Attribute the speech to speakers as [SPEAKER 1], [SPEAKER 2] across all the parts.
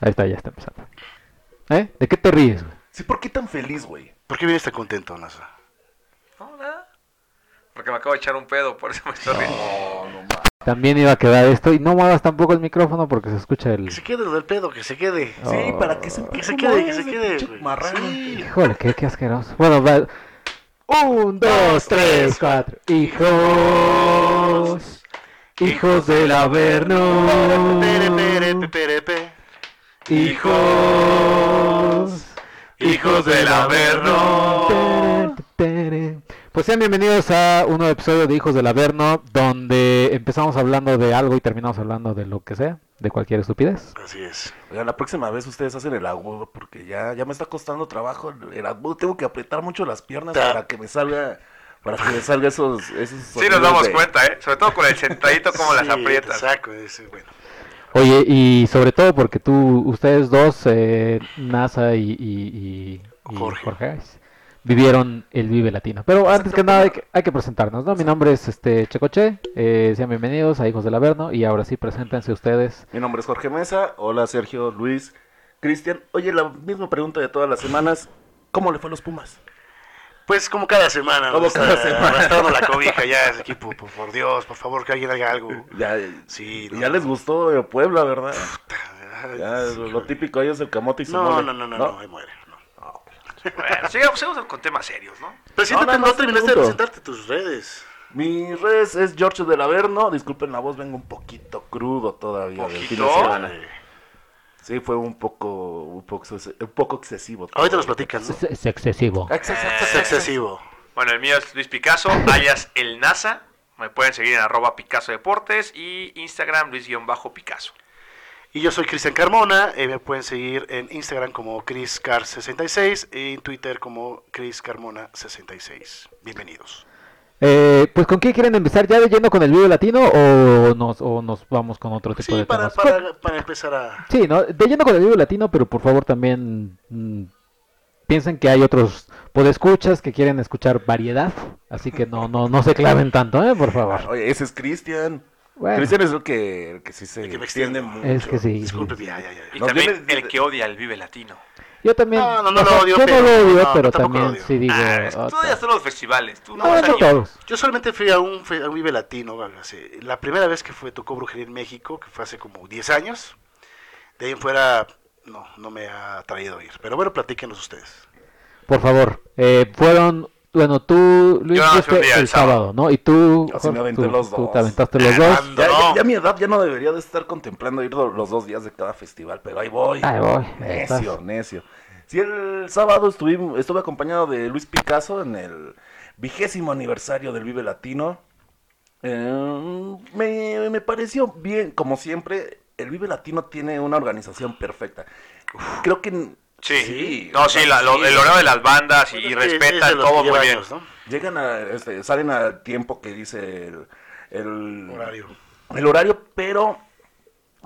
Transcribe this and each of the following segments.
[SPEAKER 1] Ahí está, ya está empezando. ¿Eh? ¿De qué te ríes? güey?
[SPEAKER 2] Sí, ¿por qué tan feliz, güey?
[SPEAKER 3] ¿Por qué vienes tan contento, Nasa?
[SPEAKER 4] No, nada. Porque me acabo de echar un pedo, por eso me estoy riendo.
[SPEAKER 1] También iba a quedar esto y no muevas tampoco el micrófono porque se escucha el...
[SPEAKER 3] Que se quede lo del pedo, que se quede.
[SPEAKER 1] Oh.
[SPEAKER 2] Sí, para que se,
[SPEAKER 3] Que se quede, que se quede, güey.
[SPEAKER 2] Marrano.
[SPEAKER 3] Sí.
[SPEAKER 1] Híjole, qué, qué asqueroso. Bueno, va... Un, dos, tres, cuatro. Hijos. Hijos del Averno.
[SPEAKER 3] Pereperepeperepe.
[SPEAKER 1] Hijos.
[SPEAKER 3] Hijos del Averno.
[SPEAKER 1] Pues sean bienvenidos a un nuevo episodio de Hijos del Averno, donde empezamos hablando de algo y terminamos hablando de lo que sea, de cualquier estupidez.
[SPEAKER 3] Así es.
[SPEAKER 2] Oigan, la próxima vez ustedes hacen el agudo porque ya, ya me está costando trabajo el, el agudo. Tengo que apretar mucho las piernas
[SPEAKER 3] Ta-
[SPEAKER 2] para que me salga, para que me salga esos, esos
[SPEAKER 4] Sí, nos
[SPEAKER 2] sonidos
[SPEAKER 4] damos
[SPEAKER 2] de-
[SPEAKER 4] cuenta, ¿eh? Sobre todo con el sentadito como las
[SPEAKER 3] Sí,
[SPEAKER 4] aprietas.
[SPEAKER 3] Exacto, ese, bueno.
[SPEAKER 1] Oye, y sobre todo porque tú, ustedes dos, eh, NASA y, y- y- y
[SPEAKER 3] Jorge.
[SPEAKER 1] Jorge, Ais, vivieron el Vive Latino. Pero antes que nada hay que, hay que presentarnos, ¿no? Mi nombre es este Checoche, eh, sean bienvenidos a Hijos del Averno y ahora sí, preséntense ustedes.
[SPEAKER 2] Mi nombre es Jorge Mesa. Hola, Sergio, Luis, Cristian. Oye, la misma pregunta de todas las semanas. ¿Cómo le fue a los Pumas?
[SPEAKER 3] Pues como cada semana,
[SPEAKER 2] Como
[SPEAKER 3] nos
[SPEAKER 2] cada
[SPEAKER 3] está
[SPEAKER 2] semana.
[SPEAKER 3] arrastrando la cobija ya ese equipo, por, por Dios, por favor que alguien haga algo.
[SPEAKER 2] Ya,
[SPEAKER 3] Sí,
[SPEAKER 2] ya les gustó eh, Puebla, ¿verdad? Ya,
[SPEAKER 3] Sí,
[SPEAKER 2] lo, lo
[SPEAKER 3] güey.
[SPEAKER 2] típico ahí es el camote y su
[SPEAKER 3] no,
[SPEAKER 2] mole,
[SPEAKER 3] no, no, no, no, ahí muere. no.
[SPEAKER 4] Bueno, sigamos, sigamos con temas serios, ¿no?
[SPEAKER 3] Preséntate,
[SPEAKER 2] nada
[SPEAKER 3] no,
[SPEAKER 2] más
[SPEAKER 3] terminaste de
[SPEAKER 2] pregunto.
[SPEAKER 3] presentarte tus redes.
[SPEAKER 2] Mis redes es George del Averno. Disculpen la voz, vengo un poquito crudo todavía. del fin de
[SPEAKER 4] ¿Poquito?
[SPEAKER 3] eh,
[SPEAKER 2] semana. Sí, fue un poco, un poco, exces- un poco excesivo. todo.
[SPEAKER 3] Ahorita nos platican. ¿no?
[SPEAKER 1] Es, es excesivo.
[SPEAKER 2] Ex- ex- ex-
[SPEAKER 3] Es excesivo.
[SPEAKER 4] Bueno, el mío es Luis Picasso, alias el NASA. Me pueden seguir en arroba Picasso Deportes y Instagram Luis-Picasso.
[SPEAKER 3] Y yo soy Cristian Carmona, eh, me pueden seguir en Instagram como ChrisCar66 y en Twitter como ChrisCarmona66. Bienvenidos.
[SPEAKER 1] Eh, pues ¿con qué quieren empezar? ¿Ya leyendo con el Vive Latino o nos, o nos vamos con otro tipo
[SPEAKER 3] Sí,
[SPEAKER 1] de
[SPEAKER 3] para,
[SPEAKER 1] temas?
[SPEAKER 3] para, para empezar a...
[SPEAKER 1] Sí, ¿no? De lleno con el libro latino, pero por favor también mm, piensen que hay otros podescuchas que quieren escuchar variedad, así que no, no, no se claven tanto, ¿eh? Por
[SPEAKER 2] Ah,
[SPEAKER 1] favor.
[SPEAKER 2] Oye, ese es Cristian.
[SPEAKER 1] Bueno.
[SPEAKER 2] Cristian es el que, el que sí se
[SPEAKER 3] El que me
[SPEAKER 2] extiende
[SPEAKER 3] extiendo.
[SPEAKER 2] mucho.
[SPEAKER 1] Es que sí.
[SPEAKER 3] Disculpe, ya, ya, ya.
[SPEAKER 4] Y
[SPEAKER 2] Nos
[SPEAKER 4] también
[SPEAKER 2] viene-
[SPEAKER 4] el que odia al Vive Latino.
[SPEAKER 1] Yo también...
[SPEAKER 3] No, no, no
[SPEAKER 1] o
[SPEAKER 3] lo
[SPEAKER 1] sea,
[SPEAKER 3] odio,
[SPEAKER 1] yo
[SPEAKER 3] pero-
[SPEAKER 1] no lo odio,
[SPEAKER 3] no,
[SPEAKER 1] pero
[SPEAKER 3] tampoco lo
[SPEAKER 1] también
[SPEAKER 3] odio.
[SPEAKER 1] sí digo...
[SPEAKER 4] Ah,
[SPEAKER 1] "Oh,
[SPEAKER 4] tú odias todos los festivales. Tú no,
[SPEAKER 1] no,
[SPEAKER 4] vas
[SPEAKER 1] no
[SPEAKER 4] a ir.
[SPEAKER 1] todos.
[SPEAKER 3] Yo solamente fui a un, fe- a un Vive Latino, hace- la primera vez que fue tocó brujería en México, que fue hace como 10 años. De ahí en fuera, no, no me ha traído ir. Pero bueno, platíquenos ustedes.
[SPEAKER 1] Por favor, eh, fueron... Bueno, tú, Luis,
[SPEAKER 4] Yo nada más
[SPEAKER 1] fuiste
[SPEAKER 4] fui un día,
[SPEAKER 1] el
[SPEAKER 4] el sábado.
[SPEAKER 1] sábado, ¿no? Y tú,
[SPEAKER 2] Yo sí me
[SPEAKER 1] Jorge,
[SPEAKER 2] aventé
[SPEAKER 1] tú-
[SPEAKER 2] los
[SPEAKER 1] tú
[SPEAKER 2] dos.
[SPEAKER 1] te aventaste los dos.
[SPEAKER 2] Ya,
[SPEAKER 4] No.
[SPEAKER 2] ya- ya mi edad ya no debería de estar contemplando ir do- los dos días de cada festival, pero ahí voy.
[SPEAKER 1] Ahí voy, ahí
[SPEAKER 2] Necio,
[SPEAKER 1] estás.
[SPEAKER 2] necio. Sí, el sábado estuve, estuve acompañado de Luis Picasso en el vigésimo aniversario del Vive Latino. Eh, me, me pareció bien, como siempre, el Vive Latino tiene una organización perfecta. Creo que... n-
[SPEAKER 4] Sí.
[SPEAKER 2] o
[SPEAKER 4] No, sí,
[SPEAKER 2] sea,
[SPEAKER 4] la- lo-
[SPEAKER 2] sí.
[SPEAKER 4] el horario de las bandas y,
[SPEAKER 3] Pues
[SPEAKER 4] y
[SPEAKER 3] Es que es de
[SPEAKER 4] respetan
[SPEAKER 3] los
[SPEAKER 4] todo
[SPEAKER 3] que
[SPEAKER 4] muy
[SPEAKER 3] lleva
[SPEAKER 4] bien.
[SPEAKER 3] años, ¿no?
[SPEAKER 2] Llegan a, este, salen al tiempo que dice el, el
[SPEAKER 3] Horario.
[SPEAKER 2] el horario, pero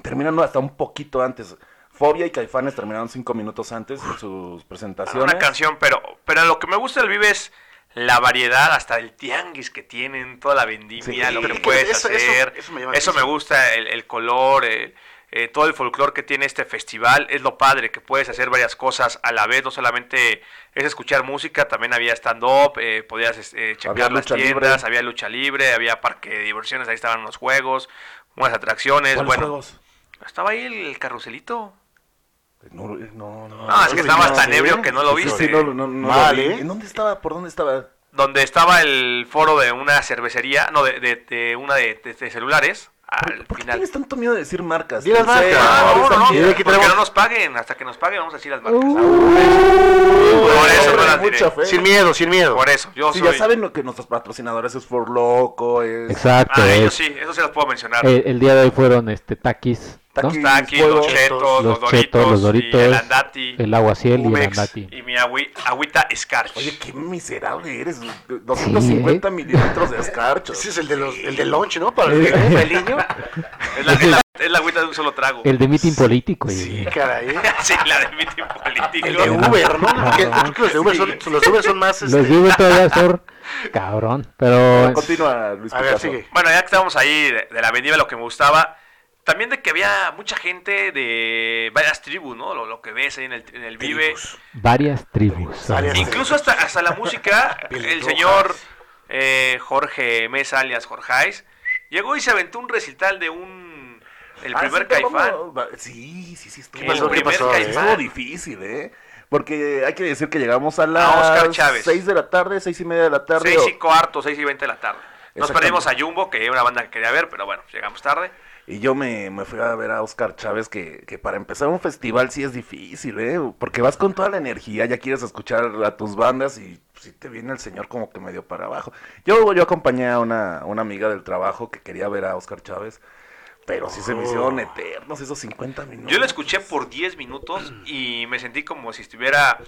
[SPEAKER 2] terminando hasta un poquito antes. Fobia y Caifanes terminaron cinco minutos antes en sus presentaciones.
[SPEAKER 4] Ah, Una canción, pero, pero lo que me gusta del Vive es la variedad, hasta el tianguis que tienen, toda la vendimia,
[SPEAKER 2] Sí,
[SPEAKER 4] lo que
[SPEAKER 2] eso-
[SPEAKER 4] puedes
[SPEAKER 3] eso-
[SPEAKER 4] hacer.
[SPEAKER 3] eso
[SPEAKER 4] Eso
[SPEAKER 3] me
[SPEAKER 4] me,
[SPEAKER 3] llama la atención.
[SPEAKER 4] gusta, el, el color, eh, eh, todo el folclore que tiene este festival. Es lo padre, que puedes hacer varias cosas a la vez, no solamente es escuchar música, también había stand-up, eh, podías es- eh,
[SPEAKER 2] Había
[SPEAKER 4] checar las
[SPEAKER 2] lucha libre.
[SPEAKER 4] tiendas, había lucha libre, había parque de diversiones, ahí estaban los juegos, unas atracciones.
[SPEAKER 2] ¿Cuáles
[SPEAKER 4] Bueno,
[SPEAKER 2] juegos?
[SPEAKER 4] estaba ahí el carruselito.
[SPEAKER 2] No, no, no.
[SPEAKER 4] No, es que estabas tan ebrio que no lo
[SPEAKER 2] Sí, sí,
[SPEAKER 4] viste.
[SPEAKER 2] no, no, no lo
[SPEAKER 3] Mal,
[SPEAKER 2] vi.
[SPEAKER 3] ¿eh?
[SPEAKER 2] ¿En dónde estaba? ¿Por dónde estaba?
[SPEAKER 4] donde estaba el foro de una cervecería, no, de, de- de una de, de- de celulares, al
[SPEAKER 2] ¿Por, por qué
[SPEAKER 4] final.
[SPEAKER 2] tienes tanto miedo de decir marcas?
[SPEAKER 3] Di
[SPEAKER 2] En
[SPEAKER 3] las
[SPEAKER 2] serio,
[SPEAKER 3] marcas.
[SPEAKER 4] Ah, no, no, no,
[SPEAKER 2] ahorita mira,
[SPEAKER 3] aquí
[SPEAKER 4] porque
[SPEAKER 3] tenemos-
[SPEAKER 4] no nos paguen, hasta que nos paguen vamos a decir las marcas.
[SPEAKER 2] Uh. por
[SPEAKER 4] eso no
[SPEAKER 2] hay
[SPEAKER 4] las diré.
[SPEAKER 2] mucha fe.
[SPEAKER 3] Sin miedo, sin miedo.
[SPEAKER 4] Por eso, yo
[SPEAKER 2] Sí,
[SPEAKER 4] soy...
[SPEAKER 2] ya saben lo que nuestros patrocinadores es For Loco, es
[SPEAKER 1] Exacto.
[SPEAKER 4] Ah,
[SPEAKER 1] eh.
[SPEAKER 4] ellos sí, eso se los puedo mencionar.
[SPEAKER 1] el, el día de hoy fueron este taquis, ¿no?
[SPEAKER 2] Taquis,
[SPEAKER 4] Está aquí
[SPEAKER 2] Fuego,
[SPEAKER 4] los chetos, los,
[SPEAKER 1] los chetos, los doritos,
[SPEAKER 4] y el andati,
[SPEAKER 1] el aguaciel y el
[SPEAKER 4] Ubex,
[SPEAKER 1] andati.
[SPEAKER 4] y mi agui- agüita Scarch.
[SPEAKER 2] Oye, qué miserable eres.
[SPEAKER 3] ¿eh?
[SPEAKER 2] 250 mililitros de escarchos.
[SPEAKER 3] Ese es el de los, el de lunch, ¿no? Para el,
[SPEAKER 1] Sí.
[SPEAKER 3] el niño.
[SPEAKER 4] es, la, es la- es la agüita de un solo trago.
[SPEAKER 1] El de meeting político. y-
[SPEAKER 3] Sí, caray. ¿eh?
[SPEAKER 4] sí, la de mi tiempo político.
[SPEAKER 3] El de Uber, ¿no? Porque creo que los de Uber son, los de Uber son más...
[SPEAKER 1] Los
[SPEAKER 3] Este...
[SPEAKER 1] digo todavía son cabrón, pero
[SPEAKER 2] Continúa, Luis
[SPEAKER 3] A ver,
[SPEAKER 2] Picasso.
[SPEAKER 3] sigue.
[SPEAKER 4] Bueno, ya que estábamos ahí de, de la vendimia, lo que me gustaba También de que había mucha gente de varias tribus, ¿no? Lo, lo que ves ahí en el, en el Vive.
[SPEAKER 3] Tribus.
[SPEAKER 1] Varias tribus.
[SPEAKER 3] Varias
[SPEAKER 1] Ajá.
[SPEAKER 4] Incluso hasta, hasta la música, el
[SPEAKER 3] Pelirrojas.
[SPEAKER 4] señor eh, Jorge Mesa, alias Jorgeis, llegó y se aventó un recital de un... El
[SPEAKER 2] Ah,
[SPEAKER 4] primer
[SPEAKER 2] sí, pero
[SPEAKER 4] caifán.
[SPEAKER 2] vamos, va- Sí, sí, sí, estuvo,
[SPEAKER 4] ¿Qué
[SPEAKER 3] pasó? ¿Qué pasó, eh?
[SPEAKER 2] estuvo difícil, ¿eh? Porque hay que decir que llegamos a
[SPEAKER 4] A Oscar
[SPEAKER 2] las
[SPEAKER 4] Chávez.
[SPEAKER 2] 6 de la tarde, 6 y media de la tarde.
[SPEAKER 4] 6 y cuarto, 6 y 20 de la tarde. Nos
[SPEAKER 2] Exactamente.
[SPEAKER 4] perdimos a Jumbo, que era una banda que quería ver, pero bueno, llegamos tarde.
[SPEAKER 2] Y yo me, me fui a ver a Oscar Chávez, que, que para empezar un festival sí es difícil, ¿eh? Porque vas con toda la energía, ya quieres escuchar a tus bandas y si te viene el señor como que medio para abajo. Yo, yo acompañé a una, una amiga del trabajo que quería ver a Oscar Chávez, pero sí se me hicieron eternos esos 50 minutos.
[SPEAKER 4] Oh. Yo lo escuché por 10 minutos y me sentí como si estuviera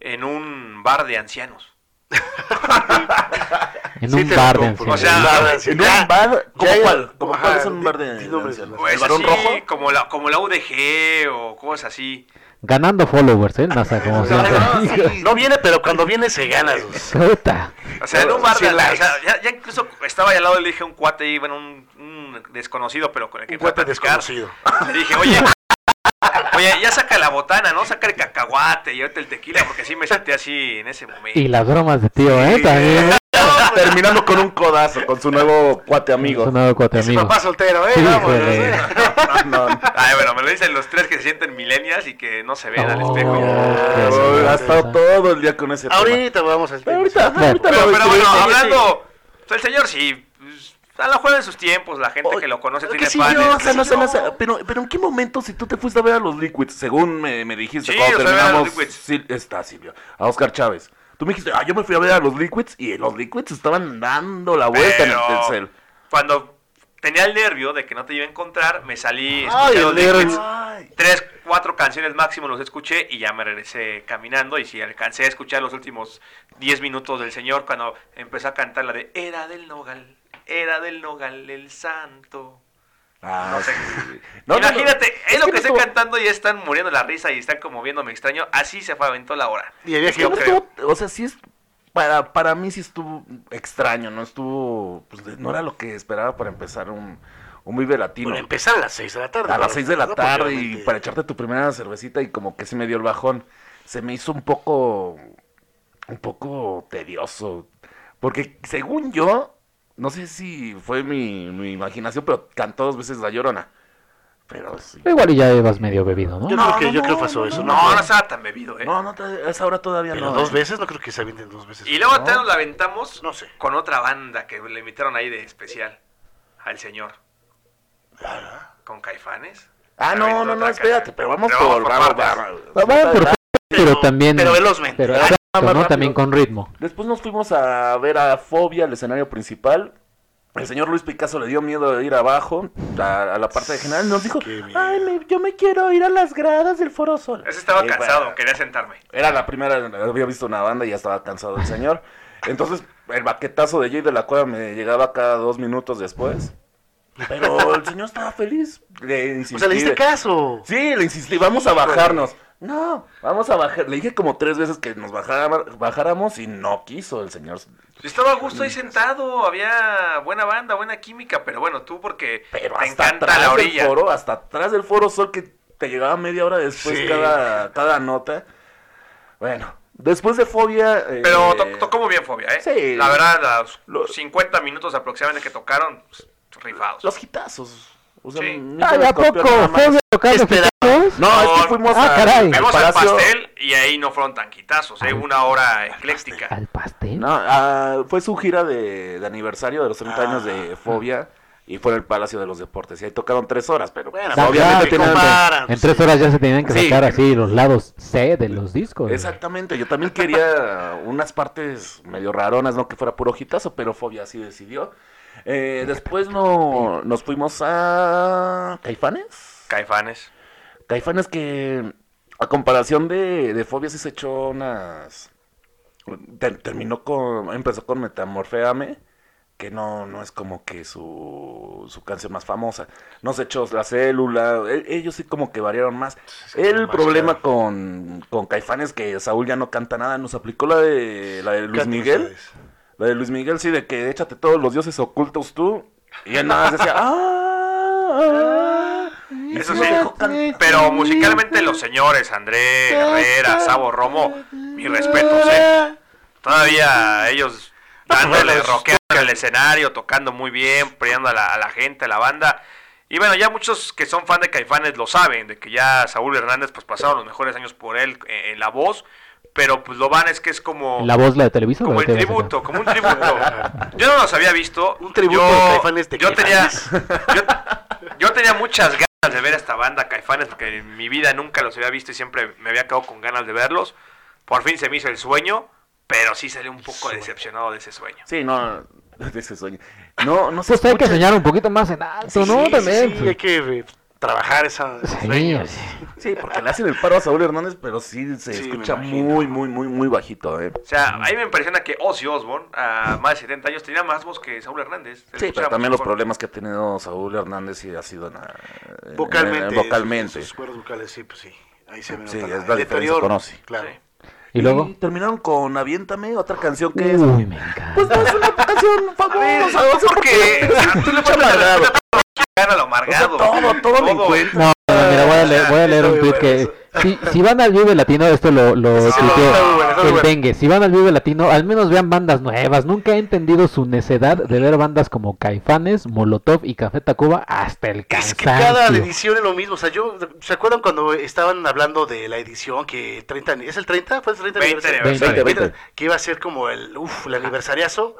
[SPEAKER 4] en un bar de ancianos.
[SPEAKER 1] En
[SPEAKER 3] Sí
[SPEAKER 1] un
[SPEAKER 3] te
[SPEAKER 1] bar
[SPEAKER 3] lo
[SPEAKER 1] de
[SPEAKER 3] compro.
[SPEAKER 1] ancianos.
[SPEAKER 4] O sea,
[SPEAKER 2] En un bar,
[SPEAKER 3] ¿Cómo
[SPEAKER 2] ya-
[SPEAKER 3] cuál?
[SPEAKER 2] ¿cómo
[SPEAKER 3] Ajá,
[SPEAKER 2] cuál es un
[SPEAKER 3] di-
[SPEAKER 2] bar de-
[SPEAKER 3] di nombres.
[SPEAKER 2] de- de-
[SPEAKER 4] O es
[SPEAKER 2] Pues ¿El Barón
[SPEAKER 4] así,
[SPEAKER 2] Rojo?
[SPEAKER 4] Como la, como la UDG o cosas así.
[SPEAKER 1] Ganando followers, ¿eh? Nasa, como
[SPEAKER 3] No,
[SPEAKER 1] siempre.
[SPEAKER 3] no, sí, no viene, pero cuando viene se gana. pues, Gus.
[SPEAKER 1] Puta.
[SPEAKER 4] O sea, en un
[SPEAKER 3] Sí,
[SPEAKER 4] bar de
[SPEAKER 3] likes.
[SPEAKER 4] o sea, ya, ya incluso estaba ahí al lado y le dije a un cuate, iba bueno, un, un desconocido, pero con el que
[SPEAKER 3] Un
[SPEAKER 4] empecé a
[SPEAKER 3] cuate
[SPEAKER 4] platicar.
[SPEAKER 3] desconocido.
[SPEAKER 4] Le dije, oye, oye, ya saca la botana, ¿no? Saca el cacahuate y ahorita el tequila, porque sí me sentí así en ese momento.
[SPEAKER 1] Y las bromas de tío, ¿eh?
[SPEAKER 2] Sí.
[SPEAKER 1] También.
[SPEAKER 2] Terminando con un codazo, con su nuevo cuate amigo.
[SPEAKER 1] Su nuevo cuate
[SPEAKER 3] Es
[SPEAKER 1] amigo.
[SPEAKER 3] papá soltero, ¿eh?
[SPEAKER 1] Sí,
[SPEAKER 3] Vámonos,
[SPEAKER 1] híjole.
[SPEAKER 3] ¿eh?
[SPEAKER 2] No, no.
[SPEAKER 4] Ay, Ah, bueno, me lo dicen los tres que se sienten millennials y que no se ven al
[SPEAKER 1] Oh,
[SPEAKER 4] espejo.
[SPEAKER 1] qué
[SPEAKER 2] Ay, ha estado
[SPEAKER 1] vergüenza.
[SPEAKER 2] todo el día con ese tema.
[SPEAKER 3] Ahorita vamos al
[SPEAKER 2] Pero
[SPEAKER 3] tema.
[SPEAKER 2] ahorita,
[SPEAKER 1] Bueno,
[SPEAKER 2] ahorita
[SPEAKER 4] Pero,
[SPEAKER 2] lo
[SPEAKER 4] pero bueno,
[SPEAKER 2] destruimos.
[SPEAKER 4] hablando, pues, el señor sí, pues, a la juega de sus tiempos, la gente
[SPEAKER 2] Oye,
[SPEAKER 4] que lo conoce
[SPEAKER 2] que
[SPEAKER 4] tiene
[SPEAKER 2] sí,
[SPEAKER 4] fans.
[SPEAKER 2] yo, o
[SPEAKER 4] que
[SPEAKER 2] sea, no
[SPEAKER 4] sí,
[SPEAKER 2] se me
[SPEAKER 4] yo.
[SPEAKER 2] hace- pero, pero en qué momento si tú te fuiste a ver a los Liquids, según me, me dijiste
[SPEAKER 4] Sí,
[SPEAKER 2] cuando
[SPEAKER 4] o sea, ver a los
[SPEAKER 2] terminamos,
[SPEAKER 4] Liquids.
[SPEAKER 2] Sil- está Silvio, a Oscar Chávez. Tú me dijiste, ah, yo me fui a ver a los Liquids y los Liquids estaban dando la vuelta en el
[SPEAKER 4] Pero
[SPEAKER 2] tercero.
[SPEAKER 4] Cuando tenía el nervio de que no te iba a encontrar, me salí.
[SPEAKER 3] Ay,
[SPEAKER 4] escuché
[SPEAKER 3] el
[SPEAKER 4] los
[SPEAKER 3] negro.
[SPEAKER 4] Liquids, Tres, cuatro canciones máximo los escuché y ya me regresé caminando. Y si alcancé a escuchar los últimos diez minutos del señor cuando empezó a cantar la de Era del Nogal, Era del Nogal, el santo.
[SPEAKER 2] Ah,
[SPEAKER 4] No sé.
[SPEAKER 2] sí. No, no, no.
[SPEAKER 4] Imagínate, es, lo que,
[SPEAKER 2] no
[SPEAKER 4] estoy
[SPEAKER 2] estuvo-
[SPEAKER 4] cantando y están muriendo la risa y están como viéndome extraño. Así se fue, aventó la hora.
[SPEAKER 3] Y había
[SPEAKER 2] es que no
[SPEAKER 3] gente.
[SPEAKER 2] estuvo- o sea, sí es, para, para mí sí estuvo extraño, no estuvo, pues no era lo que esperaba para empezar un, un Vive Latino.
[SPEAKER 3] Bueno, empezar a las 6 de la tarde.
[SPEAKER 2] A las 6 de la
[SPEAKER 3] No,
[SPEAKER 2] tarde
[SPEAKER 3] porque
[SPEAKER 2] y
[SPEAKER 3] obviamente-
[SPEAKER 2] para echarte tu primera cervecita y como que sí me dio el bajón. Se me hizo un poco, un poco tedioso. Porque según yo, no sé si fue mi, mi imaginación, pero cantó dos veces La Llorona. Pero sí.
[SPEAKER 1] Igual y ya ibas medio bebido, ¿no?
[SPEAKER 3] Yo
[SPEAKER 2] No,
[SPEAKER 3] creo que,
[SPEAKER 2] no,
[SPEAKER 3] yo creo
[SPEAKER 2] no,
[SPEAKER 3] que pasó
[SPEAKER 2] no,
[SPEAKER 3] eso.
[SPEAKER 4] No, no estaba tan bebido, ¿eh?
[SPEAKER 2] No, no, a esa hora todavía
[SPEAKER 3] Pero
[SPEAKER 2] no.
[SPEAKER 3] dos
[SPEAKER 2] ¿eh?
[SPEAKER 3] veces, no creo que se avienten dos veces.
[SPEAKER 4] Y luego te nos la aventamos
[SPEAKER 3] No sé.
[SPEAKER 4] con otra banda que le invitaron ahí de especial al señor. Con Caifanes.
[SPEAKER 2] Ah,
[SPEAKER 4] Se
[SPEAKER 2] no,
[SPEAKER 4] aventó
[SPEAKER 2] no, no,
[SPEAKER 4] otra
[SPEAKER 2] espérate,
[SPEAKER 4] canción.
[SPEAKER 2] pero vamos
[SPEAKER 4] Pero
[SPEAKER 2] por...
[SPEAKER 4] vamos
[SPEAKER 2] vamos,
[SPEAKER 4] por partes.
[SPEAKER 2] vamos.
[SPEAKER 1] Va- va por- Ah, pero también.
[SPEAKER 3] Pero velozmente.
[SPEAKER 1] pero
[SPEAKER 3] Ah,
[SPEAKER 1] exacto,
[SPEAKER 2] más
[SPEAKER 1] ¿no?
[SPEAKER 2] rápido.
[SPEAKER 1] También con ritmo.
[SPEAKER 2] Después nos fuimos a ver a Fobia, el escenario principal. El señor Luis Picasso le dio miedo de ir abajo, a, a la parte de general. Nos dijo,
[SPEAKER 3] Qué miedo.
[SPEAKER 2] ay, me- yo me quiero ir a las gradas del Foro Sol.
[SPEAKER 4] Ese estaba
[SPEAKER 2] Eh,
[SPEAKER 4] cansado,
[SPEAKER 2] bueno,
[SPEAKER 4] quería sentarme.
[SPEAKER 2] Era la primera, había visto una banda y ya estaba cansado el señor. Entonces, el baquetazo de Jay de la Cueva me llegaba cada dos minutos después. Pero el señor estaba feliz. Le
[SPEAKER 3] O sea, le diste
[SPEAKER 2] insistí.
[SPEAKER 3] caso.
[SPEAKER 2] Sí, le insistí, vamos a bajarnos. No, vamos a bajar. Le dije como tres veces que nos bajara- bajáramos y no quiso el señor.
[SPEAKER 4] Estaba a gusto ahí
[SPEAKER 2] Mm.
[SPEAKER 4] sentado, había buena banda, buena química, pero bueno, tú porque
[SPEAKER 2] Pero
[SPEAKER 4] te
[SPEAKER 2] hasta
[SPEAKER 4] encanta
[SPEAKER 2] atrás
[SPEAKER 4] la orilla.
[SPEAKER 2] del foro, hasta atrás del foro sol que te llegaba media hora después
[SPEAKER 3] Sí.
[SPEAKER 2] cada, cada nota. Bueno, después de Fobia... eh,
[SPEAKER 4] Pero to- tocó muy bien Fobia, ¿eh?
[SPEAKER 2] Sí.
[SPEAKER 4] La verdad, los
[SPEAKER 2] Lo-
[SPEAKER 4] 50 minutos aproximadamente que tocaron, pues, rifados.
[SPEAKER 2] Los hitazos. O sea,
[SPEAKER 4] Sí.
[SPEAKER 2] nunca
[SPEAKER 1] Ay,
[SPEAKER 2] los
[SPEAKER 1] ¿a poco?
[SPEAKER 2] copiaron nada más.
[SPEAKER 1] ¿Fobia tocando
[SPEAKER 3] Espera.
[SPEAKER 1] gitanos?
[SPEAKER 2] No, es que fuimos
[SPEAKER 1] Ah,
[SPEAKER 2] a-
[SPEAKER 1] caray.
[SPEAKER 2] al
[SPEAKER 4] Vemos el
[SPEAKER 2] Palacio-
[SPEAKER 4] pastel y ahí no fueron tanquitazos, ¿eh? Una hora ecléctica.
[SPEAKER 1] Al pastel.
[SPEAKER 2] No, ah, fue su gira de, de aniversario de los 30
[SPEAKER 3] Ah.
[SPEAKER 2] años de Fobia y fue en el Palacio de los Deportes. Y ahí tocaron tres horas, pero
[SPEAKER 3] Bueno,
[SPEAKER 2] pues,
[SPEAKER 1] Ya,
[SPEAKER 2] obviamente
[SPEAKER 1] ya,
[SPEAKER 2] tienen-
[SPEAKER 1] en-
[SPEAKER 3] comparan,
[SPEAKER 1] en
[SPEAKER 3] sí.
[SPEAKER 1] tres horas ya se tenían que
[SPEAKER 2] Sí.
[SPEAKER 1] sacar así los lados C de los discos.
[SPEAKER 2] Exactamente, yo también quería unas partes medio raronas, no que fuera puro hitazo, pero Fobia así decidió. Eh, después no, nos fuimos a Caifanes.
[SPEAKER 4] Caifanes.
[SPEAKER 2] Caifanes que a comparación de, de Fobia sí se echó unas... ter- terminó con... empezó con Metamorfeame, que no, no es como que su, su canción más famosa. No se echó La Célula, e- ellos sí como que variaron más.
[SPEAKER 3] Sí, sí,
[SPEAKER 2] El
[SPEAKER 3] más,
[SPEAKER 2] problema
[SPEAKER 3] claro.
[SPEAKER 2] con, con Caifanes que Saúl ya no canta nada, nos aplicó la de, la de Luis
[SPEAKER 3] Cántanos
[SPEAKER 2] Miguel.
[SPEAKER 3] una vez.
[SPEAKER 2] La de Luis Miguel, sí, de que échate todos los dioses ocultos tú. Y él nada más decía, "Ah, ah,
[SPEAKER 4] Eso sí, pero musicalmente los señores, André Herrera, Sabo Romo, mis respetos, ¿eh? Todavía ellos dándole, rockeando en el escenario, tocando muy bien, peleando a la, a la gente, a la banda. Y bueno, ya muchos que son fan de Caifanes lo saben, de que ya Saúl Hernández pues pasaron los mejores años por él eh, en la voz, pero pues lo van es que es como...
[SPEAKER 1] ¿La voz la de Televisa? o
[SPEAKER 4] Como
[SPEAKER 1] la de
[SPEAKER 4] el
[SPEAKER 1] TV Azteca?
[SPEAKER 4] tributo, como un tributo. Yo no los había visto.
[SPEAKER 3] Un tributo
[SPEAKER 4] yo,
[SPEAKER 3] de Caifanes de
[SPEAKER 4] yo tenía,
[SPEAKER 3] Caifanes.
[SPEAKER 4] yo, yo tenía muchas ganas de ver a esta banda Caifanes porque en mi vida nunca los había visto y siempre me había quedado con ganas de verlos. Por fin se me hizo el sueño, pero sí salí un poco decepcionado de ese sueño.
[SPEAKER 2] Sí, no, de ese sueño. No, no se
[SPEAKER 1] Pues hay que
[SPEAKER 2] escucha.
[SPEAKER 1] soñar un poquito más en alto, ¿no?
[SPEAKER 3] Sí,
[SPEAKER 1] También.
[SPEAKER 3] sí,
[SPEAKER 1] pues.
[SPEAKER 3] hay que eh, trabajar esa.
[SPEAKER 1] Sí,
[SPEAKER 3] sueños.
[SPEAKER 1] sí.
[SPEAKER 2] Sí, porque le hacen el paro a Saúl Hernández, pero sí se
[SPEAKER 3] Sí, me
[SPEAKER 2] escucha
[SPEAKER 3] imagino.
[SPEAKER 2] muy, muy, muy, muy bajito, ¿eh?
[SPEAKER 4] O sea, ahí me impresiona que Ozzy Osbourne, a más de 70 años, tenía más voz que Saúl Hernández. Se
[SPEAKER 2] Sí,
[SPEAKER 4] escuchaba
[SPEAKER 2] pero también los
[SPEAKER 4] mucho mejor.
[SPEAKER 2] problemas que ha tenido Saúl Hernández y ha sido en la- en-
[SPEAKER 3] Vocalmente.
[SPEAKER 2] en-
[SPEAKER 3] sus-
[SPEAKER 2] Eh, vocalmente.
[SPEAKER 3] Sus, cuerdas vocales, sí, pues sí. Ahí se me nota
[SPEAKER 2] Sí,
[SPEAKER 3] la-
[SPEAKER 2] es la
[SPEAKER 3] el
[SPEAKER 2] diferencia,
[SPEAKER 3] deterioro,
[SPEAKER 2] conoce.
[SPEAKER 3] Claro.
[SPEAKER 4] Sí.
[SPEAKER 1] Y luego. Uh.
[SPEAKER 2] terminaron con Aviéntame, otra canción que es...
[SPEAKER 1] Uy, me encanta.
[SPEAKER 2] Pues no es una canción famosa,
[SPEAKER 4] No,
[SPEAKER 2] o sea,
[SPEAKER 4] porque tú le
[SPEAKER 2] Mucho
[SPEAKER 4] pones a la
[SPEAKER 2] amargado.
[SPEAKER 4] a lo amargado.
[SPEAKER 2] O sea, todo, todo lo encuentro.
[SPEAKER 1] No, no, mira, voy a leer, voy a leer
[SPEAKER 3] Está
[SPEAKER 1] un
[SPEAKER 3] muy
[SPEAKER 1] tweet
[SPEAKER 3] bueno
[SPEAKER 1] que. Si, si van al Vive Latino, esto lo, lo
[SPEAKER 2] Pues
[SPEAKER 3] Eso sí lo-
[SPEAKER 1] tuiteó
[SPEAKER 3] está muy bueno, está muy
[SPEAKER 1] el
[SPEAKER 3] bueno.
[SPEAKER 1] dengue. Si van al Vive Latino, al menos vean bandas nuevas. Nunca he entendido su necedad de ver bandas como Caifanes, Molotov y Café Tacuba hasta el
[SPEAKER 3] Es que
[SPEAKER 1] cansancio.
[SPEAKER 3] cada edición es lo mismo. O sea, yo. ¿Se acuerdan cuando estaban hablando de la edición que 30. ani- ¿Es el 30? ¿Fue el 30
[SPEAKER 4] 20
[SPEAKER 3] aniversario?
[SPEAKER 1] aniversario.
[SPEAKER 2] 20, 20.
[SPEAKER 3] Que iba a ser como el. Uf, el aniversariazo.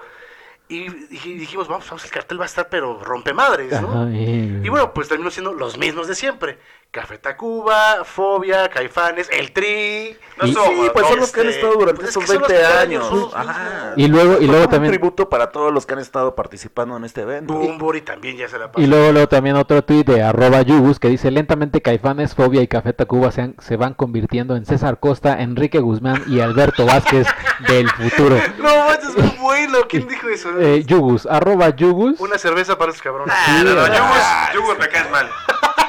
[SPEAKER 3] Y, dij- dijimos, vamos, vamos, el cartel va a estar, pero rompe madres, ¿no?
[SPEAKER 1] Ajá, y-
[SPEAKER 3] Y bueno, pues terminó siendo los mismos de siempre. Café Tacuba, Fobia, Caifanes, El Tri.
[SPEAKER 4] No
[SPEAKER 1] Y-
[SPEAKER 4] estuvo
[SPEAKER 2] Sí, pues son
[SPEAKER 4] Molotov.
[SPEAKER 2] los que han
[SPEAKER 3] Este,
[SPEAKER 2] estado durante
[SPEAKER 3] pues es
[SPEAKER 2] esos
[SPEAKER 3] que son los
[SPEAKER 2] 20
[SPEAKER 3] que han
[SPEAKER 2] años.
[SPEAKER 3] estado,
[SPEAKER 2] Ajá.
[SPEAKER 1] y luego,
[SPEAKER 3] pues
[SPEAKER 1] y luego
[SPEAKER 2] Un
[SPEAKER 1] también.
[SPEAKER 2] tributo para todos los que han estado participando en este evento.
[SPEAKER 3] Bumburi también ya se la pasó.
[SPEAKER 1] Y luego, luego también otro tuit de arroba yugus que dice lentamente Caifanes, Fobia y Café Tacuba se, han- se van convirtiendo en César Costa, Enrique Guzmán y Alberto Vázquez del futuro.
[SPEAKER 3] No, esto es muy bueno. ¿Quién dijo eso?
[SPEAKER 1] Eh, yugus, arroba yugus.
[SPEAKER 3] Una cerveza para los cabrones.
[SPEAKER 4] Ah, no, no,
[SPEAKER 1] Sí,
[SPEAKER 4] Yugus,
[SPEAKER 2] ah,
[SPEAKER 4] Yugus me caes mal.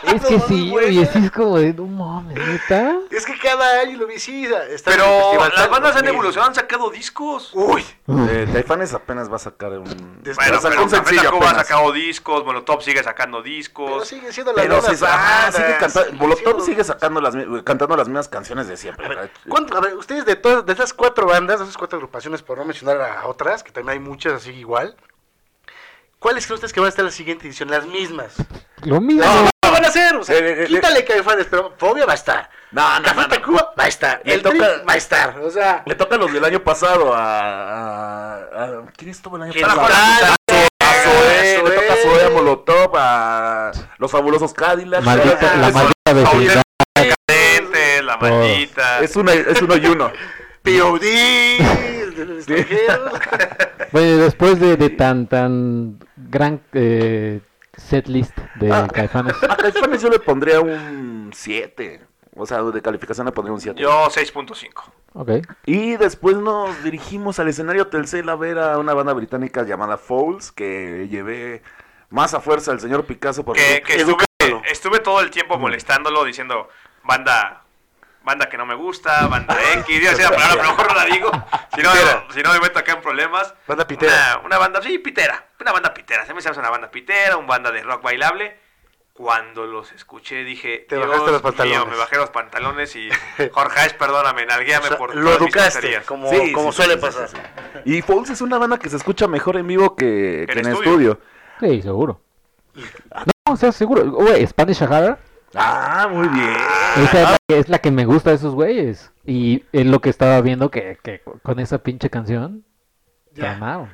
[SPEAKER 1] Es que sí, y así es como de, no mames, ¿neta?
[SPEAKER 3] Es que cada año lo vi, sí, está en el
[SPEAKER 4] Pero
[SPEAKER 3] festival,
[SPEAKER 4] las
[SPEAKER 3] tal,
[SPEAKER 4] bandas han
[SPEAKER 3] mil.
[SPEAKER 4] evolucionado, han sacado discos.
[SPEAKER 3] Uy,
[SPEAKER 2] Eh, Caifanes apenas va a sacar un.
[SPEAKER 3] Bueno,
[SPEAKER 4] Bueno,
[SPEAKER 2] va a sacar
[SPEAKER 4] pero
[SPEAKER 2] un
[SPEAKER 4] Café
[SPEAKER 2] sencillo
[SPEAKER 4] Tacuba ha
[SPEAKER 2] apenas.
[SPEAKER 4] sacado discos, Molotov sigue sacando
[SPEAKER 3] pero
[SPEAKER 4] discos.
[SPEAKER 3] siguen siendo las
[SPEAKER 2] Pero
[SPEAKER 3] bandas
[SPEAKER 2] sí, ah,
[SPEAKER 3] amadas,
[SPEAKER 2] sigue cantando.
[SPEAKER 3] siguen
[SPEAKER 2] Molotov
[SPEAKER 3] siendo-
[SPEAKER 2] sigue sacando las, mi- cantando las mismas canciones de siempre.
[SPEAKER 3] A ver, ¿cuánto- a ver, ustedes de todas de esas cuatro bandas, de esas cuatro agrupaciones, por no mencionar a otras, que también hay muchas así igual, ¿cuáles creen ustedes que van a estar en la siguiente edición? Las mismas.
[SPEAKER 1] Lo mismo.
[SPEAKER 3] Las mismas van a ser, o sea,
[SPEAKER 2] Eh, eh, eh,
[SPEAKER 3] quítale Caifanes, pero Fobia va a estar.
[SPEAKER 2] No, no,
[SPEAKER 3] Café
[SPEAKER 2] no, no.
[SPEAKER 3] Tacuba va a estar.
[SPEAKER 2] Le
[SPEAKER 3] El Tri
[SPEAKER 2] toca-
[SPEAKER 3] va a estar, o sea...
[SPEAKER 2] Le toca los del año pasado a. a- a- ¿Quién estuvo el año
[SPEAKER 4] ¿Quién
[SPEAKER 2] pasado?
[SPEAKER 4] trajo la Ah,
[SPEAKER 2] A- a Zoé,
[SPEAKER 4] eh.
[SPEAKER 3] Zoé,
[SPEAKER 2] le toca a
[SPEAKER 3] Zoé.
[SPEAKER 2] Zoé, a Molotov, a los fabulosos Cadillacs.
[SPEAKER 1] Maldita, la
[SPEAKER 2] es,
[SPEAKER 1] maldita vecindad.
[SPEAKER 4] Gente, la maldita.
[SPEAKER 2] es una, es uno y uno.
[SPEAKER 3] POD, del extranjero.
[SPEAKER 1] Bueno, después de, de tan, tan gran eh, setlist de Caifanes.
[SPEAKER 2] A Caifanes yo le pondría un 7. O sea, de calificación le pondría un 7.
[SPEAKER 4] Yo 6.5.
[SPEAKER 1] Ok.
[SPEAKER 2] Y después nos dirigimos al escenario Telcel a ver a una banda británica llamada Fouls, que llevé más a fuerza al señor Picasso
[SPEAKER 4] Que,
[SPEAKER 2] porque...
[SPEAKER 4] que estuve, estuve todo el tiempo molestándolo, diciendo, banda banda que no me gusta, banda X, iba a decir la palabra, pero mejor no la digo. Si no,
[SPEAKER 3] Pitera.
[SPEAKER 4] si no me meto acá en problemas.
[SPEAKER 3] Banda pitera.
[SPEAKER 4] Una, una banda, sí, pitera. Una banda pitera. Se me hace una banda pitera, un banda de rock bailable. Cuando los escuché dije,
[SPEAKER 3] Te
[SPEAKER 4] "Dios
[SPEAKER 3] bajaste los pantalones".
[SPEAKER 4] mío, me bajé los pantalones y Jorge, perdóname, nalguéame
[SPEAKER 3] O sea,
[SPEAKER 4] por
[SPEAKER 3] lo
[SPEAKER 4] todas mis
[SPEAKER 3] educaste,
[SPEAKER 4] tonterías".
[SPEAKER 3] como,
[SPEAKER 2] Sí,
[SPEAKER 3] como
[SPEAKER 2] sí,
[SPEAKER 3] suele
[SPEAKER 2] sí,
[SPEAKER 3] pasar.
[SPEAKER 2] sí, sí. Y Fouls es una banda que se escucha mejor en vivo que,
[SPEAKER 4] Que
[SPEAKER 2] que
[SPEAKER 4] en
[SPEAKER 2] en
[SPEAKER 4] estudio.
[SPEAKER 2] estudio.
[SPEAKER 1] Sí, seguro. No, o sea, seguro. Güey, Spanish Sahara
[SPEAKER 2] Ah, muy bien.
[SPEAKER 1] esa es la, que, es la que me gusta de esos güeyes. Y es lo que estaba viendo que, que con esa pinche canción.
[SPEAKER 3] Ya.
[SPEAKER 1] Amado.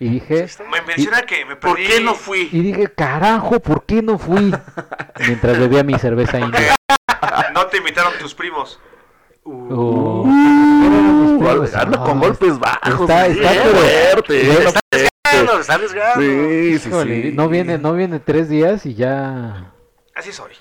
[SPEAKER 1] Y dije,
[SPEAKER 4] Me impresiona que me
[SPEAKER 3] ¿Por
[SPEAKER 4] perdí.
[SPEAKER 3] qué no fui?
[SPEAKER 1] y dije, carajo, ¿por qué no fui? Mientras bebía mi cerveza india.
[SPEAKER 4] No te invitaron tus primos.
[SPEAKER 1] Oh.
[SPEAKER 2] Uh,
[SPEAKER 1] Pues,
[SPEAKER 2] anda
[SPEAKER 1] no,
[SPEAKER 2] con golpes bajos.
[SPEAKER 1] está- está,
[SPEAKER 2] bien
[SPEAKER 1] pero-
[SPEAKER 2] fuerte,
[SPEAKER 1] pero-
[SPEAKER 2] está
[SPEAKER 3] Ah, no, está arriesgado.
[SPEAKER 2] Sí, sí,
[SPEAKER 1] Híjole,
[SPEAKER 2] sí.
[SPEAKER 1] No viene, no viene tres días y ya.
[SPEAKER 4] Así soy.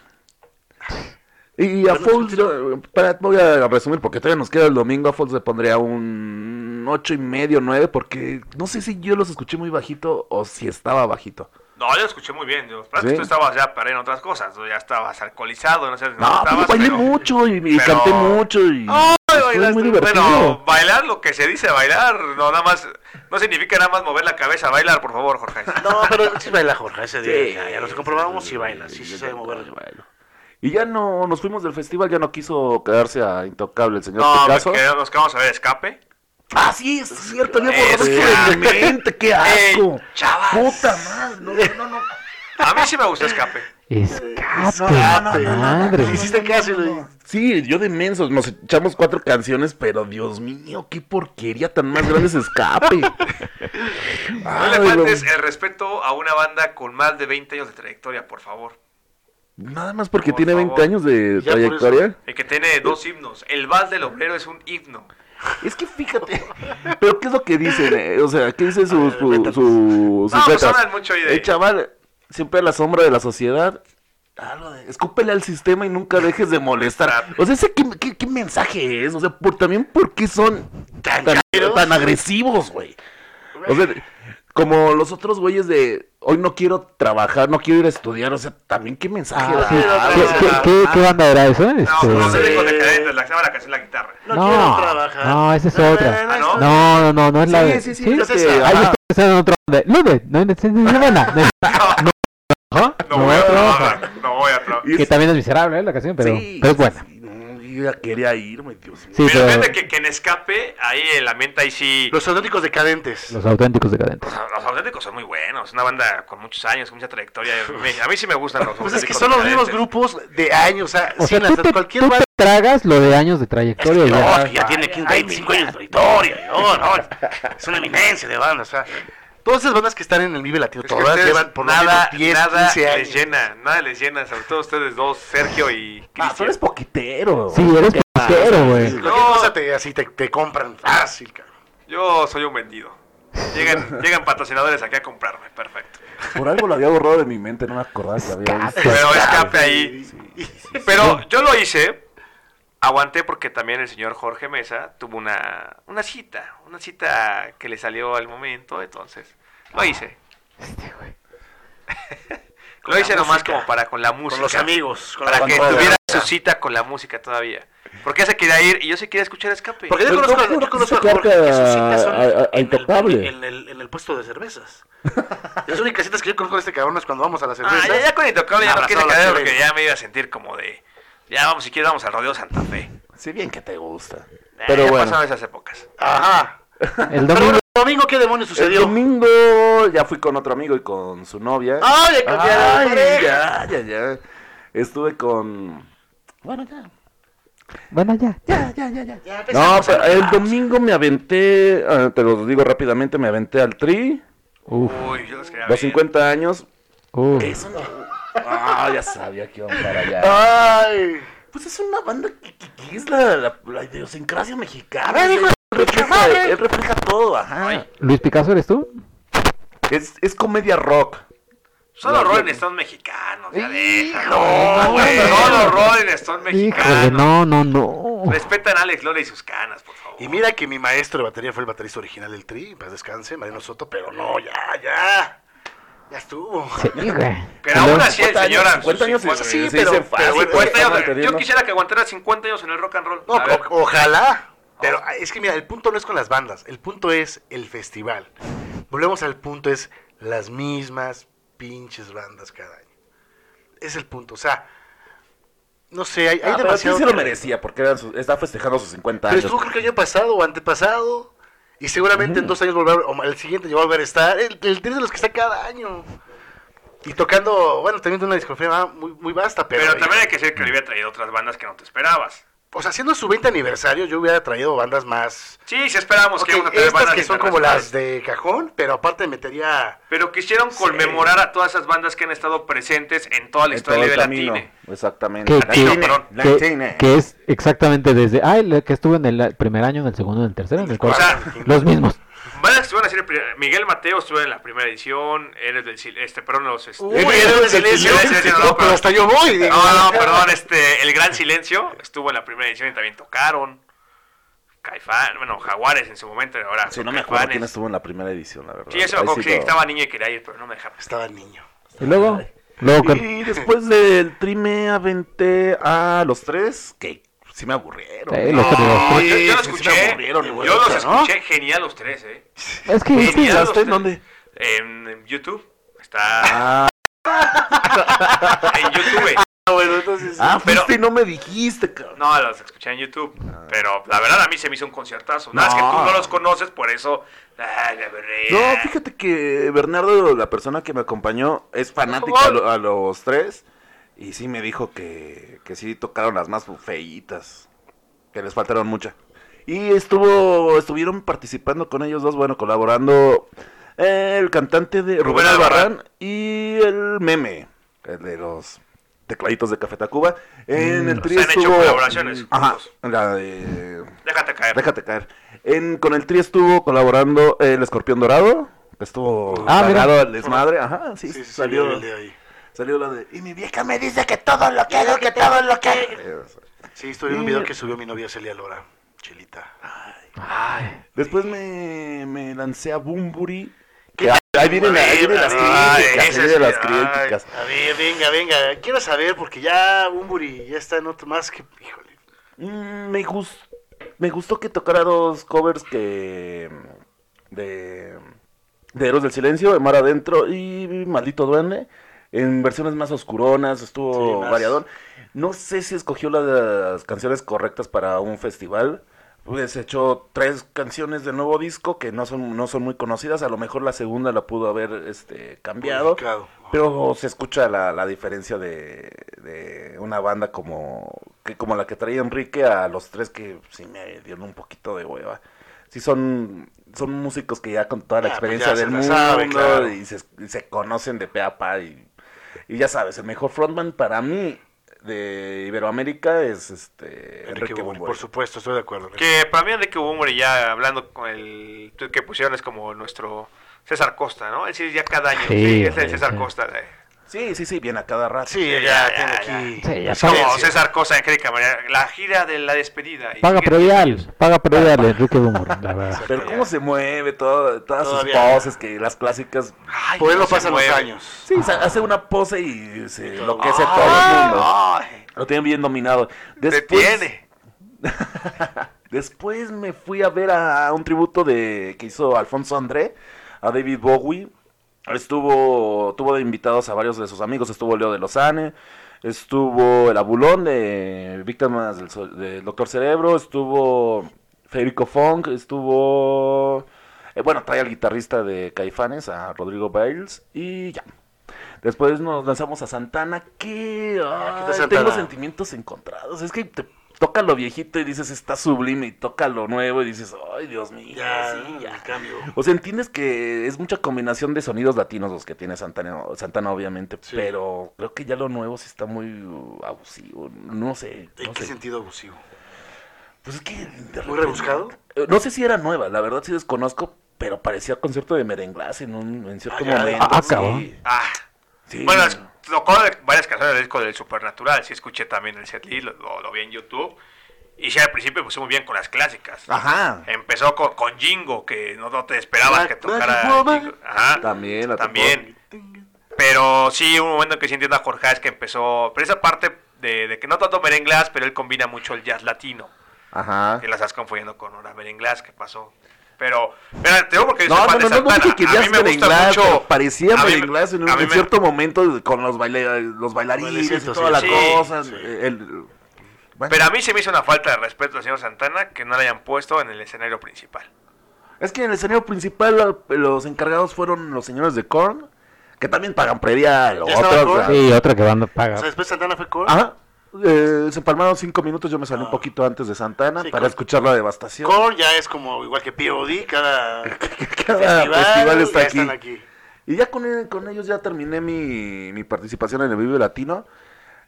[SPEAKER 2] Y a Fouls, yo, para, voy a resumir porque todavía nos queda el domingo. A Fouls le pondría un ocho y medio, 9, porque no sé si yo los escuché muy bajito o si estaba bajito.
[SPEAKER 4] No, yo lo escuché muy bien. Yo, claro
[SPEAKER 2] ¿Sí?
[SPEAKER 4] que tú estabas ya para en otras cosas. tú ya estabas alcoholizado, no sé. dónde
[SPEAKER 2] No, pero
[SPEAKER 4] estabas,
[SPEAKER 2] Ah, pues bailé
[SPEAKER 4] pero-
[SPEAKER 2] mucho y, y
[SPEAKER 4] pero-
[SPEAKER 3] Ah,
[SPEAKER 2] canté mucho. Y...
[SPEAKER 4] ¡Ay, Ay, bailaste.
[SPEAKER 1] muy divertido.
[SPEAKER 4] Bueno, bailar lo que se dice bailar, no nada más, no significa nada más mover la cabeza, bailar, por favor, Jorge.
[SPEAKER 3] No, pero sí baila Jorge ese día. ya, ya nos comprobamos
[SPEAKER 2] sí,
[SPEAKER 3] si baila, sí,
[SPEAKER 2] yo
[SPEAKER 3] sí sabe
[SPEAKER 2] tampoco
[SPEAKER 3] mover.
[SPEAKER 2] bailo. Y ya no, nos fuimos del festival, ya no quiso quedarse a Intocable el señor
[SPEAKER 4] No,
[SPEAKER 2] Picasso.
[SPEAKER 4] me quedo- nos quedamos a ver escape.
[SPEAKER 2] Ah, sí, es cierto, había
[SPEAKER 4] Es
[SPEAKER 2] borrado
[SPEAKER 4] que
[SPEAKER 2] esto de mi
[SPEAKER 4] amén.
[SPEAKER 2] mente, qué
[SPEAKER 4] Ey,
[SPEAKER 2] asco.
[SPEAKER 3] eh,
[SPEAKER 4] chavas.
[SPEAKER 2] Puta madre, no, no, no.
[SPEAKER 4] A mí sí me gusta escape.
[SPEAKER 1] Escape,
[SPEAKER 3] No, no, no, no, no,
[SPEAKER 1] madre.
[SPEAKER 3] le hiciste caso, Luis.
[SPEAKER 2] Sí, yo de mensos, nos echamos cuatro canciones, pero Dios mío, qué porquería tan más grande se escape.
[SPEAKER 4] No le
[SPEAKER 2] Ay, lo-
[SPEAKER 4] faltes el respeto a una banda con más de 20 años de trayectoria, por favor.
[SPEAKER 2] Nada más porque
[SPEAKER 4] Por
[SPEAKER 2] tiene
[SPEAKER 4] favor.
[SPEAKER 2] 20 años de
[SPEAKER 3] Ya por
[SPEAKER 2] trayectoria.
[SPEAKER 4] El que tiene dos himnos. El vals del obrero es un himno.
[SPEAKER 2] Es que fíjate. Pero ¿qué es lo que dicen? eh? O sea, ¿qué dice sus,
[SPEAKER 3] ver,
[SPEAKER 2] su-
[SPEAKER 3] mételos.
[SPEAKER 2] su- sus
[SPEAKER 4] Ah, No, pues
[SPEAKER 2] letras?
[SPEAKER 4] hablan mucho ahí de-
[SPEAKER 2] El chaval, siempre a la sombra de la sociedad. Algo de, escúpele al sistema y nunca dejes de molestar. O sea, ¿ese qué, qué- qué mensaje es? O sea, por, también por qué son tan, tan,
[SPEAKER 3] caeros?
[SPEAKER 2] tan agresivos, güey. O sea, como los otros güeyes de hoy no quiero trabajar, no quiero ir a estudiar. O sea, también qué mensaje.
[SPEAKER 1] Ah,
[SPEAKER 2] da?
[SPEAKER 1] sí.
[SPEAKER 3] Ah,
[SPEAKER 1] ¿Qué,
[SPEAKER 3] ah,
[SPEAKER 1] qué,
[SPEAKER 3] ah,
[SPEAKER 1] qué- qué banda era eso? Este,
[SPEAKER 4] No, no se
[SPEAKER 3] sí.
[SPEAKER 4] dijo decadentes, la que se llama la canción La Guitarra.
[SPEAKER 3] No,
[SPEAKER 1] No,
[SPEAKER 3] quiero trabajar.
[SPEAKER 1] no, esa es otra.
[SPEAKER 4] Ah, ¿no?
[SPEAKER 1] No, no, no, no es la
[SPEAKER 2] Sí,
[SPEAKER 1] de.
[SPEAKER 2] sí, sí,
[SPEAKER 1] ¿sí?
[SPEAKER 2] yo sé esa.
[SPEAKER 1] Ahí
[SPEAKER 2] Ajá.
[SPEAKER 1] está pensando en otra banda. Lunes, no es la banda. No, no, ajá,
[SPEAKER 4] No
[SPEAKER 1] no
[SPEAKER 4] voy
[SPEAKER 1] es
[SPEAKER 4] a
[SPEAKER 1] otra banda.
[SPEAKER 4] trabajar, no voy a trabajar.
[SPEAKER 2] Y
[SPEAKER 1] Que
[SPEAKER 2] es-
[SPEAKER 1] también es miserable, ¿eh? La canción, pero,
[SPEAKER 2] Sí,
[SPEAKER 1] pero es buena.
[SPEAKER 2] sí, no, yo ya quería irme, Dios mío.
[SPEAKER 1] Sí,
[SPEAKER 4] Pero
[SPEAKER 1] pero
[SPEAKER 4] fíjate que, que en escape, ahí en la menta, ahí sí.
[SPEAKER 3] Los auténticos decadentes.
[SPEAKER 1] los auténticos decadentes.
[SPEAKER 4] Los auténticos son muy buenos, una banda con muchos años, con mucha trayectoria. Me- A mí sí me gustan los
[SPEAKER 3] Pues
[SPEAKER 4] auténticos.
[SPEAKER 3] es que son los mismos
[SPEAKER 4] decadentes.
[SPEAKER 3] grupos de años, o sea,
[SPEAKER 1] O
[SPEAKER 3] sin
[SPEAKER 1] sea, tú
[SPEAKER 3] hacer
[SPEAKER 1] te,
[SPEAKER 3] cualquier
[SPEAKER 1] tú te
[SPEAKER 3] banda.
[SPEAKER 1] tragas lo de años de trayectoria. y ya.
[SPEAKER 3] No, que oh, ya tiene 15, 25 años de trayectoria. No, no. Es una eminencia de bandas, o sea. Todas esas bandas que están en el Vive Latino,
[SPEAKER 4] Es que
[SPEAKER 3] todas
[SPEAKER 4] ustedes
[SPEAKER 3] llevan por
[SPEAKER 4] nada,
[SPEAKER 3] nada, 10,
[SPEAKER 4] nada
[SPEAKER 3] 15 años.
[SPEAKER 4] les llena, nada les llena, sobre todo ustedes dos, Sergio y
[SPEAKER 2] Ah, tú
[SPEAKER 4] Cristian.
[SPEAKER 2] eres poquitero.
[SPEAKER 1] Sí, eres puntero, güey.
[SPEAKER 3] Cualquier cosa te, así te, te compran fácil, cabrón.
[SPEAKER 4] Yo soy un vendido. Llegan, llegan patrocinadores aquí a comprarme, perfecto.
[SPEAKER 2] Por algo lo había borrado de mi mente, no me acordaba que había
[SPEAKER 3] Pues
[SPEAKER 2] visto.
[SPEAKER 4] Pero escape ahí. Pero yo lo hice, aguanté porque también el señor Jorge Mesa tuvo una, una cita, una cita que le salió al momento, entonces lo hice.
[SPEAKER 1] Este, güey.
[SPEAKER 4] Lo hice
[SPEAKER 3] la
[SPEAKER 4] nomás
[SPEAKER 3] música.
[SPEAKER 4] como para con la música.
[SPEAKER 3] Con los amigos, con
[SPEAKER 4] Para
[SPEAKER 3] la
[SPEAKER 4] que
[SPEAKER 3] banda.
[SPEAKER 4] tuviera su cita con la música todavía. Porque ella se quería ir y yo se quería escuchar escape.
[SPEAKER 3] Porque yo
[SPEAKER 2] Pero
[SPEAKER 3] conozco,
[SPEAKER 2] no,
[SPEAKER 3] yo
[SPEAKER 2] no,
[SPEAKER 3] conozco a
[SPEAKER 2] no,
[SPEAKER 3] Jorge
[SPEAKER 2] no,
[SPEAKER 3] que sus citas
[SPEAKER 2] a- a- a
[SPEAKER 3] son en el,
[SPEAKER 2] Intocable.
[SPEAKER 3] en, el, en el puesto de cervezas. Las únicas citas que yo conozco de este cabrón es cuando vamos a las cervezas.
[SPEAKER 4] Ah, ya, ya con Intocable ya no quise
[SPEAKER 3] Abrazado a la
[SPEAKER 4] quedar porque
[SPEAKER 3] cerveza.
[SPEAKER 4] ya me iba a sentir como de. Ya vamos, si quieres, vamos al Rodeo Santa Fe.
[SPEAKER 2] Sí, bien que te gusta.
[SPEAKER 4] Eh,
[SPEAKER 2] Pero
[SPEAKER 4] ya
[SPEAKER 2] bueno.
[SPEAKER 4] pasaron esas épocas.
[SPEAKER 3] Ajá.
[SPEAKER 1] El
[SPEAKER 3] Pero
[SPEAKER 1] domingo
[SPEAKER 3] bueno, el domingo, ¿qué demonios
[SPEAKER 2] El
[SPEAKER 3] sucedió?
[SPEAKER 2] domingo ya fui con otro amigo y con su novia.
[SPEAKER 3] ¡Ay, ya cambiaron de
[SPEAKER 2] Ay, ya,
[SPEAKER 3] pareja!
[SPEAKER 2] ya, ya. Estuve con. Bueno, ya.
[SPEAKER 1] Bueno, ya, ya.
[SPEAKER 3] Ya
[SPEAKER 2] No,
[SPEAKER 3] empezamos
[SPEAKER 2] pero
[SPEAKER 3] a-
[SPEAKER 2] el domingo me aventé, ah, te lo digo rápidamente, me aventé al tri,
[SPEAKER 1] Uf,
[SPEAKER 4] Uy, yo los quería ver.
[SPEAKER 2] los 50 años.
[SPEAKER 1] uf.
[SPEAKER 2] Eso no. Ah, ya sabía que iban para allá.
[SPEAKER 3] ¡Ay!
[SPEAKER 2] Pues es una banda que, que- que es la, la- la idiosincrasia mexicana.
[SPEAKER 3] A ver,
[SPEAKER 2] güey.
[SPEAKER 3] hijo de
[SPEAKER 2] él, refleja, él refleja todo, ajá.
[SPEAKER 4] Ay,
[SPEAKER 1] Luis Picasso, ¿eres tú?
[SPEAKER 2] Es, es comedia rock.
[SPEAKER 4] Son los Rolling Stones mexicanos. Ya deja,
[SPEAKER 2] Hijo,
[SPEAKER 4] güey.
[SPEAKER 2] güey.
[SPEAKER 4] Son los Rolling Stones
[SPEAKER 1] Híjole,
[SPEAKER 4] mexicanos.
[SPEAKER 1] no, no, no.
[SPEAKER 4] Respetan a Alex Lola y sus canas, por favor.
[SPEAKER 3] Y mira que mi maestro de batería fue el baterista original del Tri, en paz descanse, Mariano Soto, pero no, ya, ya. Ya estuvo.
[SPEAKER 1] Sí, güey.
[SPEAKER 4] Pero
[SPEAKER 1] Hello.
[SPEAKER 4] aún así el
[SPEAKER 2] 50 años,
[SPEAKER 4] señor... a sus
[SPEAKER 2] 50 años,
[SPEAKER 3] Pues sí,
[SPEAKER 2] sí,
[SPEAKER 3] pero-
[SPEAKER 2] se fácil, pues,
[SPEAKER 3] pero, güey,
[SPEAKER 2] güey,
[SPEAKER 4] 50 años,
[SPEAKER 2] estamos
[SPEAKER 4] yo
[SPEAKER 2] entendiendo.
[SPEAKER 4] quisiera que aguantara 50 años en el rock and roll.
[SPEAKER 3] No,
[SPEAKER 4] A ver, Oh.
[SPEAKER 3] o- ojalá. Pero es que mira, el punto no es con las bandas, el punto es el festival. Volvemos al punto, es las mismas pinches bandas cada año. Es el punto, o sea, no sé, hay, hay
[SPEAKER 2] Ah, pero sí
[SPEAKER 3] demasiado...
[SPEAKER 2] se lo
[SPEAKER 3] talento.
[SPEAKER 2] merecía porque eran sus- está festejando sus 50
[SPEAKER 3] Pero
[SPEAKER 2] años.
[SPEAKER 3] estuvo creo que el año pasado o antepasado, y seguramente en dos años volver, o el siguiente ya va a volver a estar, el, el tres de los que está cada año. Y tocando, bueno, también de una discografía muy, muy vasta, pero...
[SPEAKER 4] pero también hay que decir que le hubiera traído otras bandas que no te esperabas.
[SPEAKER 3] O sea, haciendo su 20 aniversario, yo hubiera traído bandas más...
[SPEAKER 4] Sí, sí esperábamos
[SPEAKER 3] Ok,
[SPEAKER 4] que íbamos a tener
[SPEAKER 3] estas
[SPEAKER 4] bandas
[SPEAKER 3] que son como las de
[SPEAKER 4] internacionales,
[SPEAKER 3] cajón, pero aparte metería...
[SPEAKER 4] Pero quisieron conmemorar a todas esas bandas que han estado presentes en toda la
[SPEAKER 2] En
[SPEAKER 4] historia
[SPEAKER 2] todo
[SPEAKER 4] de
[SPEAKER 2] el
[SPEAKER 4] Latino.
[SPEAKER 2] camino. Exactamente.
[SPEAKER 1] Que,
[SPEAKER 4] Latino,
[SPEAKER 1] que-
[SPEAKER 4] perdón,
[SPEAKER 1] que-
[SPEAKER 2] eh.
[SPEAKER 1] que es exactamente desde. Ah, el que estuvo en el primer año, en el segundo, en el tercero, en el cuarto.
[SPEAKER 4] sea,
[SPEAKER 1] los mismos.
[SPEAKER 4] Bandas que estuvieron así en el pri- Miguel Mateo estuvo en la primera edición, Héroes del Silencio, este, perdón, los... este-
[SPEAKER 3] Uy, Héroes del Silencio, no,
[SPEAKER 4] no,
[SPEAKER 3] pero
[SPEAKER 4] pero-
[SPEAKER 3] hasta yo voy. digo.
[SPEAKER 4] No, no, perdón, este, El Gran Silencio estuvo en la primera edición y también tocaron. Caifán, bueno, Jaguares en su momento, ahora.
[SPEAKER 2] Sí, Ah, no me acuerdo
[SPEAKER 4] Caifanes.
[SPEAKER 2] quién estuvo en la primera edición, la verdad.
[SPEAKER 4] Sí, eso me
[SPEAKER 2] Ahí
[SPEAKER 4] acuerdo que sí,
[SPEAKER 2] lo-
[SPEAKER 4] estaba niño y quería ir, pero no me dejaba.
[SPEAKER 3] Estaba el niño.
[SPEAKER 1] Y luego, luego con-
[SPEAKER 2] Y después del tri me aventé a los tres, que sí me aburrieron.
[SPEAKER 1] Eh,
[SPEAKER 2] güey.
[SPEAKER 1] los tres, los
[SPEAKER 4] No,
[SPEAKER 1] tres.
[SPEAKER 4] yo, yo lo
[SPEAKER 2] Sí, sí me
[SPEAKER 4] escuché.
[SPEAKER 2] aburrieron,
[SPEAKER 4] yo
[SPEAKER 2] igual,
[SPEAKER 4] los
[SPEAKER 2] o sea, ¿no?
[SPEAKER 4] escuché genial los tres, ¿eh?
[SPEAKER 1] Es que es que-
[SPEAKER 4] Genial los
[SPEAKER 2] ¿Escuchaste?
[SPEAKER 4] tres.
[SPEAKER 2] ¿Dónde?
[SPEAKER 4] En, en YouTube. Está
[SPEAKER 2] Ah,
[SPEAKER 4] en YouTube.
[SPEAKER 3] Ah, bueno, entonces. sí.
[SPEAKER 2] ah,
[SPEAKER 4] pero-
[SPEAKER 2] fuiste y no me dijiste, cabrón.
[SPEAKER 4] No, los escuché en YouTube.
[SPEAKER 3] Ah.
[SPEAKER 4] Pero la verdad a mí se me hizo un conciertazo. Nada, es que tú
[SPEAKER 2] No.
[SPEAKER 4] no los conoces, por eso. Ah, la verdad.
[SPEAKER 2] No, fíjate que Bernardo, la persona que me acompañó, es fanático a, lo- a los tres. Y sí me dijo que, que sí tocaron las más feitas. Que les faltaron muchas. Y estuvo, estuvieron participando con ellos dos, bueno, colaborando eh, el cantante de Rubén
[SPEAKER 4] Rubén Albarrán.
[SPEAKER 2] Albarrán y el meme, el de los tecladitos de Café Tacuba. En el
[SPEAKER 1] Mm.
[SPEAKER 2] trío
[SPEAKER 4] Se han hecho
[SPEAKER 2] estuvo-
[SPEAKER 4] colaboraciones
[SPEAKER 2] Ajá,
[SPEAKER 4] juntos.
[SPEAKER 2] la de-
[SPEAKER 4] Déjate caer.
[SPEAKER 2] Déjate caer. En, con el Tri estuvo colaborando el Escorpión Dorado. que Estuvo
[SPEAKER 1] Ah, mira.
[SPEAKER 2] pagado al desmadre. Ajá, sí,
[SPEAKER 3] Sí, sí, sí,
[SPEAKER 2] salió,
[SPEAKER 3] el de ahí.
[SPEAKER 2] salió la de. Y mi vieja me dice que todo lo que que todo lo que.
[SPEAKER 3] Sí, estoy en un video que subió mi novia Celia Lora. Chilita.
[SPEAKER 1] Ay,
[SPEAKER 2] Después me, me lancé a Bumburi.
[SPEAKER 3] ¿Qué
[SPEAKER 2] que
[SPEAKER 3] tal?
[SPEAKER 2] ahí vienen, ahí vienen las
[SPEAKER 4] Ay,
[SPEAKER 2] críticas.
[SPEAKER 4] ese
[SPEAKER 2] Ahí vienen
[SPEAKER 4] sí,
[SPEAKER 2] las
[SPEAKER 4] ay.
[SPEAKER 2] críticas.
[SPEAKER 3] A ver, venga, venga. Quiero saber, porque ya Bumburi ya está en otro más que. Híjole.
[SPEAKER 2] Mm, me, gus- me gustó que tocara dos covers que. de. de Héroes del Silencio, de Mar Adentro y Maldito Duende. En versiones más oscuronas, estuvo
[SPEAKER 3] Sí, más-
[SPEAKER 2] variadón. No sé si escogió las canciones correctas para un festival. Pues echó tres canciones de nuevo disco que no son, no son muy conocidas. A lo mejor la segunda la pudo haber este, cambiado.
[SPEAKER 3] Modificado.
[SPEAKER 2] Pero se escucha la, la diferencia de, de una banda como, que, como la que traía Enrique a los tres que sí me dieron un poquito de hueva. Sí son, son músicos que ya con toda la
[SPEAKER 3] Ah, pues
[SPEAKER 2] experiencia
[SPEAKER 3] ya se
[SPEAKER 2] del
[SPEAKER 3] la
[SPEAKER 2] mundo
[SPEAKER 3] sabe, claro.
[SPEAKER 2] y, se, y se conocen de pe a pa y, y ya sabes, el mejor frontman para mí de Iberoamérica es este
[SPEAKER 3] Enrique Bunbury,
[SPEAKER 2] Bunbury.
[SPEAKER 3] por supuesto, estoy de acuerdo.
[SPEAKER 4] Que para mí Enrique Bumbre ya hablando con el tweet que pusieron es como nuestro César Costa, ¿no? Él sí ya cada año.
[SPEAKER 1] Sí,
[SPEAKER 4] Sí, es el
[SPEAKER 1] güey,
[SPEAKER 4] César
[SPEAKER 1] sí.
[SPEAKER 4] Costa. eh.
[SPEAKER 2] Sí, sí, sí, viene a cada rato.
[SPEAKER 3] Sí, ya,
[SPEAKER 4] ya,
[SPEAKER 3] tiene
[SPEAKER 4] ya,
[SPEAKER 3] aquí.
[SPEAKER 1] sí, ya
[SPEAKER 4] Es como
[SPEAKER 3] Experiencia.
[SPEAKER 4] César Costa, Angélica María. La gira de la despedida. Y
[SPEAKER 1] paga
[SPEAKER 4] sigue-
[SPEAKER 1] predial, paga predial, Enrique Bumburi, la verdad.
[SPEAKER 2] Pero cómo se mueve, todo, todas
[SPEAKER 3] Todavía. Ah,
[SPEAKER 2] sus poses, que las clásicas
[SPEAKER 4] Ay,
[SPEAKER 3] Por él
[SPEAKER 4] no
[SPEAKER 3] no
[SPEAKER 4] se
[SPEAKER 3] pasan los
[SPEAKER 4] mueve.
[SPEAKER 3] años.
[SPEAKER 2] Sí, sa- hace una pose y se enloquece a todo el mundo.
[SPEAKER 4] Ay, ay,
[SPEAKER 2] Lo tienen bien dominado.
[SPEAKER 4] Ah. Te
[SPEAKER 2] Después,
[SPEAKER 4] tiene.
[SPEAKER 2] después me fui a ver a un tributo de que hizo Alfonso André a David Bowie. Estuvo, tuvo de invitados a varios de sus amigos. Estuvo Leo de Lozane, estuvo el Abulón de Víctimas del, Sol- del Doctor Cerebro, estuvo Federico Funk, estuvo... eh, bueno, trae al guitarrista de Caifanes, a Rodrigo Bales, y ya. Después nos lanzamos a Santana, que ay,
[SPEAKER 3] Ah, tal Santana?
[SPEAKER 2] tengo sentimientos encontrados. Es que te toca lo viejito y dices está sublime, y toca lo nuevo y dices, ay Dios mío,
[SPEAKER 3] Ya,
[SPEAKER 2] sí, ya.
[SPEAKER 3] el cambio.
[SPEAKER 2] O sea, entiendes que es mucha combinación de sonidos latinos los que tiene Santana, Santana obviamente,
[SPEAKER 3] Sí.
[SPEAKER 2] pero creo que ya lo nuevo sí está muy uh, abusivo, no sé.
[SPEAKER 3] ¿En
[SPEAKER 2] no
[SPEAKER 3] qué
[SPEAKER 2] sé.
[SPEAKER 3] sentido abusivo?
[SPEAKER 2] Pues es que... de
[SPEAKER 3] ¿Muy
[SPEAKER 2] repente-
[SPEAKER 3] rebuscado?
[SPEAKER 2] Eh, No sé si era nueva, la verdad sí desconozco, pero parecía concierto de merenglás en un en cierto
[SPEAKER 3] Ah, ya,
[SPEAKER 2] momento.
[SPEAKER 1] ah,
[SPEAKER 2] sí.
[SPEAKER 1] cabrón.
[SPEAKER 4] Ah.
[SPEAKER 2] Sí.
[SPEAKER 4] Bueno, es- tocó varias canciones del disco del Supernatural. Sí, escuché también el setlist, lo, lo, lo vi en YouTube. Y ya al principio empezó muy bien con las clásicas.
[SPEAKER 2] Ajá.
[SPEAKER 4] Empezó con, con Jingo, que no, no te esperabas
[SPEAKER 3] Black-
[SPEAKER 4] que
[SPEAKER 3] Black
[SPEAKER 4] tocara.
[SPEAKER 3] Woman.
[SPEAKER 4] Jingo. Ajá.
[SPEAKER 2] También la tocó.
[SPEAKER 4] También. Pero sí, un momento que sí entiendo a Jorge es que empezó. Pero esa parte de, de que no tanto merenglás, pero él combina mucho el jazz latino.
[SPEAKER 2] Ajá.
[SPEAKER 4] Que la estás confundiendo con una merenglás que pasó. Pero, mira, te digo porque yo
[SPEAKER 2] No,
[SPEAKER 4] soy
[SPEAKER 2] no,
[SPEAKER 4] fan de
[SPEAKER 2] no, no, no
[SPEAKER 4] Santana.
[SPEAKER 2] dije que
[SPEAKER 4] a mí
[SPEAKER 2] querías
[SPEAKER 4] me gusta
[SPEAKER 2] merenglás,
[SPEAKER 4] mucho.
[SPEAKER 2] pero parecía
[SPEAKER 4] a mí me-
[SPEAKER 2] merenglás en un
[SPEAKER 4] a mí
[SPEAKER 2] en
[SPEAKER 4] me-
[SPEAKER 2] cierto momento con los, baile, los bailarines y
[SPEAKER 3] Bailecitos,
[SPEAKER 2] todas las
[SPEAKER 4] sí.
[SPEAKER 2] cosas.
[SPEAKER 3] Sí.
[SPEAKER 2] eh, el- bueno.
[SPEAKER 4] Pero a mí se me hizo una falta de respeto al señor Santana que no le hayan puesto en el escenario principal.
[SPEAKER 2] Es que en el escenario principal lo- los encargados fueron los señores de Korn, que también pagan predial.
[SPEAKER 3] ¿Ya estaba
[SPEAKER 2] otros,
[SPEAKER 3] Korn?
[SPEAKER 2] ah,
[SPEAKER 1] Sí, otra que banda
[SPEAKER 3] O
[SPEAKER 1] paga.
[SPEAKER 3] sea, después Santana fue con.
[SPEAKER 2] Ajá. Eh, se empalmaron cinco minutos, yo me salí
[SPEAKER 3] Ah.
[SPEAKER 2] un poquito antes de Santana
[SPEAKER 3] Sí,
[SPEAKER 2] para
[SPEAKER 3] Korn.
[SPEAKER 2] escuchar la devastación.
[SPEAKER 3] Korn ya es como igual que POD, cada
[SPEAKER 2] Cada
[SPEAKER 3] festival,
[SPEAKER 2] festival está
[SPEAKER 3] ya
[SPEAKER 2] aquí.
[SPEAKER 3] están aquí.
[SPEAKER 2] Y ya con, con ellos ya terminé mi, mi participación en el Vive Latino,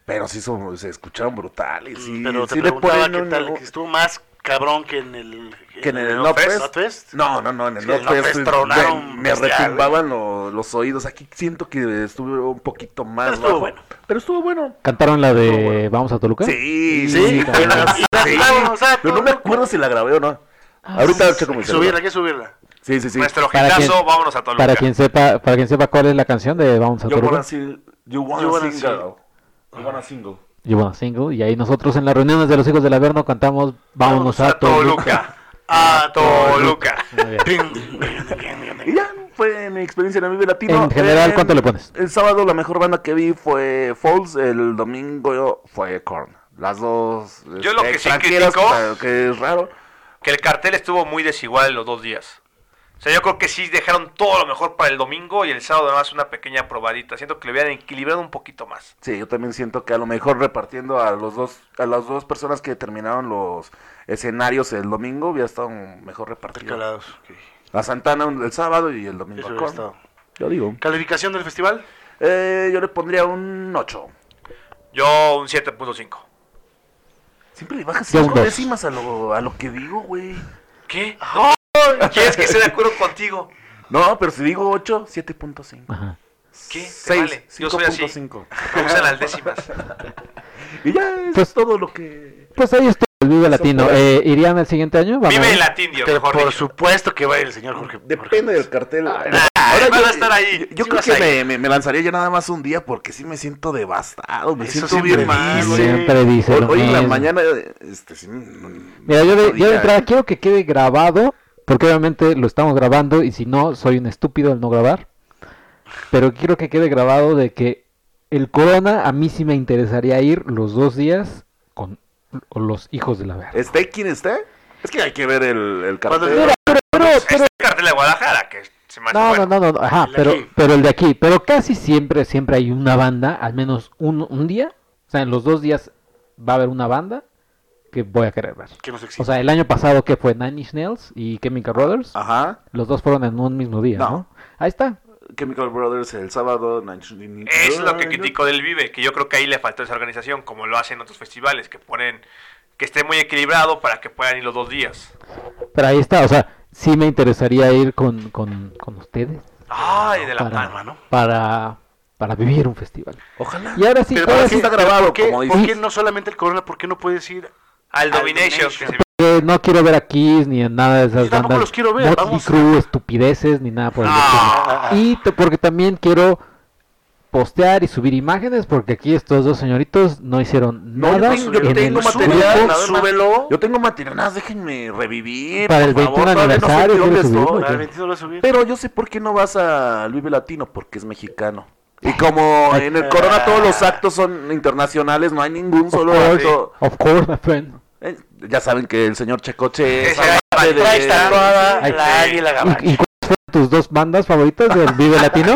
[SPEAKER 2] pero sí son- se escucharon brutales. Sí,
[SPEAKER 3] Mm, Pero te
[SPEAKER 2] sí
[SPEAKER 3] preguntaba
[SPEAKER 2] ponen
[SPEAKER 3] qué
[SPEAKER 2] un-
[SPEAKER 3] tal, que estuvo más cabrón que en el...
[SPEAKER 2] que en el
[SPEAKER 3] Not
[SPEAKER 2] Notfest.
[SPEAKER 3] Not Fest.
[SPEAKER 2] No, no, no, en el
[SPEAKER 3] Sí, en el
[SPEAKER 2] Notfest,
[SPEAKER 3] Notfest
[SPEAKER 2] eh,
[SPEAKER 3] tronaron
[SPEAKER 2] me, me
[SPEAKER 3] bestial,
[SPEAKER 2] retumbaban lo- los oídos. Aquí siento que estuve un poquito más.
[SPEAKER 3] Pero estuvo
[SPEAKER 2] bajo.
[SPEAKER 3] bueno.
[SPEAKER 2] Pero estuvo bueno.
[SPEAKER 1] Cantaron la
[SPEAKER 2] No,
[SPEAKER 1] de
[SPEAKER 2] bueno.
[SPEAKER 1] Vamos a Toluca.
[SPEAKER 2] Sí,
[SPEAKER 1] Sí, sí,
[SPEAKER 2] también.
[SPEAKER 3] sí, sí. Vamos a
[SPEAKER 2] Pero no me
[SPEAKER 3] Toluca.
[SPEAKER 2] acuerdo si la grabé o no. Ahorita checo mi
[SPEAKER 3] Subirla,
[SPEAKER 2] celular.
[SPEAKER 3] hay que subirla.
[SPEAKER 2] Sí, sí, sí.
[SPEAKER 4] Nuestro
[SPEAKER 1] Para
[SPEAKER 4] hitazo,
[SPEAKER 1] quien-
[SPEAKER 4] vámonos a Toluca.
[SPEAKER 1] Para quien sepa, para quien sepa cuál es la canción de Vamos a
[SPEAKER 2] You wanna
[SPEAKER 1] Toluca.
[SPEAKER 2] sing- you wanna
[SPEAKER 3] You wanna
[SPEAKER 2] single.
[SPEAKER 3] sing-
[SPEAKER 2] You wanna single.
[SPEAKER 1] lleva una single. Y ahí nosotros en las reuniones de los hijos del Averno cantamos Vámonos a Toluca.
[SPEAKER 2] Ah,
[SPEAKER 3] A Toluca.
[SPEAKER 1] Muy bien.
[SPEAKER 2] Y ya fue mi experiencia en el Vive Latino.
[SPEAKER 1] En general,
[SPEAKER 2] Eh,
[SPEAKER 1] ¿cuánto le pones?
[SPEAKER 2] El sábado la mejor banda que vi fue Falls, el domingo fue Korn. Las dos.
[SPEAKER 4] Yo lo que sí
[SPEAKER 2] extranjeras,
[SPEAKER 4] critico-
[SPEAKER 2] pero que es raro.
[SPEAKER 4] Que el cartel estuvo muy desigual los dos días. O sea, yo creo que sí dejaron todo lo mejor para el domingo y el sábado además una pequeña probadita. Siento que le hubieran equilibrado un poquito más.
[SPEAKER 2] Sí, yo también siento que a lo mejor repartiendo a los dos, a las dos personas que terminaron los escenarios el domingo hubiera estado mejor repartido.
[SPEAKER 3] Calados. ok.
[SPEAKER 2] A Santana un- el sábado y el domingo
[SPEAKER 3] Eso
[SPEAKER 2] a
[SPEAKER 3] hubiera
[SPEAKER 2] Korn.
[SPEAKER 3] estado.
[SPEAKER 2] Yo digo.
[SPEAKER 3] Calificación del festival.
[SPEAKER 2] Eh, yo le pondría un 8.
[SPEAKER 4] Yo un 7.5.
[SPEAKER 2] Siempre le bajas
[SPEAKER 1] Yo un
[SPEAKER 2] cinco
[SPEAKER 1] dos.
[SPEAKER 2] décimas a lo, a lo que digo, güey.
[SPEAKER 4] ¿Qué? ¿Quieres que esté de acuerdo contigo?
[SPEAKER 2] No, pero si digo 8, 7.5.
[SPEAKER 1] Ajá.
[SPEAKER 4] ¿Qué? ¿Te
[SPEAKER 2] Seis,
[SPEAKER 4] vale? Yo soy así. Me
[SPEAKER 2] 5.5.
[SPEAKER 4] gustan las décimas.
[SPEAKER 2] Y ya es
[SPEAKER 1] Pues-
[SPEAKER 2] todo lo que...
[SPEAKER 1] Pues ahí está el Vive Latino.
[SPEAKER 2] puede.
[SPEAKER 1] Eh, ¿Irían el siguiente año? Vamos.
[SPEAKER 4] Vive el latindio,
[SPEAKER 3] Pero
[SPEAKER 4] mejor
[SPEAKER 3] por
[SPEAKER 4] dicho.
[SPEAKER 3] supuesto que va el señor Jorge.
[SPEAKER 2] Depende del cartel.
[SPEAKER 4] Ahora van Ah, a estar ahí.
[SPEAKER 2] Yo, yo
[SPEAKER 4] Sí
[SPEAKER 2] creo
[SPEAKER 4] vas
[SPEAKER 2] que
[SPEAKER 4] a ir.
[SPEAKER 2] me, me- me lanzaría ya nada más un día porque sí me siento devastado. Me
[SPEAKER 3] Eso
[SPEAKER 2] siento bien
[SPEAKER 3] siempre
[SPEAKER 2] mal.
[SPEAKER 3] dice.
[SPEAKER 2] güey.
[SPEAKER 1] Siempre dice
[SPEAKER 2] Hoy,
[SPEAKER 1] lo
[SPEAKER 2] hoy en la
[SPEAKER 1] mismo.
[SPEAKER 2] mañana, este, sí, mm,
[SPEAKER 1] Mira, yo de, yo de
[SPEAKER 2] día,
[SPEAKER 1] entrada
[SPEAKER 2] eh.
[SPEAKER 1] quiero que quede grabado, porque obviamente lo estamos grabando y si no, soy un estúpido al no grabar. Pero quiero que quede grabado de que el Corona a mí sí me interesaría ir los dos días con los hijos de la verga.
[SPEAKER 2] ¿Esté quien esté? Es que hay que ver el, el cartel.
[SPEAKER 1] Mira, pero, pero, pero-
[SPEAKER 4] Este cartel de Guadalajara, que se me hace
[SPEAKER 1] no,
[SPEAKER 4] bueno.
[SPEAKER 1] no, no, no, ajá,
[SPEAKER 3] El de
[SPEAKER 1] pero,
[SPEAKER 3] aquí.
[SPEAKER 1] pero el de aquí, pero casi siempre, siempre hay una banda, al menos un, un día, o sea, en los dos días va a haber una banda que voy a querer ver.
[SPEAKER 3] Que nos
[SPEAKER 1] O
[SPEAKER 3] exige.
[SPEAKER 1] sea, el año pasado que fue Nine Inch Nails y Chemical Brothers.
[SPEAKER 2] Ajá.
[SPEAKER 1] Los dos fueron en un mismo día,
[SPEAKER 2] Ah. No.
[SPEAKER 1] ¿no? Ahí está.
[SPEAKER 2] Chemical Brothers el sábado. Nanch-
[SPEAKER 4] Es lo que critico del Vive, que yo creo que ahí le faltó esa organización, como lo hacen otros festivales, que ponen que esté muy equilibrado para que puedan ir los dos días.
[SPEAKER 1] Pero ahí está, o sea, sí me interesaría ir con, con, con ustedes
[SPEAKER 4] Ay, de la
[SPEAKER 1] para,
[SPEAKER 4] palma, ¿no?
[SPEAKER 1] para, para vivir un festival.
[SPEAKER 2] Ojalá.
[SPEAKER 1] Y ahora sí,
[SPEAKER 3] Pero
[SPEAKER 1] ahora
[SPEAKER 3] ¿por
[SPEAKER 2] Ahora sí
[SPEAKER 1] sí,
[SPEAKER 2] está grabado,
[SPEAKER 3] ¿Por qué,
[SPEAKER 2] como
[SPEAKER 3] por
[SPEAKER 2] dice.
[SPEAKER 3] qué no solamente el Corona? ¿Por qué no puedes ir?
[SPEAKER 4] Al Domination,
[SPEAKER 3] Domination.
[SPEAKER 4] que se-
[SPEAKER 1] porque eh, no quiero ver a Kiss ni en nada de esas
[SPEAKER 3] Yo tampoco
[SPEAKER 1] bandas.
[SPEAKER 3] los quiero ver,
[SPEAKER 1] Motley
[SPEAKER 3] vamos a-
[SPEAKER 1] Crue, estupideces, ni nada por el
[SPEAKER 4] No.
[SPEAKER 1] estilo. Y t- porque también quiero postear y subir imágenes, porque aquí estos dos señoritos no hicieron
[SPEAKER 2] No, yo
[SPEAKER 1] nada
[SPEAKER 2] tengo, yo
[SPEAKER 1] en
[SPEAKER 2] tengo
[SPEAKER 1] el
[SPEAKER 2] material,
[SPEAKER 1] grupo.
[SPEAKER 2] nada más.
[SPEAKER 3] súbelo.
[SPEAKER 2] Yo tengo material, nada más déjenme revivir.
[SPEAKER 1] Para el
[SPEAKER 2] por favor,
[SPEAKER 1] 21
[SPEAKER 2] todavía no sé
[SPEAKER 1] aniversario,
[SPEAKER 2] dónde
[SPEAKER 1] quiero subirlo,
[SPEAKER 2] estoy.
[SPEAKER 1] Ok.
[SPEAKER 3] Al 22 va a subir.
[SPEAKER 2] Pero yo sé por qué no vas a Luis Latino, porque es mexicano. Y como en el Corona todos los actos son internacionales, no hay ningún
[SPEAKER 1] Of
[SPEAKER 2] solo
[SPEAKER 1] course,
[SPEAKER 2] acto.
[SPEAKER 1] of course, my friend.
[SPEAKER 2] Eh, ya saben que el señor Checoche es
[SPEAKER 4] Ese era
[SPEAKER 2] amante de-
[SPEAKER 4] Patrick Estrada,
[SPEAKER 1] Ay,
[SPEAKER 4] la águila
[SPEAKER 2] Ah,
[SPEAKER 1] ¿Y, y cuáles fueron tus dos bandas favoritas del Vive Latino?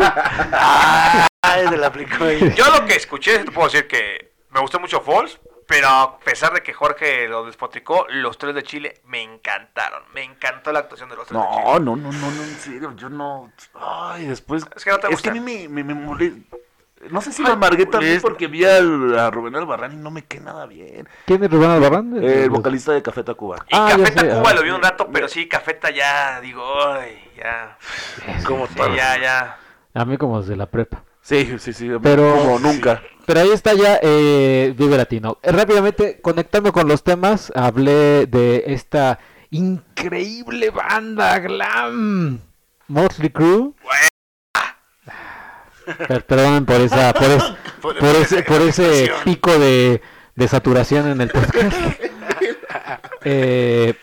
[SPEAKER 3] Ay, se la aplicó ahí.
[SPEAKER 4] Yo lo que escuché, te puedo decir que me gustó mucho Falls, pero a pesar de que Jorge lo despotricó, los tres de Chile me encantaron. Me encantó la actuación de los tres de Chile.
[SPEAKER 2] No, no, no, no, no, en serio, yo no. Ay, después.
[SPEAKER 4] Es que no te
[SPEAKER 2] a mí
[SPEAKER 4] gustan.
[SPEAKER 2] me, me, me molesta. No sé si me amargué también porque vi al, a Rubén Albarrán y no me quedé nada bien.
[SPEAKER 1] ¿Quién es Rubén Eh, Albarrán?
[SPEAKER 2] Eh, El vocalista de Café Tacuba.
[SPEAKER 4] Y
[SPEAKER 1] Ah, ya
[SPEAKER 4] Cafeta
[SPEAKER 1] sé,
[SPEAKER 4] Cuba
[SPEAKER 1] ah.
[SPEAKER 4] lo vi un rato, pero sí, Cafeta ya, digo, ay, ya.
[SPEAKER 3] Como
[SPEAKER 4] Sí, ya, ya.
[SPEAKER 1] A mí como desde la prepa.
[SPEAKER 2] Sí, sí, sí.
[SPEAKER 1] Pero-
[SPEAKER 2] Como nunca.
[SPEAKER 1] Pero ahí está ya eh, Vive Latino. Eh, Rápidamente, conectando con los temas, hablé de esta increíble banda glam, Motley Crue. Per- Perdonen por esa, por, es- por ese, por ese pico de, de saturación en el podcast. Eh,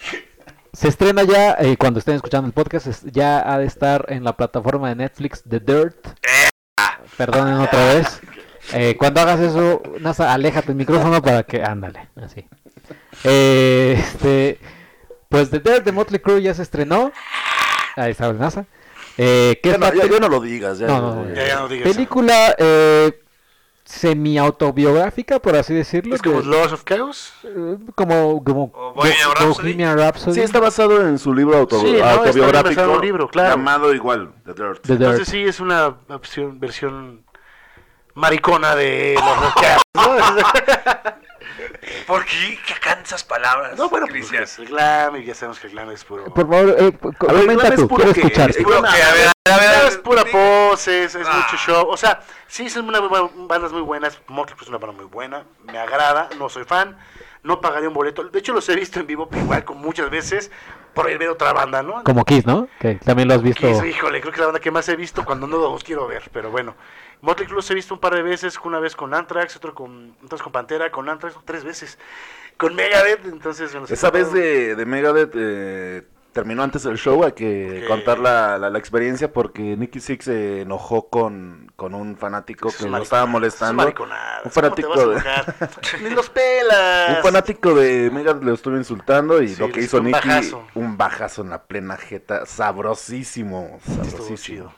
[SPEAKER 1] se estrena ya, eh, cuando estén escuchando el podcast, es- ya ha de estar en la plataforma de Netflix The Dirt. Perdonen otra vez. Eh, cuando hagas eso, Nasa, aléjate el micrófono para que. Ándale, así. Eh, este, pues The Dirt de Motley Crue ya se estrenó. Ahí está el Nasa. Eh, ¿qué
[SPEAKER 2] Ya
[SPEAKER 1] es
[SPEAKER 2] no,
[SPEAKER 1] la
[SPEAKER 2] ya- ya no lo digas. Ya,
[SPEAKER 1] No, no,
[SPEAKER 3] Ya, ya no digas. eso.
[SPEAKER 1] película eh, semi-autobiográfica, por así decirlo?
[SPEAKER 3] Es como
[SPEAKER 1] de-
[SPEAKER 3] Laws of Chaos.
[SPEAKER 1] eh, como, como
[SPEAKER 4] O Bohemian
[SPEAKER 1] Bo-
[SPEAKER 4] Rhapsody.
[SPEAKER 1] Bohemian Rhapsody,
[SPEAKER 2] Sí, está basado en su libro auto-
[SPEAKER 3] Sí, no, está
[SPEAKER 2] autobiográfico.
[SPEAKER 3] basado en un libro, claro.
[SPEAKER 2] Llamado igual, The Dirt.
[SPEAKER 1] The Dirt.
[SPEAKER 3] Entonces sí es una opción- versión maricona de Laws of Chaos.
[SPEAKER 4] ¿Por qué? ¿Qué cansas palabras?
[SPEAKER 3] No, bueno, pues
[SPEAKER 4] Cristian?
[SPEAKER 3] es el glam y ya sabemos que el glam es puro...
[SPEAKER 1] Por favor, eh, co-
[SPEAKER 2] A ver,
[SPEAKER 1] comenta
[SPEAKER 2] Glam es
[SPEAKER 1] tú,
[SPEAKER 2] puro
[SPEAKER 1] quiero
[SPEAKER 2] que-
[SPEAKER 1] escuchar.
[SPEAKER 2] es
[SPEAKER 4] Puro que, a ver, a ver, a ver,
[SPEAKER 3] Es pura
[SPEAKER 4] di-
[SPEAKER 3] pose, es, es
[SPEAKER 4] Ah.
[SPEAKER 3] mucho show. O sea, sí, son una, bu- bandas muy buenas. Motley Crue es una banda muy buena. Me agrada, no soy fan. No pagaría un boleto. De hecho, los he visto en vivo, pero igual con muchas veces. por ir ver otra banda, ¿no?
[SPEAKER 1] Como Kiss, ¿no? Que también lo has visto.
[SPEAKER 3] Que eso, híjole, creo que la banda que más he visto cuando no los quiero ver, pero bueno. Motley Crue los he visto un par de veces, una vez con Anthrax, otro con, otras con Pantera, con Anthrax, tres veces. Con Megadeth, entonces... bueno, se
[SPEAKER 2] Esa vez
[SPEAKER 3] trataron-
[SPEAKER 2] de, de Megadeth eh, terminó antes del show, hay que
[SPEAKER 3] Ok.
[SPEAKER 2] contar la, la- la experiencia porque Nicky Six se enojó con, con un fanático
[SPEAKER 3] Esos
[SPEAKER 2] que lo
[SPEAKER 3] mariconadas,
[SPEAKER 2] estaba molestando.
[SPEAKER 3] esos mariconadas,
[SPEAKER 2] Un
[SPEAKER 3] ¿cómo
[SPEAKER 2] fanático
[SPEAKER 3] te
[SPEAKER 2] de...
[SPEAKER 3] vas a enojar? Ni los pelas.
[SPEAKER 2] Un fanático de Megadeth lo estuvo insultando y
[SPEAKER 3] Sí,
[SPEAKER 2] lo
[SPEAKER 3] le
[SPEAKER 2] que
[SPEAKER 3] hizo
[SPEAKER 2] hizo
[SPEAKER 3] un
[SPEAKER 2] Nicky,
[SPEAKER 3] bajazo.
[SPEAKER 2] un bajazo en la plena jeta, sabrosísimo,
[SPEAKER 3] Estuvo
[SPEAKER 2] sabrosísimo.
[SPEAKER 3] chido.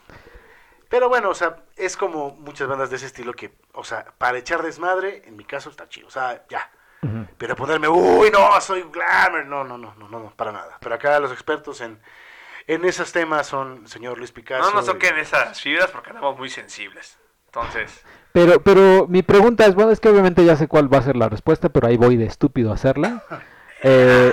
[SPEAKER 3] Pero bueno, o sea, es como muchas bandas de ese estilo que, o sea, para echar desmadre, en mi caso está chido, o sea, ya.
[SPEAKER 1] Ujú.
[SPEAKER 3] Pero ponerme, uy, no, soy glamour, no, no, no, no, no, no, para nada. Pero acá los expertos en, en esos temas son señor Luis Picasso.
[SPEAKER 4] No nos
[SPEAKER 3] y-
[SPEAKER 4] toquen esas fibras porque andamos muy sensibles. Entonces,
[SPEAKER 1] Pero, pero mi pregunta es, bueno, es que obviamente ya sé cuál va a ser la respuesta, pero ahí voy de estúpido a hacerla. Eh,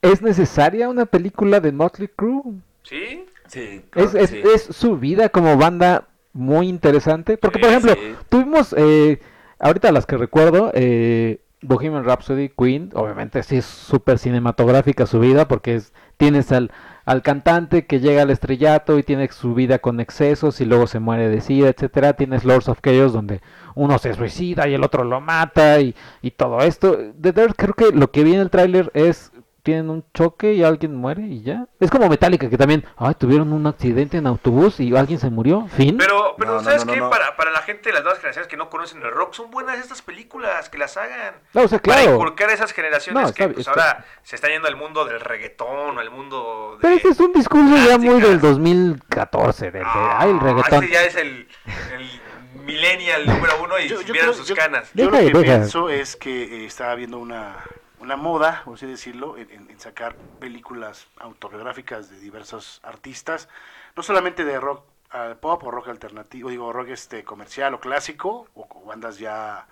[SPEAKER 1] ¿Es necesaria una película de Motley Crue?
[SPEAKER 4] ¿sí?
[SPEAKER 2] Sí,
[SPEAKER 1] Es, es, es su vida como banda muy interesante. Porque, por
[SPEAKER 4] Sí,
[SPEAKER 1] ejemplo,
[SPEAKER 2] sí.
[SPEAKER 1] tuvimos, eh, ahorita las que recuerdo, eh, Bohemian Rhapsody, Queen, obviamente sí es súper cinematográfica su vida, porque es, tienes al, al cantante que llega al estrellato y tiene su vida con excesos y luego se muere de sida, etcétera. Tienes Lords of Chaos, donde uno se suicida y el otro lo mata y, y todo esto. The Dirt, creo que lo que vi en el tráiler es tienen un choque y alguien muere y ya. Es como Metallica que también, ay, tuvieron un accidente en autobús y alguien se murió. Fin.
[SPEAKER 4] Pero, pero
[SPEAKER 2] No, no,
[SPEAKER 4] ¿sabes
[SPEAKER 2] no,
[SPEAKER 4] qué?
[SPEAKER 2] no, no.
[SPEAKER 4] Para, para la gente de las nuevas generaciones que no conocen el rock, son buenas estas películas, que las hagan.
[SPEAKER 1] No, o sea,
[SPEAKER 4] Para
[SPEAKER 1] claro.
[SPEAKER 4] inculcar a esas generaciones
[SPEAKER 1] No, está
[SPEAKER 4] que
[SPEAKER 1] bien,
[SPEAKER 4] pues,
[SPEAKER 1] está-
[SPEAKER 4] ahora se está yendo al mundo del reggaetón o al mundo de...
[SPEAKER 1] Pero ese es un discurso ya muy del
[SPEAKER 4] Plásticas.
[SPEAKER 1] 2014, del de,
[SPEAKER 4] Ah,
[SPEAKER 1] ay, el reggaetón.
[SPEAKER 4] Este ya es el, el millennial número uno y
[SPEAKER 3] Yo- yo
[SPEAKER 4] vieron
[SPEAKER 3] creo-
[SPEAKER 4] sus
[SPEAKER 3] yo-
[SPEAKER 4] canas.
[SPEAKER 3] Yo
[SPEAKER 1] Deja
[SPEAKER 3] lo
[SPEAKER 1] de-
[SPEAKER 3] que
[SPEAKER 1] deja.
[SPEAKER 3] pienso es que eh, estaba viendo una, una moda, por así decirlo, en, en- en sacar películas autobiográficas de diversos artistas, no solamente de rock al pop o rock alternativo, digo, rock este comercial o clásico, o, o bandas ya,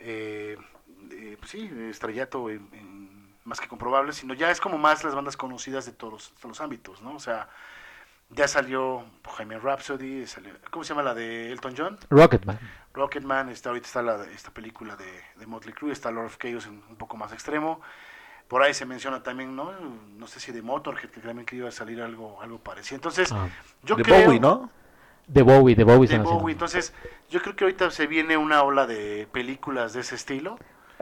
[SPEAKER 3] eh, eh, pues sí, estrellato en- en- más que comprobable, sino ya es como más las bandas conocidas de todos, los- todos los ámbitos, ¿no? O sea, ya salió Bohemian Rhapsody, salió, ¿cómo se llama la de Elton John?
[SPEAKER 1] Rocketman.
[SPEAKER 3] Rocketman, está, ahorita está la, esta película de, de Motley Crue, está Lord of Chaos un, un poco más extremo. Por ahí se menciona también, ¿no? No sé si de Motorhead, que también que iba a salir algo, algo parecido. Entonces,
[SPEAKER 1] Ah.
[SPEAKER 3] yo
[SPEAKER 2] de
[SPEAKER 3] creo...
[SPEAKER 2] Bowie, ¿no?
[SPEAKER 1] De Bowie, de Bowie se
[SPEAKER 3] De
[SPEAKER 1] nació.
[SPEAKER 3] Bowie. Entonces, yo creo que ahorita se viene una ola de películas de ese estilo.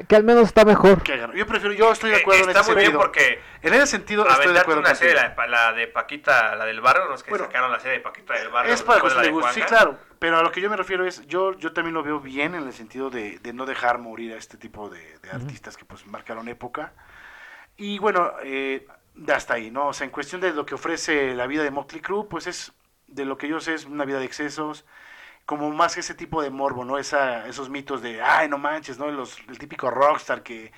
[SPEAKER 1] Que al menos está mejor.
[SPEAKER 3] Que agarra- Yo prefiero, yo estoy de
[SPEAKER 4] Eh,
[SPEAKER 3] acuerdo en
[SPEAKER 4] Está
[SPEAKER 3] ese
[SPEAKER 4] muy bien
[SPEAKER 3] sentido.
[SPEAKER 4] porque
[SPEAKER 3] En ese sentido, estoy de
[SPEAKER 4] aventarte
[SPEAKER 3] acuerdo
[SPEAKER 4] una serie,
[SPEAKER 3] contigo.
[SPEAKER 4] la, pa- la de Paquita, la del barrio, los que
[SPEAKER 3] Bueno,
[SPEAKER 4] sacaron la serie de Paquita del barrio.
[SPEAKER 3] Es para
[SPEAKER 4] después
[SPEAKER 3] cosas
[SPEAKER 4] de
[SPEAKER 3] de
[SPEAKER 4] la
[SPEAKER 3] gusto, sí,
[SPEAKER 4] Juanga.
[SPEAKER 3] claro. Pero a lo que yo me refiero es, yo, yo también lo veo bien en el sentido de, de no dejar morir a este tipo de, de artistas que pues marcaron época. Y bueno, eh, hasta ahí, ¿no? O sea, en cuestión de lo que ofrece la vida de Motley Crue, pues es, de lo que yo sé, es una vida de excesos, como más ese tipo de morbo, ¿no? Esa, esos mitos de, ay, no manches, ¿no? Los, el típico rockstar que,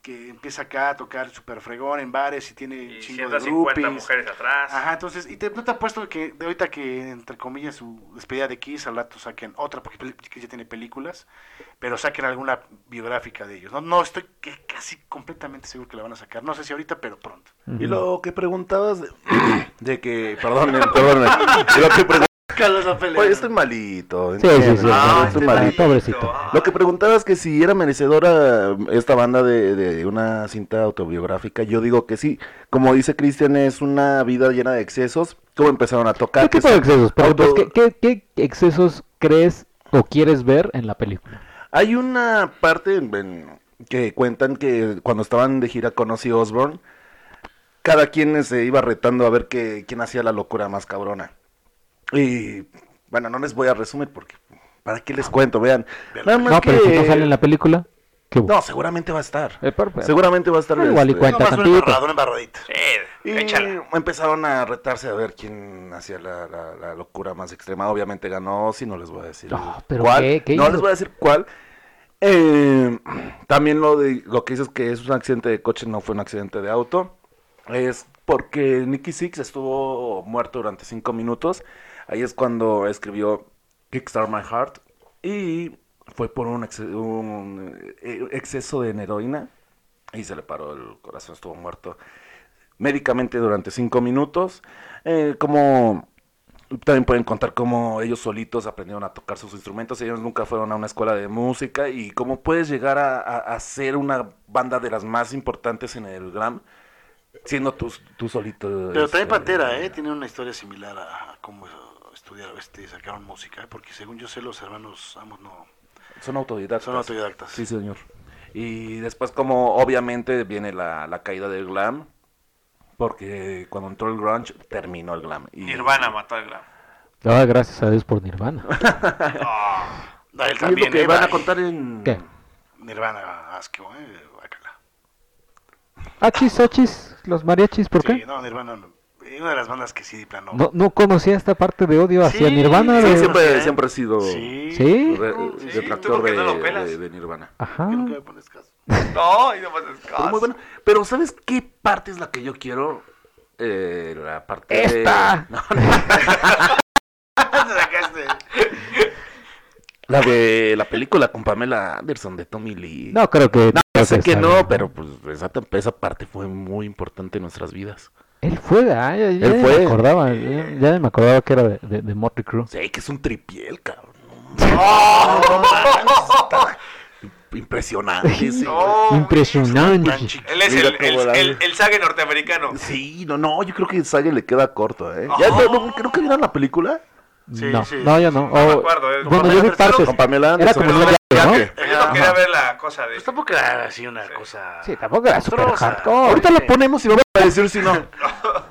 [SPEAKER 3] que empieza acá a tocar super fregón en bares y tiene un
[SPEAKER 4] Y
[SPEAKER 3] chingo de
[SPEAKER 4] 150
[SPEAKER 3] groupies.
[SPEAKER 4] mujeres atrás.
[SPEAKER 3] Ajá, entonces, y te, no te apuesto que de ahorita que, entre comillas, su despedida de Kiss, al rato saquen otra, porque pel- Kiss ya tiene películas, pero saquen alguna biográfica de ellos. No, no estoy que- casi completamente seguro que la van a sacar. No sé si ahorita, pero pronto.
[SPEAKER 2] Y lo que preguntabas de, de que, perdón, perdón, lo que preguntabas,
[SPEAKER 3] Carlos la pelea.
[SPEAKER 2] oye, estoy
[SPEAKER 1] este
[SPEAKER 2] malito.
[SPEAKER 1] Sí, sí, sí.
[SPEAKER 2] entiendo,
[SPEAKER 1] sí,
[SPEAKER 4] Ah,
[SPEAKER 1] sí,
[SPEAKER 2] estoy
[SPEAKER 1] sí,
[SPEAKER 4] este
[SPEAKER 2] malito.
[SPEAKER 1] ah, pobrecito.
[SPEAKER 4] Ah.
[SPEAKER 2] Lo que preguntabas que si era merecedora esta banda de, de una cinta autobiográfica, yo digo que sí. Como dice Cristian, es una vida llena de excesos. ¿Cómo empezaron a tocar?
[SPEAKER 1] ¿Qué
[SPEAKER 2] que
[SPEAKER 1] tipo de
[SPEAKER 2] se-
[SPEAKER 1] excesos? Por ejemplo,
[SPEAKER 2] auto-
[SPEAKER 1] ¿qué- qué, qué excesos crees o quieres ver en la película?
[SPEAKER 2] Hay una parte en- en- que cuentan que cuando estaban de gira con Ozzy Osbourne, cada quien se iba retando a ver que, quién hacía la locura más cabrona. Y bueno, no les voy a resumir porque ¿para qué les cuento? Vean. Nada más
[SPEAKER 1] No, pero
[SPEAKER 2] que-
[SPEAKER 1] si no sale en la película, ¿qué hubo?
[SPEAKER 2] No, seguramente va a estar.
[SPEAKER 1] Eh, pero- pero-
[SPEAKER 2] Seguramente va a estar.
[SPEAKER 1] Igual y
[SPEAKER 2] este,
[SPEAKER 1] cuenta
[SPEAKER 3] Nomás una
[SPEAKER 1] tantito.
[SPEAKER 3] embarrada, una embarradita.
[SPEAKER 4] Sí,
[SPEAKER 2] y
[SPEAKER 4] échala.
[SPEAKER 2] empezaron a retarse a ver quién hacía la, la- la locura más extrema. Obviamente ganó, si no les voy a decir
[SPEAKER 1] No, Ah, pero
[SPEAKER 2] cuál.
[SPEAKER 1] ¿qué? ¿Qué
[SPEAKER 2] no
[SPEAKER 1] hizo?
[SPEAKER 2] les voy a decir cuál. Eh, también lo de lo que dices que es un accidente de coche, no fue un accidente de auto. Es porque Nicky Six estuvo muerto durante cinco minutos. Ahí es cuando escribió Kickstart My Heart. Y fue por un, ex- un, eh, exceso de heroína. Y se le paró el corazón, estuvo muerto médicamente durante cinco minutos. Eh, como también pueden contar cómo ellos solitos aprendieron a tocar sus instrumentos. Ellos nunca fueron a una escuela de música. Y cómo puedes llegar a, a- a ser una banda de las más importantes en el glam siendo tú, tú solito.
[SPEAKER 3] Pero
[SPEAKER 2] este,
[SPEAKER 3] también Pantera, ¿eh? Tiene una historia similar a, a cómo estudiaron, este, sacaron música, ¿eh? porque según yo sé, los hermanos Amos no
[SPEAKER 2] Son autodidactas.
[SPEAKER 3] son autodidactas.
[SPEAKER 2] Sí, señor. Y después, como obviamente, viene la, la caída del glam. Porque cuando entró el grunge, terminó el glam. Y,
[SPEAKER 4] Nirvana mató al glam.
[SPEAKER 1] Ah, gracias a Dios por Nirvana.
[SPEAKER 4] Ah,
[SPEAKER 3] Ah, él
[SPEAKER 2] Es
[SPEAKER 3] también,
[SPEAKER 2] lo que
[SPEAKER 3] ¿eh?
[SPEAKER 2] van a
[SPEAKER 3] Bye.
[SPEAKER 2] contar en.
[SPEAKER 1] ¿Qué?
[SPEAKER 3] Nirvana, asco, ¿eh? Bácala.
[SPEAKER 1] Achis, achis, los mariachis, ¿por
[SPEAKER 3] Sí,
[SPEAKER 1] qué?
[SPEAKER 3] no, Nirvana, no. Eh, una de las bandas que sí, de plano.
[SPEAKER 1] No, no conocía esta parte de odio hacia
[SPEAKER 3] Sí,
[SPEAKER 1] Nirvana.
[SPEAKER 2] Sí, pues,
[SPEAKER 1] de-
[SPEAKER 2] siempre, siempre ha sido
[SPEAKER 3] Sí.
[SPEAKER 1] ¿Sí? Ah.
[SPEAKER 2] re-
[SPEAKER 4] Sí, tú
[SPEAKER 2] detractor
[SPEAKER 4] porque
[SPEAKER 2] de,
[SPEAKER 4] no lo pelas.
[SPEAKER 2] de- de Nirvana.
[SPEAKER 1] Ajá.
[SPEAKER 3] Que nunca me pones caso.
[SPEAKER 4] no, y no pases
[SPEAKER 2] Pero muy
[SPEAKER 4] caso.
[SPEAKER 2] bueno. Pero ¿sabes qué parte es la que yo quiero? Eh, la parte de-
[SPEAKER 1] Esta.
[SPEAKER 2] No, no.
[SPEAKER 3] Te sacaste.
[SPEAKER 2] la de la película con Pamela Anderson de Tommy Lee.
[SPEAKER 1] No creo que.
[SPEAKER 2] No,
[SPEAKER 1] creo
[SPEAKER 2] sé que
[SPEAKER 1] está
[SPEAKER 2] no,
[SPEAKER 1] bien.
[SPEAKER 2] pero pues esa, esa parte fue muy importante en nuestras vidas.
[SPEAKER 1] Él fue, ah, ya, ya
[SPEAKER 2] Él
[SPEAKER 1] ni
[SPEAKER 2] fue.
[SPEAKER 1] me acordaba, ya, ya ni me acordaba que era de, de, de Motley Crue.
[SPEAKER 2] Sí, que es un tripiel, cabrón. No, mames, está Impresionante. sí.
[SPEAKER 4] No,
[SPEAKER 1] Impresionante.
[SPEAKER 3] Tan chiquito.
[SPEAKER 4] Él es
[SPEAKER 2] Mira
[SPEAKER 4] el,
[SPEAKER 2] cómo
[SPEAKER 4] el,
[SPEAKER 2] la-
[SPEAKER 4] el, el sague norteamericano.
[SPEAKER 2] Sí, no, no, yo creo que Sage le queda corto, ¿eh? Ya, no, no, creo que vieron la película
[SPEAKER 3] Sí,
[SPEAKER 1] no,
[SPEAKER 3] sí,
[SPEAKER 1] no, yo
[SPEAKER 3] sí,
[SPEAKER 1] no.
[SPEAKER 4] me
[SPEAKER 1] O-
[SPEAKER 4] acuerdo, eh,
[SPEAKER 1] bueno,
[SPEAKER 4] Pamela
[SPEAKER 1] yo vi
[SPEAKER 4] Anderson,
[SPEAKER 1] partes.
[SPEAKER 2] con Pamela
[SPEAKER 1] Era
[SPEAKER 2] Anderson. pues,
[SPEAKER 1] como
[SPEAKER 4] pero
[SPEAKER 1] un
[SPEAKER 4] no,
[SPEAKER 1] viaje, ¿no?
[SPEAKER 2] viaje.
[SPEAKER 4] Yo no quería ver la cosa de...
[SPEAKER 3] Pues tampoco era así una cosa.
[SPEAKER 1] Sí, tampoco era super
[SPEAKER 3] Monstruosa.
[SPEAKER 1] hardcore.
[SPEAKER 2] Ahorita la ponemos y vamos a decir si no.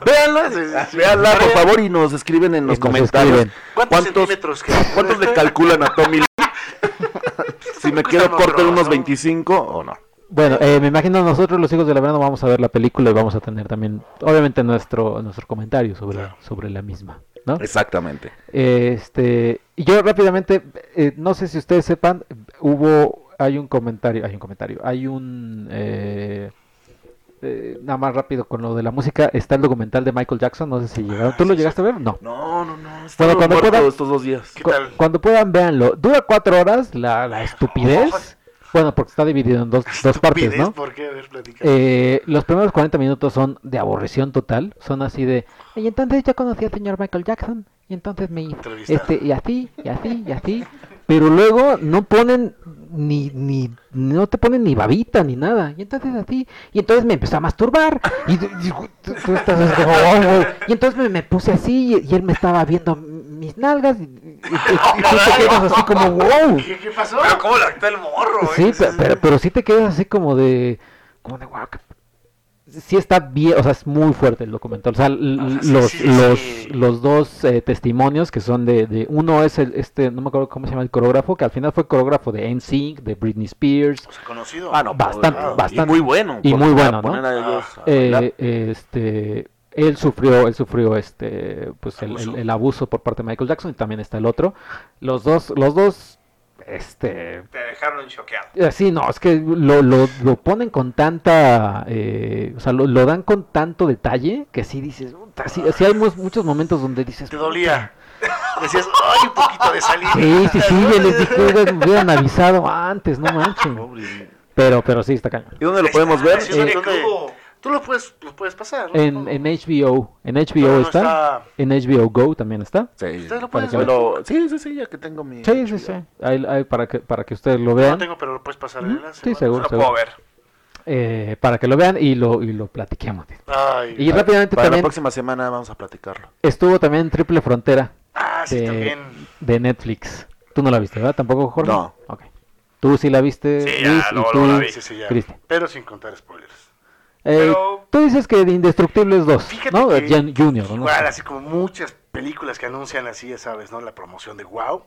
[SPEAKER 2] Véanla,
[SPEAKER 3] Sí, sí, sí.
[SPEAKER 2] véanla, por favor, y nos escriben en
[SPEAKER 1] nos
[SPEAKER 2] los comentarios.
[SPEAKER 1] escriben.
[SPEAKER 3] ¿Cuántos, centímetros que
[SPEAKER 2] cuántos le calculan a Tommy Lee? Si me quedo corto en unos
[SPEAKER 3] monstruoso.
[SPEAKER 2] 25 o no.
[SPEAKER 1] Bueno, eh, me imagino nosotros los hijos de la verano vamos a ver la película y vamos a tener también, obviamente, nuestro nuestro comentario sobre,
[SPEAKER 3] Claro.
[SPEAKER 1] sobre la misma, ¿no?
[SPEAKER 2] Exactamente.
[SPEAKER 1] Este, y yo rápidamente, eh, no sé si ustedes sepan, hubo, hay un comentario, hay un comentario, hay un, eh, eh, nada más rápido con lo de la música, está el documental de Michael Jackson, no sé si llegaron,
[SPEAKER 3] Ah,
[SPEAKER 1] ¿tú lo llegaste a ver? No.
[SPEAKER 2] No, no, no.
[SPEAKER 1] Bueno,
[SPEAKER 2] Estamos
[SPEAKER 1] cuando
[SPEAKER 2] muertos
[SPEAKER 1] pueda-
[SPEAKER 2] estos dos días.
[SPEAKER 3] ¿Qué
[SPEAKER 1] Cu-
[SPEAKER 3] tal?
[SPEAKER 1] Cuando puedan, véanlo. Dura cuatro horas la, la estupidez. Bueno, porque está dividido en dos, dos partes,
[SPEAKER 3] Estupidez,
[SPEAKER 1] ¿no?
[SPEAKER 3] ¿Por qué? A ver, platica.
[SPEAKER 1] Eh, los primeros 40 minutos son de aburrición total, son así de, y entonces yo conocí al señor Michael Jackson, y entonces me hizo
[SPEAKER 3] Entrevista.
[SPEAKER 1] este, y así, y así, y así, pero luego no ponen ni, ni, no te ponen ni babita ni nada, y entonces así, y entonces me empezó a masturbar, y, tú- y tú- tú estás así como, "Oh, güey". Y entonces me, me puse así, y, y él me estaba viendo mis nalgas, y, y- y- y tú te quedas así como, wow.
[SPEAKER 3] ¿Qué, qué pasó?
[SPEAKER 4] Pero cómo lo actúa el morro, eh?
[SPEAKER 1] Sí, pe- pero, pero sí te quedas así como de. Como de wow. Sí está bien, o sea, es muy fuerte el documental. O sea, l-
[SPEAKER 3] O sea, sí,
[SPEAKER 1] los,
[SPEAKER 3] sí,
[SPEAKER 1] los,
[SPEAKER 3] sí.
[SPEAKER 1] los dos eh, testimonios que son de, de- Uno es el, este, no me acuerdo cómo se llama el coreógrafo, que al final fue coreógrafo de NSYNC, de Britney Spears.
[SPEAKER 3] O sea, conocido.
[SPEAKER 2] Ah, no,
[SPEAKER 1] Bastante,
[SPEAKER 2] pues,
[SPEAKER 1] bastante.
[SPEAKER 2] Y muy bueno.
[SPEAKER 1] Y muy
[SPEAKER 2] porque
[SPEAKER 1] bueno,
[SPEAKER 2] para poner
[SPEAKER 1] ¿no?
[SPEAKER 2] a ellos a
[SPEAKER 3] Ah,
[SPEAKER 1] Eh,
[SPEAKER 2] bailar.
[SPEAKER 1] este él sufrió él sufrió este pues el,
[SPEAKER 2] Abuso.
[SPEAKER 1] el- el abuso por parte de Michael Jackson y también está el otro los dos los dos este
[SPEAKER 4] Te dejaron choqueado.
[SPEAKER 1] Eh, Sí, no, es que lo, lo, lo ponen con tanta. eh, o sea, lo, lo dan con tanto detalle que sí dices. "Puta", Sí, sí hay mu- muchos momentos donde dices.
[SPEAKER 3] Te dolía. Decías, ay, un poquito de salida.
[SPEAKER 1] Sí, sí, sí, yo les dije, "Oigan, me hubieran avisado antes, no manchen. Pero, pero sí, está cañón.
[SPEAKER 2] ¿Y dónde lo podemos ver?
[SPEAKER 3] Sí,
[SPEAKER 4] Eh,
[SPEAKER 3] ¿dónde?
[SPEAKER 4] crudo.
[SPEAKER 3] Tú lo puedes, lo puedes pasar. ¿no?
[SPEAKER 1] En, en HBO, en
[SPEAKER 3] Pero
[SPEAKER 1] HBO
[SPEAKER 3] no
[SPEAKER 1] está,
[SPEAKER 3] está-
[SPEAKER 1] en HBO Go también está.
[SPEAKER 2] Sí.
[SPEAKER 3] Ustedes lo
[SPEAKER 1] Para
[SPEAKER 3] pueden
[SPEAKER 1] que
[SPEAKER 3] ver.
[SPEAKER 1] lo-
[SPEAKER 2] Bueno, sí, sí, sí, ya que tengo mi...
[SPEAKER 1] Sí, sí, sí. Ahí- ahí para, que, para que ustedes lo
[SPEAKER 3] Yo
[SPEAKER 1] vean.
[SPEAKER 3] No tengo, pero lo puedes pasar.
[SPEAKER 1] Ujú,
[SPEAKER 3] ¿verdad?
[SPEAKER 1] sí,
[SPEAKER 3] Seguro.
[SPEAKER 1] seguro.
[SPEAKER 4] No lo puedo ver.
[SPEAKER 1] eh, para que lo vean y lo, y lo platiquemos.
[SPEAKER 3] Ay.
[SPEAKER 1] Y rápidamente
[SPEAKER 2] Para la
[SPEAKER 1] también
[SPEAKER 2] próxima semana vamos a platicarlo.
[SPEAKER 1] estuvo también Triple Frontera.
[SPEAKER 3] ah, sí,
[SPEAKER 1] de-
[SPEAKER 3] también.
[SPEAKER 1] de Netflix. Tú no la viste, ¿verdad? Tampoco, Jorge.
[SPEAKER 2] No.
[SPEAKER 1] Ok. Tú sí la viste,
[SPEAKER 4] Sí, ya,
[SPEAKER 1] Luis,
[SPEAKER 4] luego,
[SPEAKER 1] y tú...
[SPEAKER 4] luego la vi.
[SPEAKER 3] Sí, sí, ya.
[SPEAKER 1] Cristian.
[SPEAKER 3] Pero sin contar spoilers.
[SPEAKER 1] Eh,
[SPEAKER 4] Pero-
[SPEAKER 1] Tú dices que de Indestructibles 2,
[SPEAKER 3] Fíjate
[SPEAKER 1] ¿no?
[SPEAKER 3] que-
[SPEAKER 1] Jan- Junior, ¿no?
[SPEAKER 3] Igual, así como muchas películas que anuncian así, ya sabes, ¿no? La promoción de wow.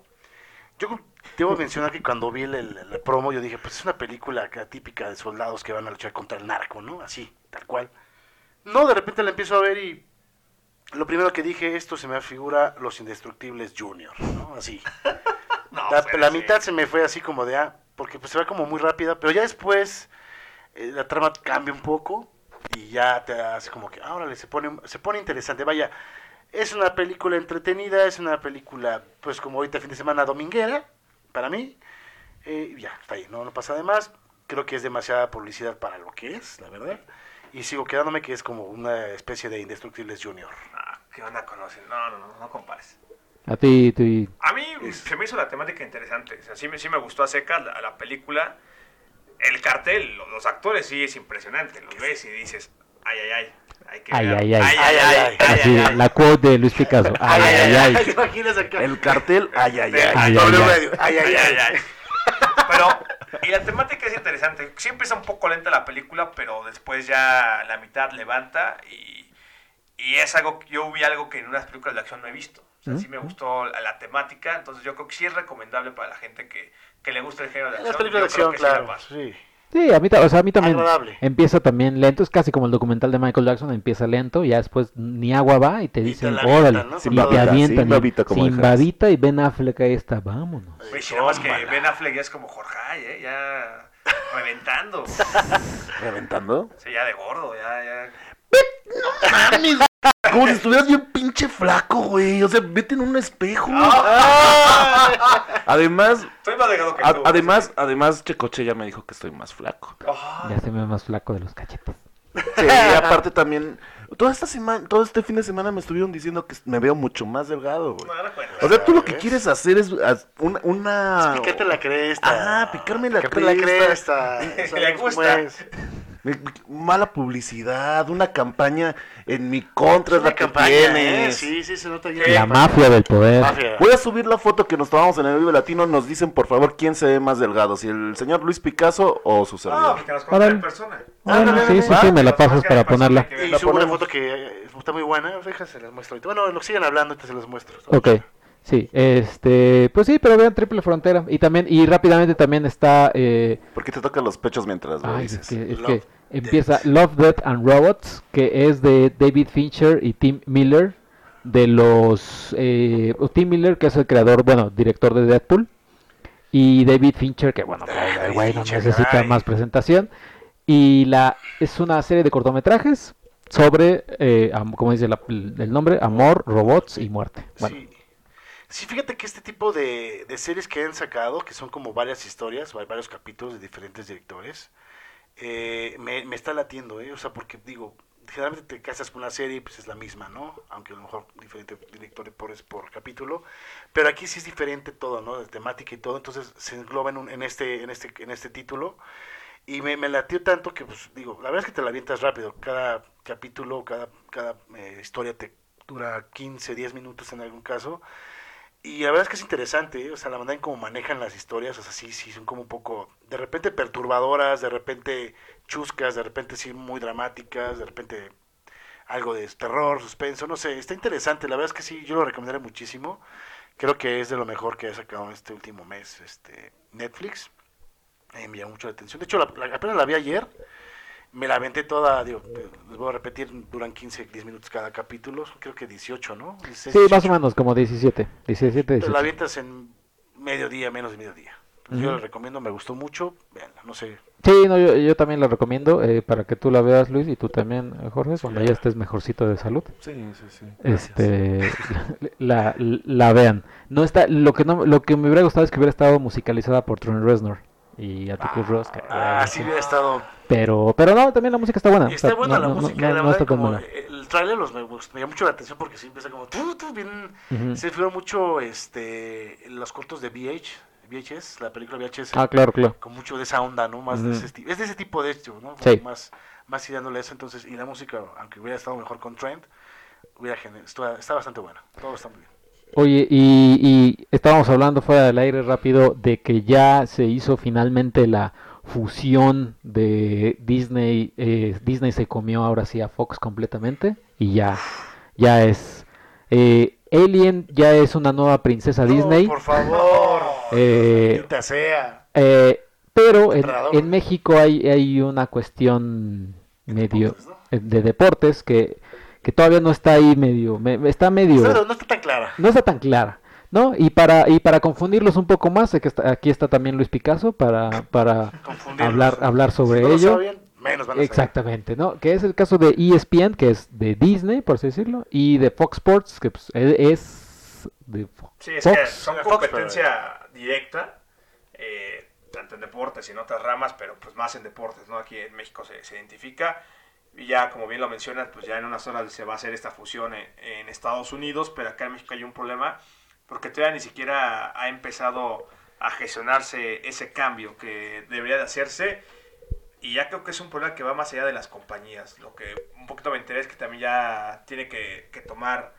[SPEAKER 3] Yo debo mencionar que cuando vi el, el- la promo, yo dije, pues es una película acá típica de soldados que van a luchar contra el narco, ¿no? Así, tal cual. No, de repente la empiezo a ver y lo primero que dije, esto se me figura Los Indestructibles Junior, ¿no? Así.
[SPEAKER 4] No,
[SPEAKER 3] La,
[SPEAKER 4] pero
[SPEAKER 3] la
[SPEAKER 4] sí.
[SPEAKER 3] mitad se me fue así como de, ah, porque pues se va como muy rápida, pero ya después eh, la trama cambia un poco y ya te hace como que, ah, órale, se pone, se pone interesante. Vaya, es una película entretenida, es una película, pues como ahorita fin de semana dominguera, para mí. Eh, ya, está ahí, no, no pasa de más. Creo que es demasiada publicidad para lo que es, la verdad. Y sigo quedándome que es como una especie de Indestructibles Junior.
[SPEAKER 4] Ah, ¿Qué onda con los- No, no, no, no compares.
[SPEAKER 1] A ti, tú y-
[SPEAKER 4] A mí se me hizo la temática interesante. O sea, sí, me- sí me gustó a secas la, la película. El cartel, lo- los actores sí es impresionante. Los ves y dices, ay, ay, ay. Hay que
[SPEAKER 1] Ay,
[SPEAKER 4] ver.
[SPEAKER 1] ay, ay.
[SPEAKER 4] ay, ay, ay,
[SPEAKER 1] Así,
[SPEAKER 4] ay, ay.
[SPEAKER 1] la quote de Luis Picasso. Ay, ay, ay.
[SPEAKER 3] ¿Te imaginas acá?
[SPEAKER 2] El cartel, ay, ay, ay.
[SPEAKER 1] Ay, ay,
[SPEAKER 3] W
[SPEAKER 1] ay.
[SPEAKER 3] Radio. Ay, ay, ay.
[SPEAKER 4] Pero, y la temática es interesante. Sí empieza un poco lenta la película, pero después ya la mitad levanta y, y es algo, que- yo vi algo que en unas películas de acción no he visto. O sea, sí me gustó la, la temática, entonces yo creo que sí es recomendable para la gente que, que le gusta el género de
[SPEAKER 3] En
[SPEAKER 4] acción.
[SPEAKER 3] las películas de
[SPEAKER 4] yo creo
[SPEAKER 3] acción,
[SPEAKER 4] que sí la
[SPEAKER 3] claro.
[SPEAKER 4] pasa.
[SPEAKER 3] Sí.
[SPEAKER 1] Sí, a mí, ta- o sea, a mí también
[SPEAKER 3] Agradable.
[SPEAKER 1] empieza también lento, es casi como el documental de Michael Jackson, empieza lento, ya después ni agua va y te
[SPEAKER 3] Y te
[SPEAKER 1] dicen,
[SPEAKER 3] la
[SPEAKER 1] órale,
[SPEAKER 3] avientan, ¿no?
[SPEAKER 1] y
[SPEAKER 3] Sin babita,
[SPEAKER 1] te avientan.
[SPEAKER 2] sin
[SPEAKER 1] y-
[SPEAKER 2] babita, como
[SPEAKER 1] sin
[SPEAKER 2] dejas.
[SPEAKER 1] babita y Ben Affleck ahí está, vámonos.
[SPEAKER 4] Oye, si nada más que
[SPEAKER 3] Tómala.
[SPEAKER 4] Ben Affleck ya es como Jorge, ¿eh? ya reventando.
[SPEAKER 2] ¿Reventando?
[SPEAKER 4] Sí, ya de gordo, ya, ya.
[SPEAKER 2] Mames, como si estuvieras bien pinche flaco, güey. O sea, vete en un espejo.
[SPEAKER 3] Ah.
[SPEAKER 2] Además,
[SPEAKER 4] Estoy más delgado que
[SPEAKER 2] a-
[SPEAKER 4] tú.
[SPEAKER 2] además, además, Checoche ya me dijo que estoy más flaco.
[SPEAKER 4] Ah,
[SPEAKER 1] Ya se me ve más flaco de los cachetes.
[SPEAKER 2] Sí, y aparte también, toda esta semana, todo este fin de semana me estuvieron diciendo que me veo mucho más delgado,
[SPEAKER 4] no
[SPEAKER 2] güey.
[SPEAKER 4] me da cuenta.
[SPEAKER 2] O sea, tú lo que quieres hacer es haz- una... una...
[SPEAKER 3] Picarte la cresta.
[SPEAKER 2] Ajá, picarme la
[SPEAKER 3] Picarte la
[SPEAKER 2] cresta.
[SPEAKER 3] cresta.
[SPEAKER 4] Le
[SPEAKER 3] Sabes cómo
[SPEAKER 4] gusta.
[SPEAKER 3] es.
[SPEAKER 2] Me- Mala publicidad, una campaña en mi contra es
[SPEAKER 3] Una
[SPEAKER 2] la que
[SPEAKER 3] campaña, ¿eh?
[SPEAKER 2] tienes.
[SPEAKER 3] Sí, sí, se nota ya.
[SPEAKER 4] Eh,
[SPEAKER 1] La mafia del poder.
[SPEAKER 3] pues, Mafia.
[SPEAKER 2] Voy a subir la foto que nos tomamos en el Vive Latino. Nos dicen, por favor, quién se ve más delgado, si el señor Luis Picasso o su
[SPEAKER 4] No,
[SPEAKER 2] servidor.
[SPEAKER 4] porque nos
[SPEAKER 1] Órale.
[SPEAKER 4] conocen en persona.
[SPEAKER 1] Bueno,
[SPEAKER 3] Ándale,
[SPEAKER 1] sí, sí,
[SPEAKER 2] ándale.
[SPEAKER 1] sí, me la
[SPEAKER 4] Nos conocen
[SPEAKER 1] pasas
[SPEAKER 4] en
[SPEAKER 1] para
[SPEAKER 4] persona,
[SPEAKER 1] ponerla.
[SPEAKER 4] que
[SPEAKER 3] Y
[SPEAKER 4] la
[SPEAKER 3] subo una
[SPEAKER 2] ponemos.
[SPEAKER 3] foto que eh, está muy buena, déjense, se las muestro ahorita. Bueno, lo siguen hablando, te se las muestro.
[SPEAKER 1] Ok, sí, este, pues sí, pero vean Triple Frontera. Y también, y rápidamente también está, eh,
[SPEAKER 2] Porque te tocan los pechos mientras lo
[SPEAKER 1] ay, es
[SPEAKER 2] dices.
[SPEAKER 1] que, es
[SPEAKER 3] Love,
[SPEAKER 1] que
[SPEAKER 3] Death.
[SPEAKER 1] empieza Love, Death and Robots, que es de David Fincher y Tim Miller, de los, eh, o Tim Miller que es el creador, bueno, director de Deadpool, y David Fincher, que bueno, pues,
[SPEAKER 3] David
[SPEAKER 1] el güey no
[SPEAKER 3] Fincher,
[SPEAKER 1] necesita
[SPEAKER 3] caray.
[SPEAKER 1] más presentación. Y la, es una serie de cortometrajes sobre, eh, am- como dice la- el nombre, amor, robots y muerte. Bueno,
[SPEAKER 3] Sí. Sí, fíjate que este tipo de, de series que han sacado, que son como varias historias, va- varios capítulos de diferentes directores, eh, me, me está latiendo, ¿eh? O sea, porque digo, generalmente te casas con una serie y pues es la misma, ¿no? Aunque a lo mejor diferente director por, es- por capítulo, pero aquí sí es diferente todo, ¿no? La temática y todo, entonces se engloba en, un- en, este, en, este, en este título. Y me, me latió tanto que, pues, digo, la verdad es que te la avientas rápido. Cada capítulo, cada, cada eh, historia te dura 15, 10 minutos en algún caso. Y la verdad es que es interesante, ¿eh? o sea, la manera en cómo manejan las historias, o sea, sí, sí, son como un poco, de repente perturbadoras, de repente chuscas, de repente sí muy dramáticas, de repente algo de terror, suspenso, no sé, está interesante, la verdad es que sí, yo lo recomendaría muchísimo. Creo que es de lo mejor que ha sacado este último mes este Netflix. Eh, me llamó mucho la atención. De hecho, la, la- apenas la vi ayer. Me la aventé toda, digo, les voy a repetir, duran 15, 10 minutos cada capítulo. Creo que 18, ¿no? 16,
[SPEAKER 1] Sí, más
[SPEAKER 3] 18.
[SPEAKER 1] o menos, como 17. 17,
[SPEAKER 3] Te la
[SPEAKER 1] 18.
[SPEAKER 3] avientas en mediodía, menos de mediodía. Pues Yo
[SPEAKER 1] Ujú.
[SPEAKER 3] la recomiendo, me gustó mucho. Véanla, no sé.
[SPEAKER 1] Sí, no, yo, yo también la recomiendo eh, para que tú la veas, Luis, y tú también, eh, Jorge, cuando ya estés mejorcito de salud.
[SPEAKER 2] Sí, sí, sí.
[SPEAKER 1] Este, la, la- la vean. No está, lo que no, lo que me hubiera gustado es que hubiera estado musicalizada por Trent Reznor y Atticus Ross. que-
[SPEAKER 3] Ah, sí hubiera estado.
[SPEAKER 1] Pero, pero no, también la música está buena.
[SPEAKER 3] Y
[SPEAKER 1] o
[SPEAKER 3] está
[SPEAKER 1] sea,
[SPEAKER 3] buena
[SPEAKER 1] no-
[SPEAKER 3] la
[SPEAKER 1] no- no-
[SPEAKER 3] música,
[SPEAKER 1] no-
[SPEAKER 3] la
[SPEAKER 1] no
[SPEAKER 3] verdad,
[SPEAKER 1] está tan
[SPEAKER 3] como
[SPEAKER 1] buena.
[SPEAKER 3] el tráiler los me, gust- me llamó mucho la atención porque sí empieza como tú, tú, bien.
[SPEAKER 1] Ujú.
[SPEAKER 3] Se fueron mucho este los cortos de VH, VHS, la película VHS.
[SPEAKER 1] Ah, claro, claro.
[SPEAKER 3] con mucho de esa onda, ¿no? Más de
[SPEAKER 1] Ujú.
[SPEAKER 3] ese esti- es de ese tipo de hecho, ¿no? Como
[SPEAKER 1] Sí.
[SPEAKER 3] Más, más tirándole eso, entonces, y la música, aunque hubiera estado mejor con Trent, hubiera gener- está, está bastante buena, todo está muy bien.
[SPEAKER 1] Oye, y, y estábamos hablando fuera del aire rápido de que ya se hizo finalmente la fusión de Disney. eh, Disney se comió ahora sí a Fox completamente y ya, ya es. eh, Alien ya es una nueva princesa Disney,
[SPEAKER 3] No, por favor,
[SPEAKER 1] eh,
[SPEAKER 3] maldita sea.
[SPEAKER 1] eh, pero en,
[SPEAKER 3] Depredador.
[SPEAKER 1] en México hay, hay una cuestión medio
[SPEAKER 3] deportes, ¿no?
[SPEAKER 1] eh, de deportes que, que todavía no está ahí medio, me- me- está medio
[SPEAKER 3] No, no está tan clara.
[SPEAKER 1] no está tan clara, ¿no? Y para, y para confundirlos un poco más, aquí está, aquí está también Luis Picasso para, para
[SPEAKER 3] Confundirlos.
[SPEAKER 1] hablar, hablar sobre
[SPEAKER 3] Si no lo
[SPEAKER 1] ello.
[SPEAKER 3] saben, menos van a saber.
[SPEAKER 1] Exactamente, ¿no? Que es el caso de E ESPN, que es de Disney, por así decirlo, y de Fox Sports, que pues, e- es de Fo-
[SPEAKER 4] Sí, es que
[SPEAKER 1] Fox.
[SPEAKER 4] son
[SPEAKER 3] Fox,
[SPEAKER 4] competencia directa, eh, tanto en deportes y en otras ramas, pero pues más en deportes, ¿no? Aquí en México se, se identifica y ya, como bien lo mencionas, pues ya en unas horas se va a hacer esta fusión en, en Estados Unidos, pero acá en México hay un problema porque todavía ni siquiera ha empezado a gestionarse ese cambio que debería de hacerse. Y ya creo que es un problema que va más allá de las compañías. Lo que un poquito me interesa es que también ya tiene que, que tomar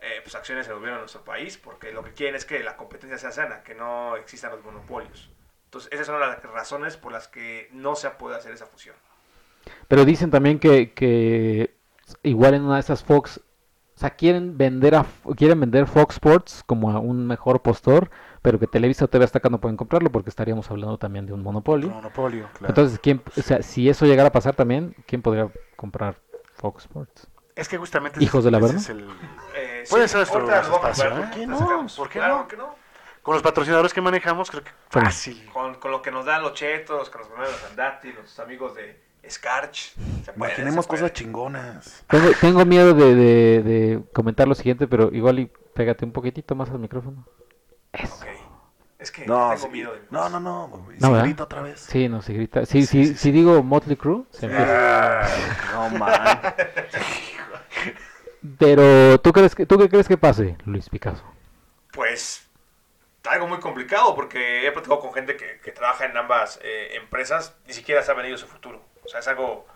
[SPEAKER 4] eh, pues, acciones el gobierno de nuestro país, porque lo que quieren es que la competencia sea sana, que no existan los monopolios. Entonces, esas son las razones por las que no se ha podido hacer esa fusión.
[SPEAKER 1] Pero dicen también que, que igual en una de esas Fox, o sea, quieren vender a, quieren vender Fox Sports como a un mejor postor, pero que Televisa o TV Azteca no pueden comprarlo porque estaríamos hablando también de un monopolio.
[SPEAKER 2] Monopolio, claro.
[SPEAKER 1] Entonces, ¿quién, o sea, si eso llegara a pasar también, ¿quién podría comprar Fox Sports?
[SPEAKER 3] Es que justamente ese-
[SPEAKER 1] Hijos de la
[SPEAKER 3] ese
[SPEAKER 1] verga.
[SPEAKER 3] es el-
[SPEAKER 4] Eh,
[SPEAKER 3] Puede ser nuestro
[SPEAKER 4] ahorita nos vamos a
[SPEAKER 3] espacio,
[SPEAKER 4] ver,
[SPEAKER 3] ¿eh?
[SPEAKER 4] ¿por
[SPEAKER 3] ¿Por qué
[SPEAKER 4] la
[SPEAKER 3] no?
[SPEAKER 4] sacamos?
[SPEAKER 3] ¿Por qué
[SPEAKER 4] Claro
[SPEAKER 3] no?
[SPEAKER 4] que no.
[SPEAKER 3] Con los patrocinadores que manejamos, creo que fácil.
[SPEAKER 4] Con, con lo que nos dan los chetos, los que nos ponen los andati, los amigos de Scarch. se puede,
[SPEAKER 2] Imaginemos
[SPEAKER 4] se puede.
[SPEAKER 2] cosas chingonas.
[SPEAKER 1] Tengo, tengo miedo de, de- de comentar lo siguiente, pero igual y pégate un poquitito más al micrófono. Eso.
[SPEAKER 4] Ok. Es que
[SPEAKER 2] No,
[SPEAKER 4] tengo
[SPEAKER 2] sí.
[SPEAKER 4] miedo de
[SPEAKER 2] no, no, no. güey.
[SPEAKER 1] No,
[SPEAKER 2] Sí,
[SPEAKER 1] ¿verdad?
[SPEAKER 2] grita otra vez.
[SPEAKER 1] Sí, no, si grita. Si, si, si digo Motley Crue, se empieza.
[SPEAKER 2] Ah, no, man.
[SPEAKER 1] Pero, ¿tú, crees que, ¿tú qué crees que pase, Luis Picasso?
[SPEAKER 4] Pues algo muy complicado porque he platicado con gente que, que trabaja en ambas eh, empresas, ni siquiera saben ellos su futuro. O sea, es algo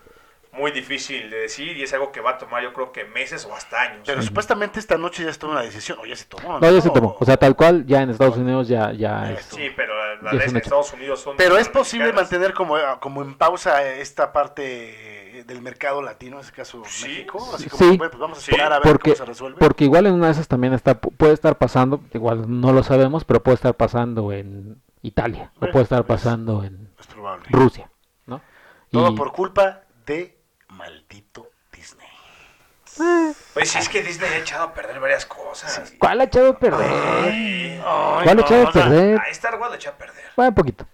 [SPEAKER 4] muy difícil de decir y es algo que va a tomar yo creo que meses o hasta años.
[SPEAKER 3] Pero supuestamente esta noche ya se tomó una decisión. O ya se tomó.
[SPEAKER 1] No, ya se tomó. O sea, tal cual, ya en Estados Unidos ya,
[SPEAKER 3] Eh,
[SPEAKER 1] ya es.
[SPEAKER 4] sí, pero
[SPEAKER 1] Ya es
[SPEAKER 4] las leyes
[SPEAKER 1] un
[SPEAKER 4] en
[SPEAKER 1] hecho.
[SPEAKER 4] Estados Unidos son...
[SPEAKER 3] Pero
[SPEAKER 4] son
[SPEAKER 3] es posible
[SPEAKER 4] mexicanas.
[SPEAKER 3] mantener como, como en pausa esta parte del mercado latino, en este caso
[SPEAKER 4] Sí,
[SPEAKER 3] México.
[SPEAKER 1] sí.
[SPEAKER 3] Así como, bueno, pues vamos a
[SPEAKER 4] Sí,
[SPEAKER 3] esperar a ver
[SPEAKER 1] porque,
[SPEAKER 3] cómo se resuelve.
[SPEAKER 1] porque igual en una de esas también está, puede estar pasando, igual no lo sabemos, pero puede estar pasando en Italia, o
[SPEAKER 3] Bueno,
[SPEAKER 1] puede estar
[SPEAKER 3] pues.
[SPEAKER 1] pasando en
[SPEAKER 3] es probable.
[SPEAKER 1] Rusia, ¿no?
[SPEAKER 3] Todo
[SPEAKER 1] Y-
[SPEAKER 3] por culpa de maldito Disney.
[SPEAKER 4] Pues sí, es que Disney ha echado a perder varias cosas.
[SPEAKER 1] ¿Cuál ha echado a perder?
[SPEAKER 4] Ay,
[SPEAKER 1] ¿Cuál ha echado a perder?
[SPEAKER 4] A Star Wars lo echó a perder.
[SPEAKER 1] Bueno, un poquito.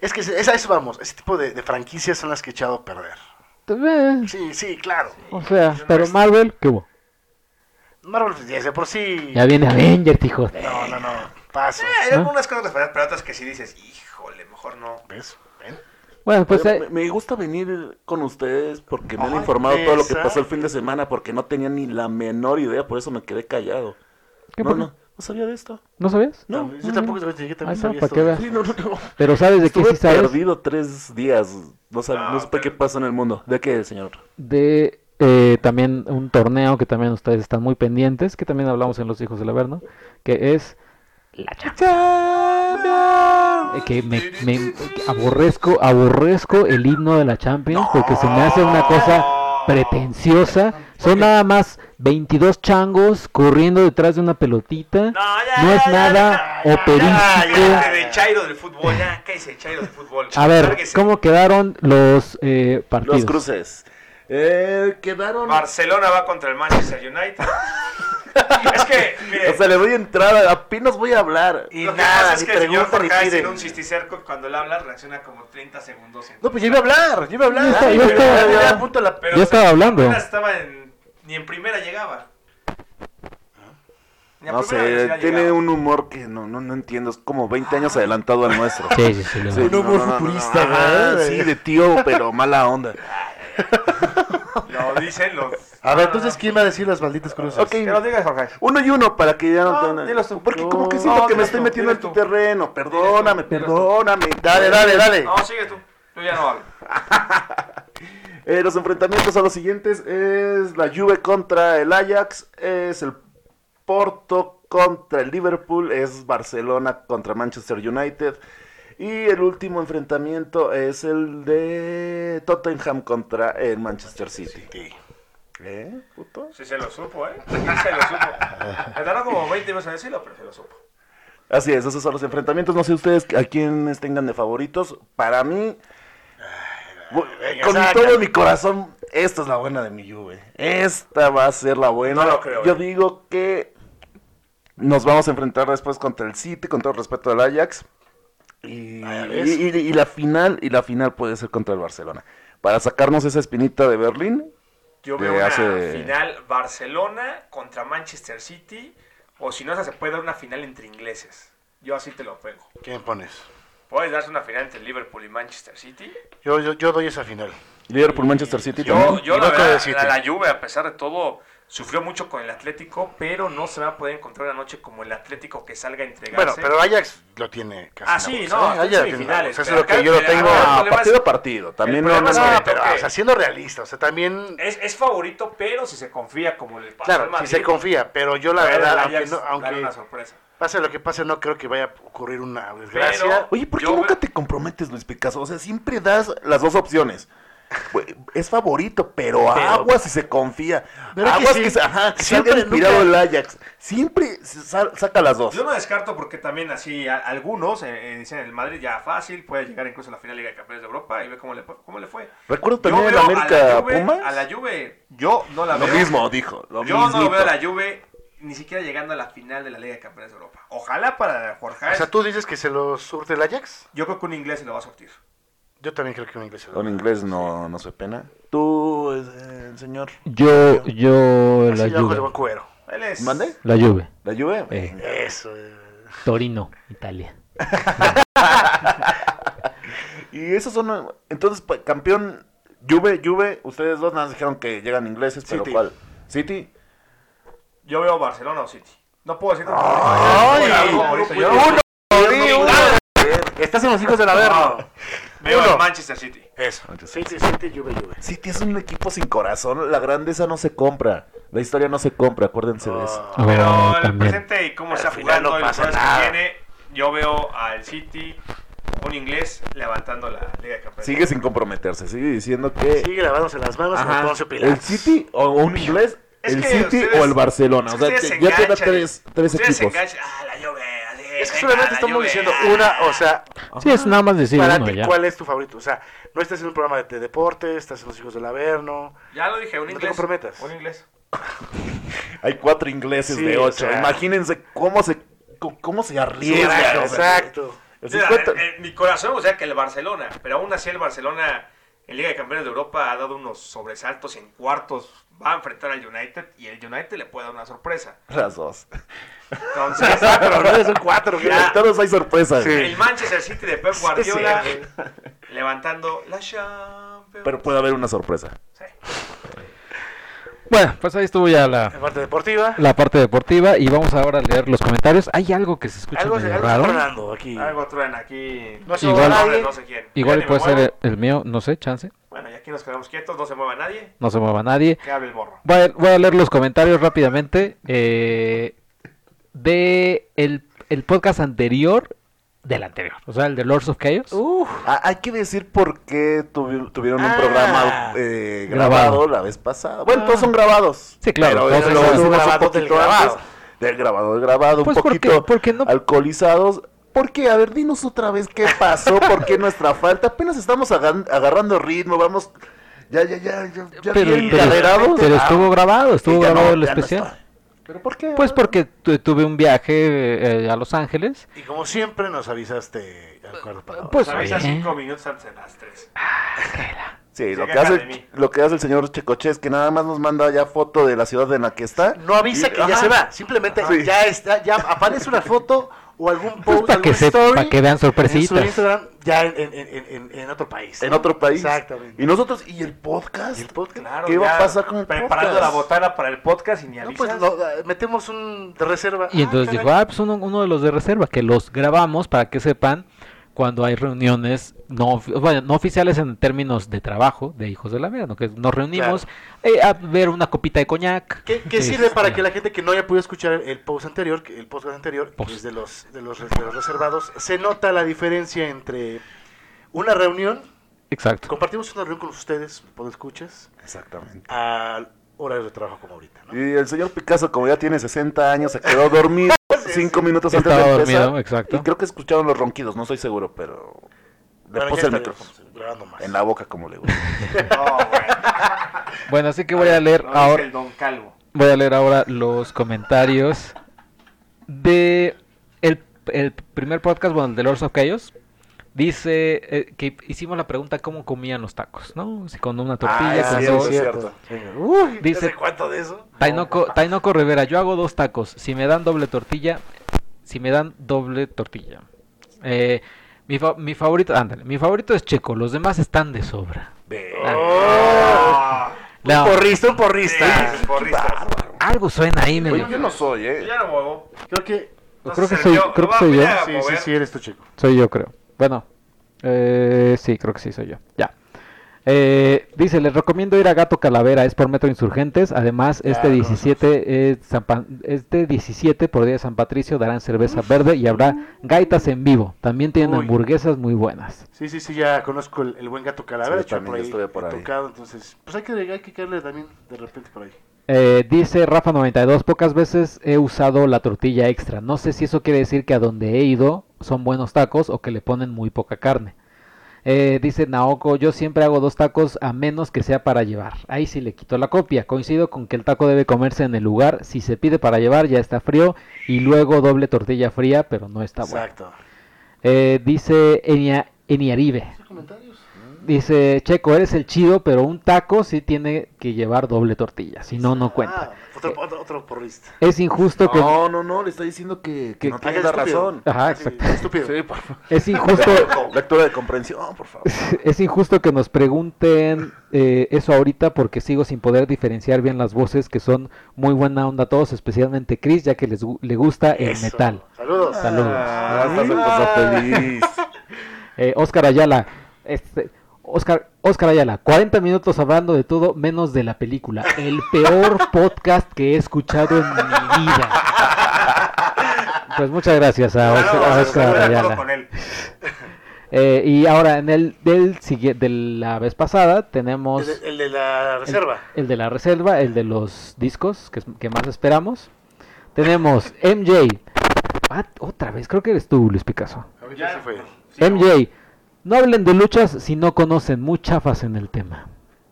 [SPEAKER 3] Es que es, a eso vamos. Ese tipo de, de franquicias son las que he echado a perder.
[SPEAKER 1] Eh,
[SPEAKER 3] Sí, sí, claro.
[SPEAKER 1] O sea, pero Marvel, ¿qué hubo?
[SPEAKER 3] Marvel, pues, ya de por sí.
[SPEAKER 1] Ya viene Avengers, hijo de...
[SPEAKER 3] No, no, no. Paso.
[SPEAKER 4] Eh, hay
[SPEAKER 1] ¿No?
[SPEAKER 4] algunas cosas que fallan, pero otras que sí dices, híjole, mejor no.
[SPEAKER 3] ¿Ves? ¿Ven?
[SPEAKER 1] Bueno, pues
[SPEAKER 2] Oigan,
[SPEAKER 1] eh,
[SPEAKER 2] me, me gusta venir con ustedes porque me han
[SPEAKER 3] Ay,
[SPEAKER 2] informado todo lo que pasó el
[SPEAKER 3] exacto.
[SPEAKER 2] fin de semana porque no tenía ni la menor idea, por eso me quedé callado.
[SPEAKER 1] ¿qué
[SPEAKER 2] no,
[SPEAKER 1] por-
[SPEAKER 2] no, no sabía de esto.
[SPEAKER 1] ¿no sabías?
[SPEAKER 2] No,
[SPEAKER 3] No, yo tampoco sabía, yo
[SPEAKER 1] Ahí
[SPEAKER 3] también
[SPEAKER 1] está,
[SPEAKER 3] sabía
[SPEAKER 1] para
[SPEAKER 3] esto.
[SPEAKER 1] que veas.
[SPEAKER 2] Sí, no, no, no.
[SPEAKER 1] Pero ¿sabes de qué sí
[SPEAKER 2] Estuve
[SPEAKER 1] sabes?
[SPEAKER 2] perdido tres días. No, sab-
[SPEAKER 4] Ah,
[SPEAKER 2] no supe
[SPEAKER 4] pero-
[SPEAKER 2] qué pasa en el mundo. ¿De qué, señor?
[SPEAKER 1] de eh, también un torneo que también ustedes están muy pendientes, que también hablamos en Los Hijos del Averno, que es la Champions. Eh, Que me, me- que aborrezco, aborrezco el himno de la Champions porque se me hace una cosa pretenciosa. Son nada más 22 changos corriendo detrás de una pelotita. No es nada
[SPEAKER 4] Ya,
[SPEAKER 1] operístico.
[SPEAKER 4] de Chairo del fútbol, ya, cállese, Chairo del fútbol.
[SPEAKER 1] A ver,
[SPEAKER 4] Lárguese.
[SPEAKER 1] ¿cómo quedaron los eh,
[SPEAKER 2] Los
[SPEAKER 1] partidos?
[SPEAKER 2] cruces. Eh, quedaron...
[SPEAKER 4] Barcelona va contra el Manchester United. es que, mire,
[SPEAKER 2] O sea, le voy a entrar, apenas voy a hablar.
[SPEAKER 3] Y
[SPEAKER 4] lo que
[SPEAKER 3] nada,
[SPEAKER 4] pasa es
[SPEAKER 3] ni
[SPEAKER 4] que el señor
[SPEAKER 3] pregunta ni
[SPEAKER 4] Jorge
[SPEAKER 3] pide.
[SPEAKER 4] tiene un cisticerco y cuando le hablas reacciona como 30 segundos. en-
[SPEAKER 3] No, pues yo iba a hablar, yo iba a hablar.
[SPEAKER 1] Yo estaba- yo
[SPEAKER 3] Ay, pero
[SPEAKER 1] estaba-
[SPEAKER 3] ya, ya, apunto la
[SPEAKER 1] Yo
[SPEAKER 4] Pero o sea,
[SPEAKER 1] estaba hablando.
[SPEAKER 4] apenas estaba en- ni en primera llegaba. Ni a
[SPEAKER 2] No
[SPEAKER 4] primera
[SPEAKER 2] sé,
[SPEAKER 4] velocidad
[SPEAKER 2] tiene
[SPEAKER 4] llegaba.
[SPEAKER 2] un humor que no, no, no entiendo. Es como 20 años adelantado al nuestro.
[SPEAKER 1] Sí, sí, sí, lo-
[SPEAKER 2] Sí,
[SPEAKER 3] Un
[SPEAKER 2] no, no,
[SPEAKER 3] humor
[SPEAKER 2] no, no, no.
[SPEAKER 3] futurista,
[SPEAKER 2] Ajá,
[SPEAKER 3] ¿verdad?
[SPEAKER 2] Sí, de tío, pero mala onda.
[SPEAKER 4] Lo dicen los...
[SPEAKER 3] A ver, entonces, ¿quién va a decir las malditas cruces?
[SPEAKER 2] Ok.
[SPEAKER 4] Que lo digas, Jorge.
[SPEAKER 2] Uno y uno para que ya no, te-
[SPEAKER 4] dilos tú.
[SPEAKER 2] Porque como que
[SPEAKER 4] No,
[SPEAKER 2] siento que me
[SPEAKER 4] dilos
[SPEAKER 2] estoy
[SPEAKER 4] tú,
[SPEAKER 2] metiendo en
[SPEAKER 4] dilos
[SPEAKER 2] tu
[SPEAKER 4] tú.
[SPEAKER 2] terreno. Perdóname,
[SPEAKER 4] Dilos tú.
[SPEAKER 2] perdóname.
[SPEAKER 3] Dale, dale, dale.
[SPEAKER 4] No, sigue tú. Yo ya no hablo.
[SPEAKER 2] Eh, los enfrentamientos a los siguientes es la Juve contra el Ajax, es el Porto contra el Liverpool, es Barcelona contra Manchester United. Y el último enfrentamiento es el de Tottenham contra el Manchester City.
[SPEAKER 3] Sí.
[SPEAKER 2] ¿Eh, puto?
[SPEAKER 4] Sí, se lo supo, ¿eh? Sí, se lo supo. Me tardó como 20 minutos en decirlo, pero se lo supo.
[SPEAKER 2] Así es, esos son los enfrentamientos. No sé ustedes a quiénes tengan de favoritos. Para mí,
[SPEAKER 3] venga,
[SPEAKER 2] con
[SPEAKER 3] saca.
[SPEAKER 2] todo mi corazón, esta es la buena de mi Juve. Esta va a ser la buena.
[SPEAKER 4] No lo creo,
[SPEAKER 2] Yo
[SPEAKER 4] eh.
[SPEAKER 2] digo que nos vamos a enfrentar después contra el City, con todo respeto al Ajax. Y,
[SPEAKER 3] Ah, ya
[SPEAKER 2] y-
[SPEAKER 3] ves.
[SPEAKER 2] y- y la final, y la final puede ser contra el Barcelona. Para sacarnos esa espinita de Berlín.
[SPEAKER 4] Yo
[SPEAKER 2] De
[SPEAKER 4] veo una
[SPEAKER 2] hace-
[SPEAKER 4] final Barcelona contra Manchester City, o si no, esa se puede dar una final entre ingleses. Yo así te lo pego.
[SPEAKER 3] ¿Quién pones?
[SPEAKER 4] Puedes darse una final entre Liverpool y Manchester City.
[SPEAKER 3] Yo, yo, yo doy esa final.
[SPEAKER 2] Liverpool, Manchester City
[SPEAKER 4] Yo,
[SPEAKER 2] también.
[SPEAKER 4] yo
[SPEAKER 3] Y
[SPEAKER 4] la
[SPEAKER 3] no creo
[SPEAKER 4] verdad,
[SPEAKER 3] decirte.
[SPEAKER 4] la, la Juve, a pesar de todo, sufrió mucho con el Atlético, pero no se va a poder encontrar una noche como el Atlético que salga a entregarse.
[SPEAKER 3] Bueno, pero Ajax lo tiene casi. en
[SPEAKER 4] Ah,
[SPEAKER 3] la
[SPEAKER 4] sí,
[SPEAKER 3] bolsa,
[SPEAKER 4] no,
[SPEAKER 3] ¿eh?
[SPEAKER 4] hasta en
[SPEAKER 3] Ajax tiene-
[SPEAKER 4] semifinales,
[SPEAKER 3] o sea, eso
[SPEAKER 4] pero
[SPEAKER 3] es lo que
[SPEAKER 4] acá
[SPEAKER 3] yo lo
[SPEAKER 4] el-
[SPEAKER 3] tengo.
[SPEAKER 2] Ah,
[SPEAKER 4] ah, el problema
[SPEAKER 2] partido
[SPEAKER 4] es-
[SPEAKER 2] a partido. También
[SPEAKER 4] el
[SPEAKER 2] no, no
[SPEAKER 4] problema
[SPEAKER 2] es
[SPEAKER 4] es
[SPEAKER 2] que-
[SPEAKER 4] que-
[SPEAKER 3] No, pero
[SPEAKER 4] ok.
[SPEAKER 3] o sea, siendo realista, o sea, también
[SPEAKER 4] es, es favorito, pero si se confía como le pasó al
[SPEAKER 3] Claro, si
[SPEAKER 4] Madrid,
[SPEAKER 3] se confía, pero yo la
[SPEAKER 4] puede el
[SPEAKER 3] verdad, aunque,
[SPEAKER 4] Ajax
[SPEAKER 3] no-
[SPEAKER 4] dar
[SPEAKER 3] aunque
[SPEAKER 4] una sorpresa.
[SPEAKER 3] pase lo que pase, no creo que vaya a ocurrir una desgracia.
[SPEAKER 2] Oye, ¿por qué
[SPEAKER 4] Yo
[SPEAKER 2] nunca
[SPEAKER 4] veo-
[SPEAKER 2] te comprometes, Luis Picasso? O sea, siempre das las dos opciones. Güey, Es favorito, pero, agua si se confía.
[SPEAKER 3] Pero es que
[SPEAKER 2] aguas que,
[SPEAKER 3] sí,
[SPEAKER 2] se- ajá, que salga
[SPEAKER 3] siempre,
[SPEAKER 2] inspirado
[SPEAKER 3] nunca-
[SPEAKER 2] el Ajax. Siempre se sal- saca las dos.
[SPEAKER 4] Yo no descarto porque también así a- algunos eh, eh, dicen el Madrid ya fácil, puede llegar incluso a la final de Liga de Campeones de Europa y ve cómo le, cómo le fue.
[SPEAKER 2] Recuerdo
[SPEAKER 4] Yo
[SPEAKER 2] también el
[SPEAKER 4] veo a
[SPEAKER 2] América
[SPEAKER 4] la Juve,
[SPEAKER 2] Pumas.
[SPEAKER 4] A la Juve, yo no la
[SPEAKER 2] Lo
[SPEAKER 4] veo.
[SPEAKER 2] mismo, dijo. Lo
[SPEAKER 4] yo no
[SPEAKER 2] mismito.
[SPEAKER 4] veo a la Juve ni siquiera llegando a la final de la Liga de Campeones de Europa. Ojalá para Jorge.
[SPEAKER 3] O sea, tú dices que se lo surte el Ajax.
[SPEAKER 4] Yo creo que un inglés se lo va a sortir.
[SPEAKER 3] Yo también creo que un inglés se lo
[SPEAKER 2] En inglés no, no se pena. Tú, eh, señor.
[SPEAKER 1] Yo, yo,
[SPEAKER 3] Así
[SPEAKER 1] la
[SPEAKER 3] yo hago de
[SPEAKER 1] Juve.
[SPEAKER 3] buen cubero.
[SPEAKER 4] Él es.
[SPEAKER 2] ¿Mande?
[SPEAKER 1] La Juve.
[SPEAKER 2] ¿La Juve?
[SPEAKER 1] Eh.
[SPEAKER 3] Eso. eh.
[SPEAKER 1] Torino, Italia.
[SPEAKER 2] Y esos son. Entonces, pa- campeón. Juve, Juve. Ustedes dos nada más dijeron que llegan ingleses, pero
[SPEAKER 3] City.
[SPEAKER 2] ¿cuál? ¿City?
[SPEAKER 4] Yo veo Barcelona o City. No puedo decir que
[SPEAKER 2] Ah,
[SPEAKER 3] ¡Ay!
[SPEAKER 4] Uno.
[SPEAKER 3] Estás en los hijos del
[SPEAKER 4] No.
[SPEAKER 3] Averno.
[SPEAKER 4] Veo
[SPEAKER 3] Uno.
[SPEAKER 4] al Manchester City.
[SPEAKER 3] Eso.
[SPEAKER 2] Manchester
[SPEAKER 3] Sí, sí, sí, Juve, Juve.
[SPEAKER 2] City es un equipo sin corazón. La grandeza no se compra. La historia no se compra, acuérdense de eso.
[SPEAKER 3] Ah,
[SPEAKER 4] Pero
[SPEAKER 1] Oh,
[SPEAKER 4] el
[SPEAKER 1] también.
[SPEAKER 4] presente y cómo
[SPEAKER 3] Al
[SPEAKER 4] está
[SPEAKER 3] final
[SPEAKER 4] jugando
[SPEAKER 3] no
[SPEAKER 4] y los
[SPEAKER 3] pasa
[SPEAKER 4] jugadores
[SPEAKER 3] nada.
[SPEAKER 4] que tiene, eh, yo veo al City, un inglés, levantando la Liga de Campeones.
[SPEAKER 2] Sigue sin comprometerse, sigue diciendo que.
[SPEAKER 3] Sigue lavándose las manos
[SPEAKER 2] Ajá,
[SPEAKER 3] con Poncio Pilar.
[SPEAKER 2] el City o un inglés.
[SPEAKER 4] Es
[SPEAKER 2] el
[SPEAKER 4] que
[SPEAKER 2] City
[SPEAKER 4] ustedes-
[SPEAKER 2] o el Barcelona.
[SPEAKER 4] Es
[SPEAKER 2] O
[SPEAKER 4] que
[SPEAKER 2] sea,
[SPEAKER 4] ustedes
[SPEAKER 2] te-
[SPEAKER 4] se
[SPEAKER 2] ya te da
[SPEAKER 4] enganchan.
[SPEAKER 2] tres, tres
[SPEAKER 4] Ustedes se
[SPEAKER 2] equipos.
[SPEAKER 4] enganchan. Ah, la Juve, así,
[SPEAKER 3] Es que
[SPEAKER 4] venga,
[SPEAKER 3] solamente
[SPEAKER 4] la
[SPEAKER 3] estamos
[SPEAKER 4] Juve,
[SPEAKER 3] diciendo
[SPEAKER 4] ah.
[SPEAKER 3] una, o sea,
[SPEAKER 1] Sí, es nada más decir
[SPEAKER 3] para
[SPEAKER 1] uno
[SPEAKER 3] ti,
[SPEAKER 1] ya.
[SPEAKER 3] ¿cuál es tu favorito? O sea, no estás en un programa de, de deporte, estás en los hijos del Averno.
[SPEAKER 4] Ya lo dije, un
[SPEAKER 3] No te
[SPEAKER 4] inglés.
[SPEAKER 3] comprometas.
[SPEAKER 4] Un inglés.
[SPEAKER 2] Hay cuatro ingleses
[SPEAKER 3] Sí,
[SPEAKER 2] de
[SPEAKER 3] o
[SPEAKER 2] ocho.
[SPEAKER 3] sea.
[SPEAKER 2] Imagínense cómo se, cómo- cómo se arriesgan.
[SPEAKER 3] Exacto,
[SPEAKER 2] o sea,
[SPEAKER 3] exacto.
[SPEAKER 2] el
[SPEAKER 4] Mira,
[SPEAKER 2] 50
[SPEAKER 3] eh,
[SPEAKER 4] en- en mi corazón, o sea, que el Barcelona, pero aún así el Barcelona en Liga de Campeones de Europa ha dado unos sobresaltos en cuartos. Va a enfrentar al United y el United le puede dar una sorpresa.
[SPEAKER 2] las dos.
[SPEAKER 4] Entonces,
[SPEAKER 3] Pero eh. no son cuatro,
[SPEAKER 4] Ya.
[SPEAKER 2] En todos hay sorpresas.
[SPEAKER 3] Sí.
[SPEAKER 4] El Manchester City de Pep Guardiola
[SPEAKER 3] Sí, sí.
[SPEAKER 4] levantando la Champions.
[SPEAKER 2] Pero puede haber una sorpresa.
[SPEAKER 4] Sí.
[SPEAKER 1] Bueno, pues ahí estuvo ya
[SPEAKER 3] La
[SPEAKER 1] la,
[SPEAKER 3] parte deportiva.
[SPEAKER 1] la parte deportiva y vamos ahora a leer los comentarios. Hay algo que se escucha
[SPEAKER 3] Algo,
[SPEAKER 1] medio
[SPEAKER 3] algo está
[SPEAKER 1] raro.
[SPEAKER 3] tronando aquí.
[SPEAKER 4] Algo truena aquí.
[SPEAKER 3] No se
[SPEAKER 1] Igual-
[SPEAKER 3] Igual,
[SPEAKER 1] mueva
[SPEAKER 4] Hombre,
[SPEAKER 3] nadie.
[SPEAKER 4] no sé quién.
[SPEAKER 1] Igual
[SPEAKER 4] Ya ni me
[SPEAKER 1] puede ser
[SPEAKER 4] muevo.
[SPEAKER 1] el, el mío, no sé, chance.
[SPEAKER 4] Bueno, y aquí nos quedamos quietos, no se mueva nadie.
[SPEAKER 1] No se mueva nadie.
[SPEAKER 4] Que hable el borro.
[SPEAKER 1] Voy a, voy a leer los comentarios rápidamente. eh, de el, el podcast anterior, del anterior. O sea, el de Lords of Chaos.
[SPEAKER 2] Ah, hay que decir por qué tuvi- tuvieron un
[SPEAKER 3] Ah.
[SPEAKER 2] programa eh,
[SPEAKER 1] Grabado.
[SPEAKER 2] grabado la vez pasada. Bueno, todos son grabados.
[SPEAKER 1] Sí, claro,
[SPEAKER 2] Pero
[SPEAKER 1] todos
[SPEAKER 2] ese
[SPEAKER 1] son
[SPEAKER 2] lo
[SPEAKER 1] grabados.
[SPEAKER 2] hicimos un
[SPEAKER 3] Grabado del
[SPEAKER 2] poquito
[SPEAKER 3] grabado.
[SPEAKER 2] antes Del grabado, del grabado,
[SPEAKER 1] Pues,
[SPEAKER 2] un
[SPEAKER 1] ¿por qué-
[SPEAKER 2] poquito
[SPEAKER 1] por qué no?
[SPEAKER 2] alcoholizados. ¿Por qué? A ver, dinos otra vez qué pasó, por qué nuestra falta. Apenas estamos aga- agarrando ritmo, vamos. Ya, ya, ya, ya, ya
[SPEAKER 1] pero,
[SPEAKER 2] bien
[SPEAKER 1] pero-
[SPEAKER 2] encaderado.
[SPEAKER 1] pero
[SPEAKER 2] Ah,
[SPEAKER 1] estuvo grabado, estuvo
[SPEAKER 2] y ya no,
[SPEAKER 1] grabado el
[SPEAKER 2] ya no
[SPEAKER 1] especial.
[SPEAKER 2] está. ¿Pero por qué?
[SPEAKER 1] Pues porque tu- tuve un viaje eh, a Los Ángeles.
[SPEAKER 3] Y como siempre nos avisaste al cuarto para ahora.
[SPEAKER 1] Pues
[SPEAKER 4] Nos avisa
[SPEAKER 1] oye,
[SPEAKER 4] cinco minutos antes de las tres.
[SPEAKER 2] Sí, lo que,
[SPEAKER 4] Se queja
[SPEAKER 2] hace,
[SPEAKER 4] de mí.
[SPEAKER 2] lo que hace el señor Checoche es que nada más nos manda ya foto de la ciudad en la que está.
[SPEAKER 3] no avisa que ya
[SPEAKER 2] Ajá.
[SPEAKER 3] se va, simplemente
[SPEAKER 2] Ajá.
[SPEAKER 3] ya está, ya aparece una foto o algún post,
[SPEAKER 1] para Pues que
[SPEAKER 3] alguna
[SPEAKER 1] sepa,
[SPEAKER 3] Oh, story
[SPEAKER 1] para que vean
[SPEAKER 3] en su
[SPEAKER 1] sorpresitas.
[SPEAKER 3] Instagram ya en, en- en- en- en otro país.
[SPEAKER 2] En otro país.
[SPEAKER 3] Exactamente.
[SPEAKER 2] Y nosotros, ¿y el podcast?
[SPEAKER 3] ¿Y el podcast?
[SPEAKER 4] Claro,
[SPEAKER 2] ¿Qué va
[SPEAKER 4] ya
[SPEAKER 2] a pasar con el
[SPEAKER 4] Preparando
[SPEAKER 2] podcast?
[SPEAKER 4] la botana para el podcast y ni
[SPEAKER 3] No,
[SPEAKER 4] avisas.
[SPEAKER 3] pues lo- eh, metemos un de reserva.
[SPEAKER 1] Y entonces dijo, ah, pues uno, uno de los de reserva, que los grabamos para que sepan cuando hay reuniones no, ofi- bueno, no oficiales en términos de trabajo de Hijos de la Vera, ¿no? que nos reunimos eh, a ver una copita de coñac.
[SPEAKER 3] Que, que
[SPEAKER 1] Eh,
[SPEAKER 3] sirve para
[SPEAKER 1] eh,
[SPEAKER 3] que la gente que no haya podido escuchar el post anterior, que- el podcast anterior, que
[SPEAKER 1] Post.
[SPEAKER 3] es de los, de, los, res- de los reservados, se nota la diferencia entre una reunión,
[SPEAKER 1] Exacto.
[SPEAKER 3] compartimos una reunión con ustedes, por escuchas,
[SPEAKER 2] Exactamente.
[SPEAKER 3] a horas de trabajo como ahorita, ¿no?
[SPEAKER 2] Y el señor Picasso, como ya tiene 60 años, se quedó dormido cinco minutos antes de
[SPEAKER 1] Estaba
[SPEAKER 2] empezar.
[SPEAKER 1] dormido, exacto.
[SPEAKER 2] Y creo que escucharon los ronquidos, no estoy seguro, pero le
[SPEAKER 3] Bueno,
[SPEAKER 2] puse
[SPEAKER 3] ya
[SPEAKER 2] el
[SPEAKER 3] estaremos
[SPEAKER 2] micrófono
[SPEAKER 3] grabando más.
[SPEAKER 2] en la boca como le gusta.
[SPEAKER 4] No, bueno.
[SPEAKER 1] Bueno, así que voy a leer
[SPEAKER 4] Lo dice
[SPEAKER 1] ahora
[SPEAKER 4] el Don Calvo.
[SPEAKER 1] voy a leer ahora los comentarios de el, el primer podcast, bueno, el de Lords of Chaos. Dice eh, que hicimos la pregunta cómo comían los tacos, ¿no? Si con una tortilla,
[SPEAKER 2] Ah,
[SPEAKER 1] con
[SPEAKER 2] sí,
[SPEAKER 1] dos.
[SPEAKER 2] sí, cierto.
[SPEAKER 3] Venga. Uy,
[SPEAKER 1] Dice-
[SPEAKER 3] ¿hace cuánto de eso?
[SPEAKER 1] Tainoco, Tainoco Rivera, yo hago dos tacos. Si me dan doble tortilla, si me dan doble tortilla. Eh, mi, fa- mi favorito, ándale, mi favorito es Checo, los demás están de sobra.
[SPEAKER 2] de...
[SPEAKER 3] Ah,
[SPEAKER 1] No,
[SPEAKER 3] Un porrista, un
[SPEAKER 4] Ah. Sí,
[SPEAKER 3] porrista.
[SPEAKER 4] es porrista.
[SPEAKER 1] algo suena ahí, medio.
[SPEAKER 2] Oye, yo no soy,
[SPEAKER 4] Yo
[SPEAKER 2] ¿eh?
[SPEAKER 4] ya no muevo.
[SPEAKER 3] Creo que.
[SPEAKER 4] No
[SPEAKER 1] Creo
[SPEAKER 4] sé,
[SPEAKER 1] que soy-
[SPEAKER 4] Sergio,
[SPEAKER 1] creo que
[SPEAKER 4] lo
[SPEAKER 1] soy
[SPEAKER 4] voy a
[SPEAKER 1] yo.
[SPEAKER 4] poner a
[SPEAKER 3] Sí, sí,
[SPEAKER 4] mover.
[SPEAKER 3] sí, eres tu chico.
[SPEAKER 1] Soy yo, creo. Bueno, eh, sí, creo que sí soy yo. Ya. Eh, dice, les recomiendo ir a Gato Calavera, es por Metro Insurgentes. Además, este 17 es San Pa- este 17 por Día de San Patricio darán cerveza verde y habrá gaitas en vivo. También tienen
[SPEAKER 3] Uy.
[SPEAKER 1] hamburguesas muy buenas.
[SPEAKER 3] Sí, sí, sí, ya conozco el, el buen gato
[SPEAKER 2] Sí,
[SPEAKER 3] calavera.
[SPEAKER 2] yo
[SPEAKER 3] de hecho,
[SPEAKER 2] también
[SPEAKER 3] por ahí
[SPEAKER 2] estuve por
[SPEAKER 3] he
[SPEAKER 2] ahí.
[SPEAKER 3] tocado, entonces. Pues hay que, hay que caerle también de repente por ahí.
[SPEAKER 1] Eh, dice Rafa 92, pocas veces he usado la tortilla extra. No sé si eso quiere decir que a donde he ido son buenos tacos o que le ponen muy poca carne. Eh, dice Naoko, yo siempre hago dos tacos a menos que sea para llevar. Ahí sí le quito la copia. Coincido con que el taco debe comerse en el lugar. Si se pide para llevar ya está frío y luego doble tortilla fría, pero no está bueno.
[SPEAKER 3] Exacto.
[SPEAKER 1] Eh, dice Enia, Eniaribe.
[SPEAKER 3] comentarios?
[SPEAKER 1] Dice Checo, eres el chido, pero un taco sí tiene que llevar doble tortilla. Si no, no cuenta.
[SPEAKER 3] Ah, otro, otro, otro porrista.
[SPEAKER 1] Es injusto que...
[SPEAKER 2] No, no, no, le está diciendo que, que
[SPEAKER 1] Que-
[SPEAKER 2] no
[SPEAKER 1] que
[SPEAKER 2] tiene
[SPEAKER 3] es
[SPEAKER 2] la
[SPEAKER 3] estúpido.
[SPEAKER 2] razón.
[SPEAKER 1] Ajá,
[SPEAKER 3] Sí,
[SPEAKER 1] ah, exacto.
[SPEAKER 3] estúpido.
[SPEAKER 2] Sí, por favor.
[SPEAKER 1] Es injusto,
[SPEAKER 2] Lectura de comprensión, por favor.
[SPEAKER 1] es injusto que nos pregunten eh, eso ahorita porque sigo sin poder diferenciar bien las voces que son muy buena onda a todos, especialmente Chris, ya que les gu- le gusta el
[SPEAKER 3] Eso.
[SPEAKER 1] metal.
[SPEAKER 3] Saludos.
[SPEAKER 1] Saludos.
[SPEAKER 2] Ah, estás en cosa feliz.
[SPEAKER 1] Eh, Oscar Ayala, este, Oscar, Oscar Ayala, 40 minutos hablando de todo menos de la película. El peor podcast que he escuchado en mi vida. Pues muchas gracias a
[SPEAKER 4] Claro,
[SPEAKER 1] Oscar, a
[SPEAKER 4] estoy
[SPEAKER 1] Oscar
[SPEAKER 4] de acuerdo
[SPEAKER 1] Ayala.
[SPEAKER 4] con él.
[SPEAKER 1] Eh, y ahora, en el del, sigui- de la vez pasada, tenemos...
[SPEAKER 3] El, de- el de la
[SPEAKER 1] El-
[SPEAKER 3] reserva.
[SPEAKER 1] El, de la reserva, el de los discos que, es- que más esperamos. Tenemos MJ. Ah, otra vez, creo que eres tú, Luis Picasso.
[SPEAKER 3] Ahorita se fue.
[SPEAKER 4] Sí,
[SPEAKER 1] MJ, no hablen de luchas si no conocen, muy chafas en el tema.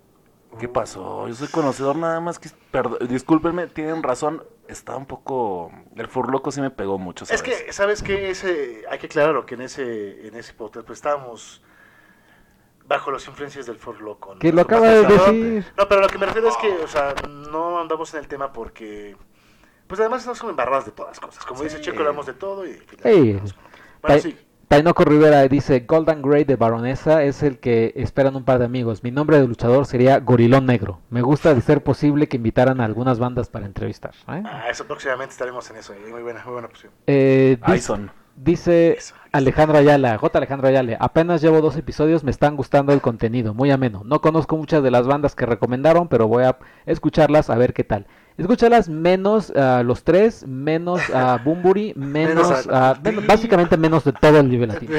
[SPEAKER 2] ¿Qué pasó? Yo soy conocedor nada más que... Perdón, discúlpenme, tienen razón. Está un poco... El furloco sí me pegó mucho,
[SPEAKER 3] Es
[SPEAKER 2] ¿sabes?
[SPEAKER 3] que, ¿sabes qué? Ese, hay que aclararlo que en ese, en ese podcast pues, estábamos bajo las influencias del Ford Loco. ¿no?
[SPEAKER 1] Que lo acaba de decir.
[SPEAKER 3] No, pero lo que me refiero es que, o sea, no andamos en el tema porque... Pues además nos son embarradas de todas las cosas. Como dice Checo, hablamos de todo y...
[SPEAKER 1] Ey.
[SPEAKER 3] Bueno,
[SPEAKER 1] Tai-
[SPEAKER 3] sí.
[SPEAKER 1] Tainoco Rivera dice, Golden Grey de Baronesa es el que esperan un par de amigos. Mi nombre de luchador sería Gorilón Negro. Me gusta de ser posible que invitaran a algunas bandas para entrevistar. ¿eh?
[SPEAKER 3] Ah, eso próximamente estaremos en eso. eh, Muy buena, muy buena opción.
[SPEAKER 1] Eh,
[SPEAKER 2] Ahí
[SPEAKER 1] dice-
[SPEAKER 2] son.
[SPEAKER 1] Dice
[SPEAKER 3] Eso, ahí
[SPEAKER 1] Alejandro Ayala, J. Alejandro Ayala, apenas llevo dos episodios, me están gustando el contenido, muy ameno. No conozco muchas de las bandas que recomendaron, pero voy a escucharlas a ver qué tal. Escúchalas menos a los tres, menos a Bumburi, menos,
[SPEAKER 3] Menos
[SPEAKER 1] a...
[SPEAKER 3] a-
[SPEAKER 1] men- básicamente menos de todo el nivel latino.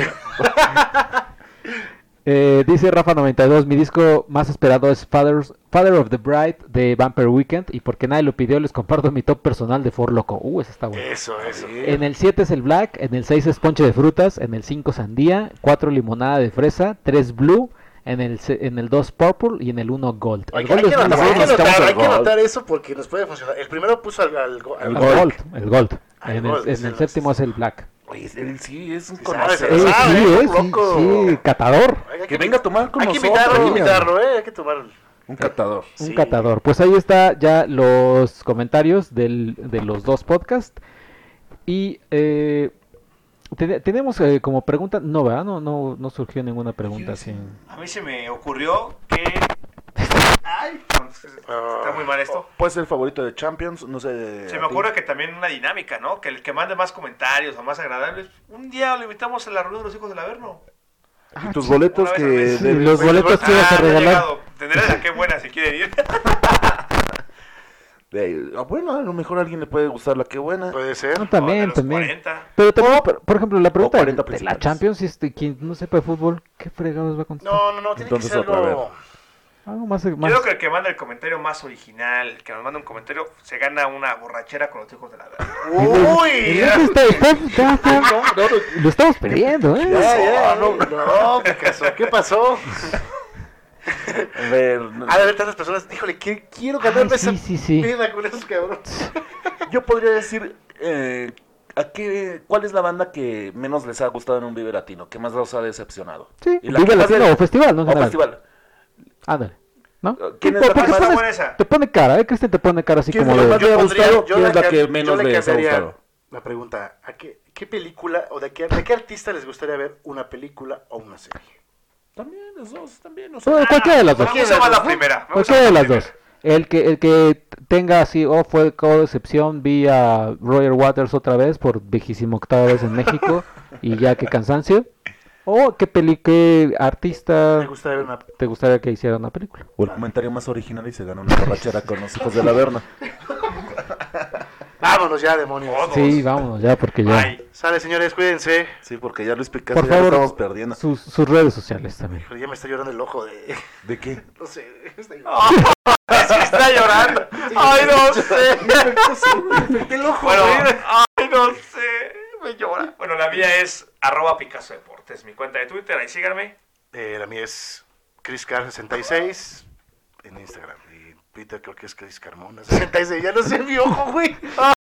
[SPEAKER 1] Eh, dice Rafa92, mi disco más esperado es Fathers, Father of the Bride de Vampire Weekend y porque nadie lo pidió les comparto mi top personal de For Loco. Uh, ese está bueno.
[SPEAKER 3] Eso, eso.
[SPEAKER 1] En el 7 es el black, en el 6 es ponche de frutas, en el 5 sandía, 4 limonada de fresa, 3 blue, en el se- en el 2 purple y en el 1 gold. El
[SPEAKER 3] Hay,
[SPEAKER 1] gold
[SPEAKER 3] hay que
[SPEAKER 1] es muy
[SPEAKER 3] notar, hay
[SPEAKER 1] bueno.
[SPEAKER 3] que
[SPEAKER 2] buena,
[SPEAKER 3] notar,
[SPEAKER 2] estamos
[SPEAKER 3] hay
[SPEAKER 2] al
[SPEAKER 3] que
[SPEAKER 2] gol.
[SPEAKER 3] notar eso porque nos puede funcionar. El primero puso al, al, al-
[SPEAKER 1] El gold, el gold.
[SPEAKER 3] Ah, el
[SPEAKER 1] En el,
[SPEAKER 3] gold,
[SPEAKER 1] en
[SPEAKER 3] sí,
[SPEAKER 1] el
[SPEAKER 3] no,
[SPEAKER 1] séptimo es
[SPEAKER 3] sí.
[SPEAKER 1] el black.
[SPEAKER 2] Oye, él sí es un
[SPEAKER 3] Sí, sabes,
[SPEAKER 1] Eh,
[SPEAKER 2] conocedor.
[SPEAKER 3] Pero
[SPEAKER 1] sí,
[SPEAKER 3] sabe,
[SPEAKER 1] eh,
[SPEAKER 3] un
[SPEAKER 1] sí,
[SPEAKER 3] loco.
[SPEAKER 1] sí, catador.
[SPEAKER 3] Hay
[SPEAKER 2] Que venga a tomar con
[SPEAKER 3] Hay que
[SPEAKER 2] nosotros.
[SPEAKER 3] invitarlo, hay que
[SPEAKER 1] mira.
[SPEAKER 3] invitarlo, eh, hay que tomarlo.
[SPEAKER 2] Un catador.
[SPEAKER 1] Un
[SPEAKER 3] Sí.
[SPEAKER 1] catador. Pues ahí está ya los comentarios del- de los dos podcasts. Y eh, te- tenemos eh, como pregunta, no, ¿verdad? No, no, no surgió ninguna pregunta. así.
[SPEAKER 4] A mí se me ocurrió que... Ay, no, es que está muy mal esto.
[SPEAKER 2] Puede ser el favorito de Champions, no sé.
[SPEAKER 4] Se me ocurre que también una dinámica, ¿no? Que el que mande más comentarios o más agradables, un día lo invitamos a la reunión de los hijos del Averno.
[SPEAKER 2] Y tus boletos
[SPEAKER 4] Una
[SPEAKER 2] que.
[SPEAKER 4] vez al mes.
[SPEAKER 1] Y
[SPEAKER 2] debes-
[SPEAKER 1] los boletos que ibas a
[SPEAKER 4] Ah, no he
[SPEAKER 1] regalar.
[SPEAKER 4] llegado. Tendrás a qué buena si quieren ir.
[SPEAKER 2] Eh, ah, bueno, a lo mejor a alguien le puede gustar la que buena.
[SPEAKER 3] Puede ser.
[SPEAKER 1] No,
[SPEAKER 4] O de
[SPEAKER 1] también,
[SPEAKER 4] los
[SPEAKER 1] también.
[SPEAKER 4] 40.
[SPEAKER 1] Pero también, por, por ejemplo, la pregunta de,
[SPEAKER 2] 40
[SPEAKER 1] de la
[SPEAKER 2] principales.
[SPEAKER 1] Champions, este, quien no sepa de fútbol, ¿qué fregados va a contar?
[SPEAKER 3] No, no, no, tiene
[SPEAKER 2] Entonces,
[SPEAKER 3] que ser
[SPEAKER 2] otra
[SPEAKER 3] algo...
[SPEAKER 1] Algo más,
[SPEAKER 4] Yo
[SPEAKER 1] más-
[SPEAKER 4] creo que el que manda el comentario más original, el que nos manda un comentario, se gana una borrachera con los hijos del Averno.
[SPEAKER 1] El
[SPEAKER 3] ¡Uy!
[SPEAKER 1] otro está- está- está- está- Lo estamos perdiendo, ¿eh?
[SPEAKER 3] Ya,
[SPEAKER 2] ah,
[SPEAKER 3] ya, no, no, Picasso, ¿qué pasó?
[SPEAKER 2] A ver, no-
[SPEAKER 3] A ver, tantas personas, híjole, que quiero ganarme
[SPEAKER 1] Ay, sí,
[SPEAKER 3] esa
[SPEAKER 1] sí, sí.
[SPEAKER 3] peda con esos cabrones.
[SPEAKER 2] yo podría decir. eh, ¿A qué, ¿Cuál es la banda que menos les ha gustado en un Vive Latino? ¿Qué más los ha decepcionado?
[SPEAKER 1] Sí,
[SPEAKER 2] Y la
[SPEAKER 1] Vive
[SPEAKER 2] que más
[SPEAKER 1] Latino
[SPEAKER 2] les-
[SPEAKER 1] o festival, ¿no? En
[SPEAKER 2] O
[SPEAKER 1] general.
[SPEAKER 2] festival.
[SPEAKER 1] Ándale. ¿No?
[SPEAKER 2] ¿Quién es
[SPEAKER 1] Te-
[SPEAKER 2] la
[SPEAKER 1] porque
[SPEAKER 2] más
[SPEAKER 1] pones-
[SPEAKER 4] buena esa?
[SPEAKER 1] Te pone cara, ¿eh? Cristian te pone cara así
[SPEAKER 2] ¿Quién
[SPEAKER 1] como
[SPEAKER 2] es la
[SPEAKER 1] de...
[SPEAKER 2] más- ¿Te ha gustado?
[SPEAKER 3] yo
[SPEAKER 2] ¿Quién es la
[SPEAKER 3] ca-
[SPEAKER 2] que
[SPEAKER 3] yo
[SPEAKER 2] menos les ha
[SPEAKER 3] cambiaría
[SPEAKER 2] gustado?
[SPEAKER 3] La pregunta, ¿a qué, qué película o de qué, de qué artista les gustaría ver una película o una serie?
[SPEAKER 2] También, los dos, también. O sea,
[SPEAKER 4] Ah,
[SPEAKER 1] Pues, cualquiera de las dos.
[SPEAKER 4] Me gusta más la primera. me gusta
[SPEAKER 1] Cualquiera de
[SPEAKER 4] más
[SPEAKER 1] las dos. El que, el que tenga así, o fue como excepción, vi a Roger Waters otra vez por vigésimo octava vez en México y ya que cansancio. O qué, peli, qué
[SPEAKER 3] Me
[SPEAKER 1] artista
[SPEAKER 3] gusta ver una.
[SPEAKER 1] te gustaría que hiciera una película.
[SPEAKER 2] O el comentario más original y se ganó una borrachera con los hijos de la verna.
[SPEAKER 3] Vámonos ya, demonios.
[SPEAKER 4] Todos.
[SPEAKER 1] Sí, vámonos ya, porque ya.
[SPEAKER 4] Ay,
[SPEAKER 3] Sale, señores, cuídense.
[SPEAKER 2] Sí, porque ya Luis Picasso
[SPEAKER 1] por
[SPEAKER 2] ya lo estamos
[SPEAKER 1] favor,
[SPEAKER 2] perdiendo.
[SPEAKER 1] sus, sus redes sociales también.
[SPEAKER 3] Pero ya me está llorando el ojo de.
[SPEAKER 2] ¿De qué?
[SPEAKER 3] No sé. Está
[SPEAKER 4] es que está llorando. Ay, no sé.
[SPEAKER 3] el ojo,
[SPEAKER 4] Bueno,
[SPEAKER 3] güey.
[SPEAKER 4] ay, no sé. Me llora. Bueno, la mía es arroba Picasso Deportes, mi cuenta de Twitter. Ahí síganme.
[SPEAKER 3] Eh, la mía es ChrisCar66 en Instagram. Y Twitter creo que es Chris Carmona 66 Ya no sé mi ojo, güey. Ah,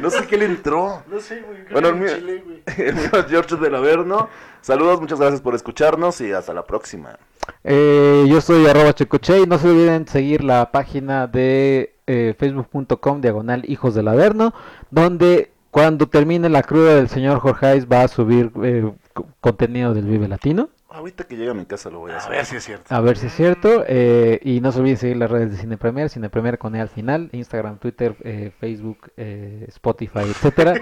[SPEAKER 2] No sé qué le entró.
[SPEAKER 3] no sé, güey.
[SPEAKER 2] Bueno, el
[SPEAKER 3] el
[SPEAKER 2] mío,
[SPEAKER 3] Chile, güey.
[SPEAKER 2] el mío es George del Averno. Saludos, muchas gracias por escucharnos y hasta la próxima.
[SPEAKER 1] Eh, yo soy arroba checoche y no se olviden seguir la página de eh, facebook.com diagonal hijos del averno, donde cuando termine la cruda del señor Jorgeis va a subir eh, co- contenido del Vive Latino.
[SPEAKER 2] Ahorita que llegue a mi casa lo voy a
[SPEAKER 3] A
[SPEAKER 2] hacer.
[SPEAKER 3] ver si es cierto.
[SPEAKER 1] A ver si es cierto. eh, y no se olviden seguir las redes de Cine Premier, Cine Premier con E al final, Instagram, Twitter, eh, Facebook, eh, Spotify, etcétera.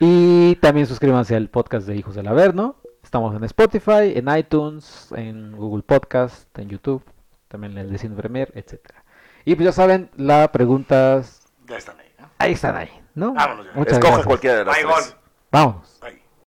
[SPEAKER 1] y también suscríbanse al podcast de Hijos del Averno. Estamos en Spotify, en iTunes, en Google Podcast, en YouTube, también en el de Cine Premier, etcétera. Y pues ya saben, las preguntas
[SPEAKER 3] Ya están ahí. ¿no?
[SPEAKER 1] ahí están ahí, ¿no?
[SPEAKER 3] Vámonos ya.
[SPEAKER 1] Muchas
[SPEAKER 2] Escoja
[SPEAKER 1] gracias.
[SPEAKER 2] cualquiera de las
[SPEAKER 4] Bye, gone.
[SPEAKER 2] tres.
[SPEAKER 1] Vámonos.
[SPEAKER 3] Ahí.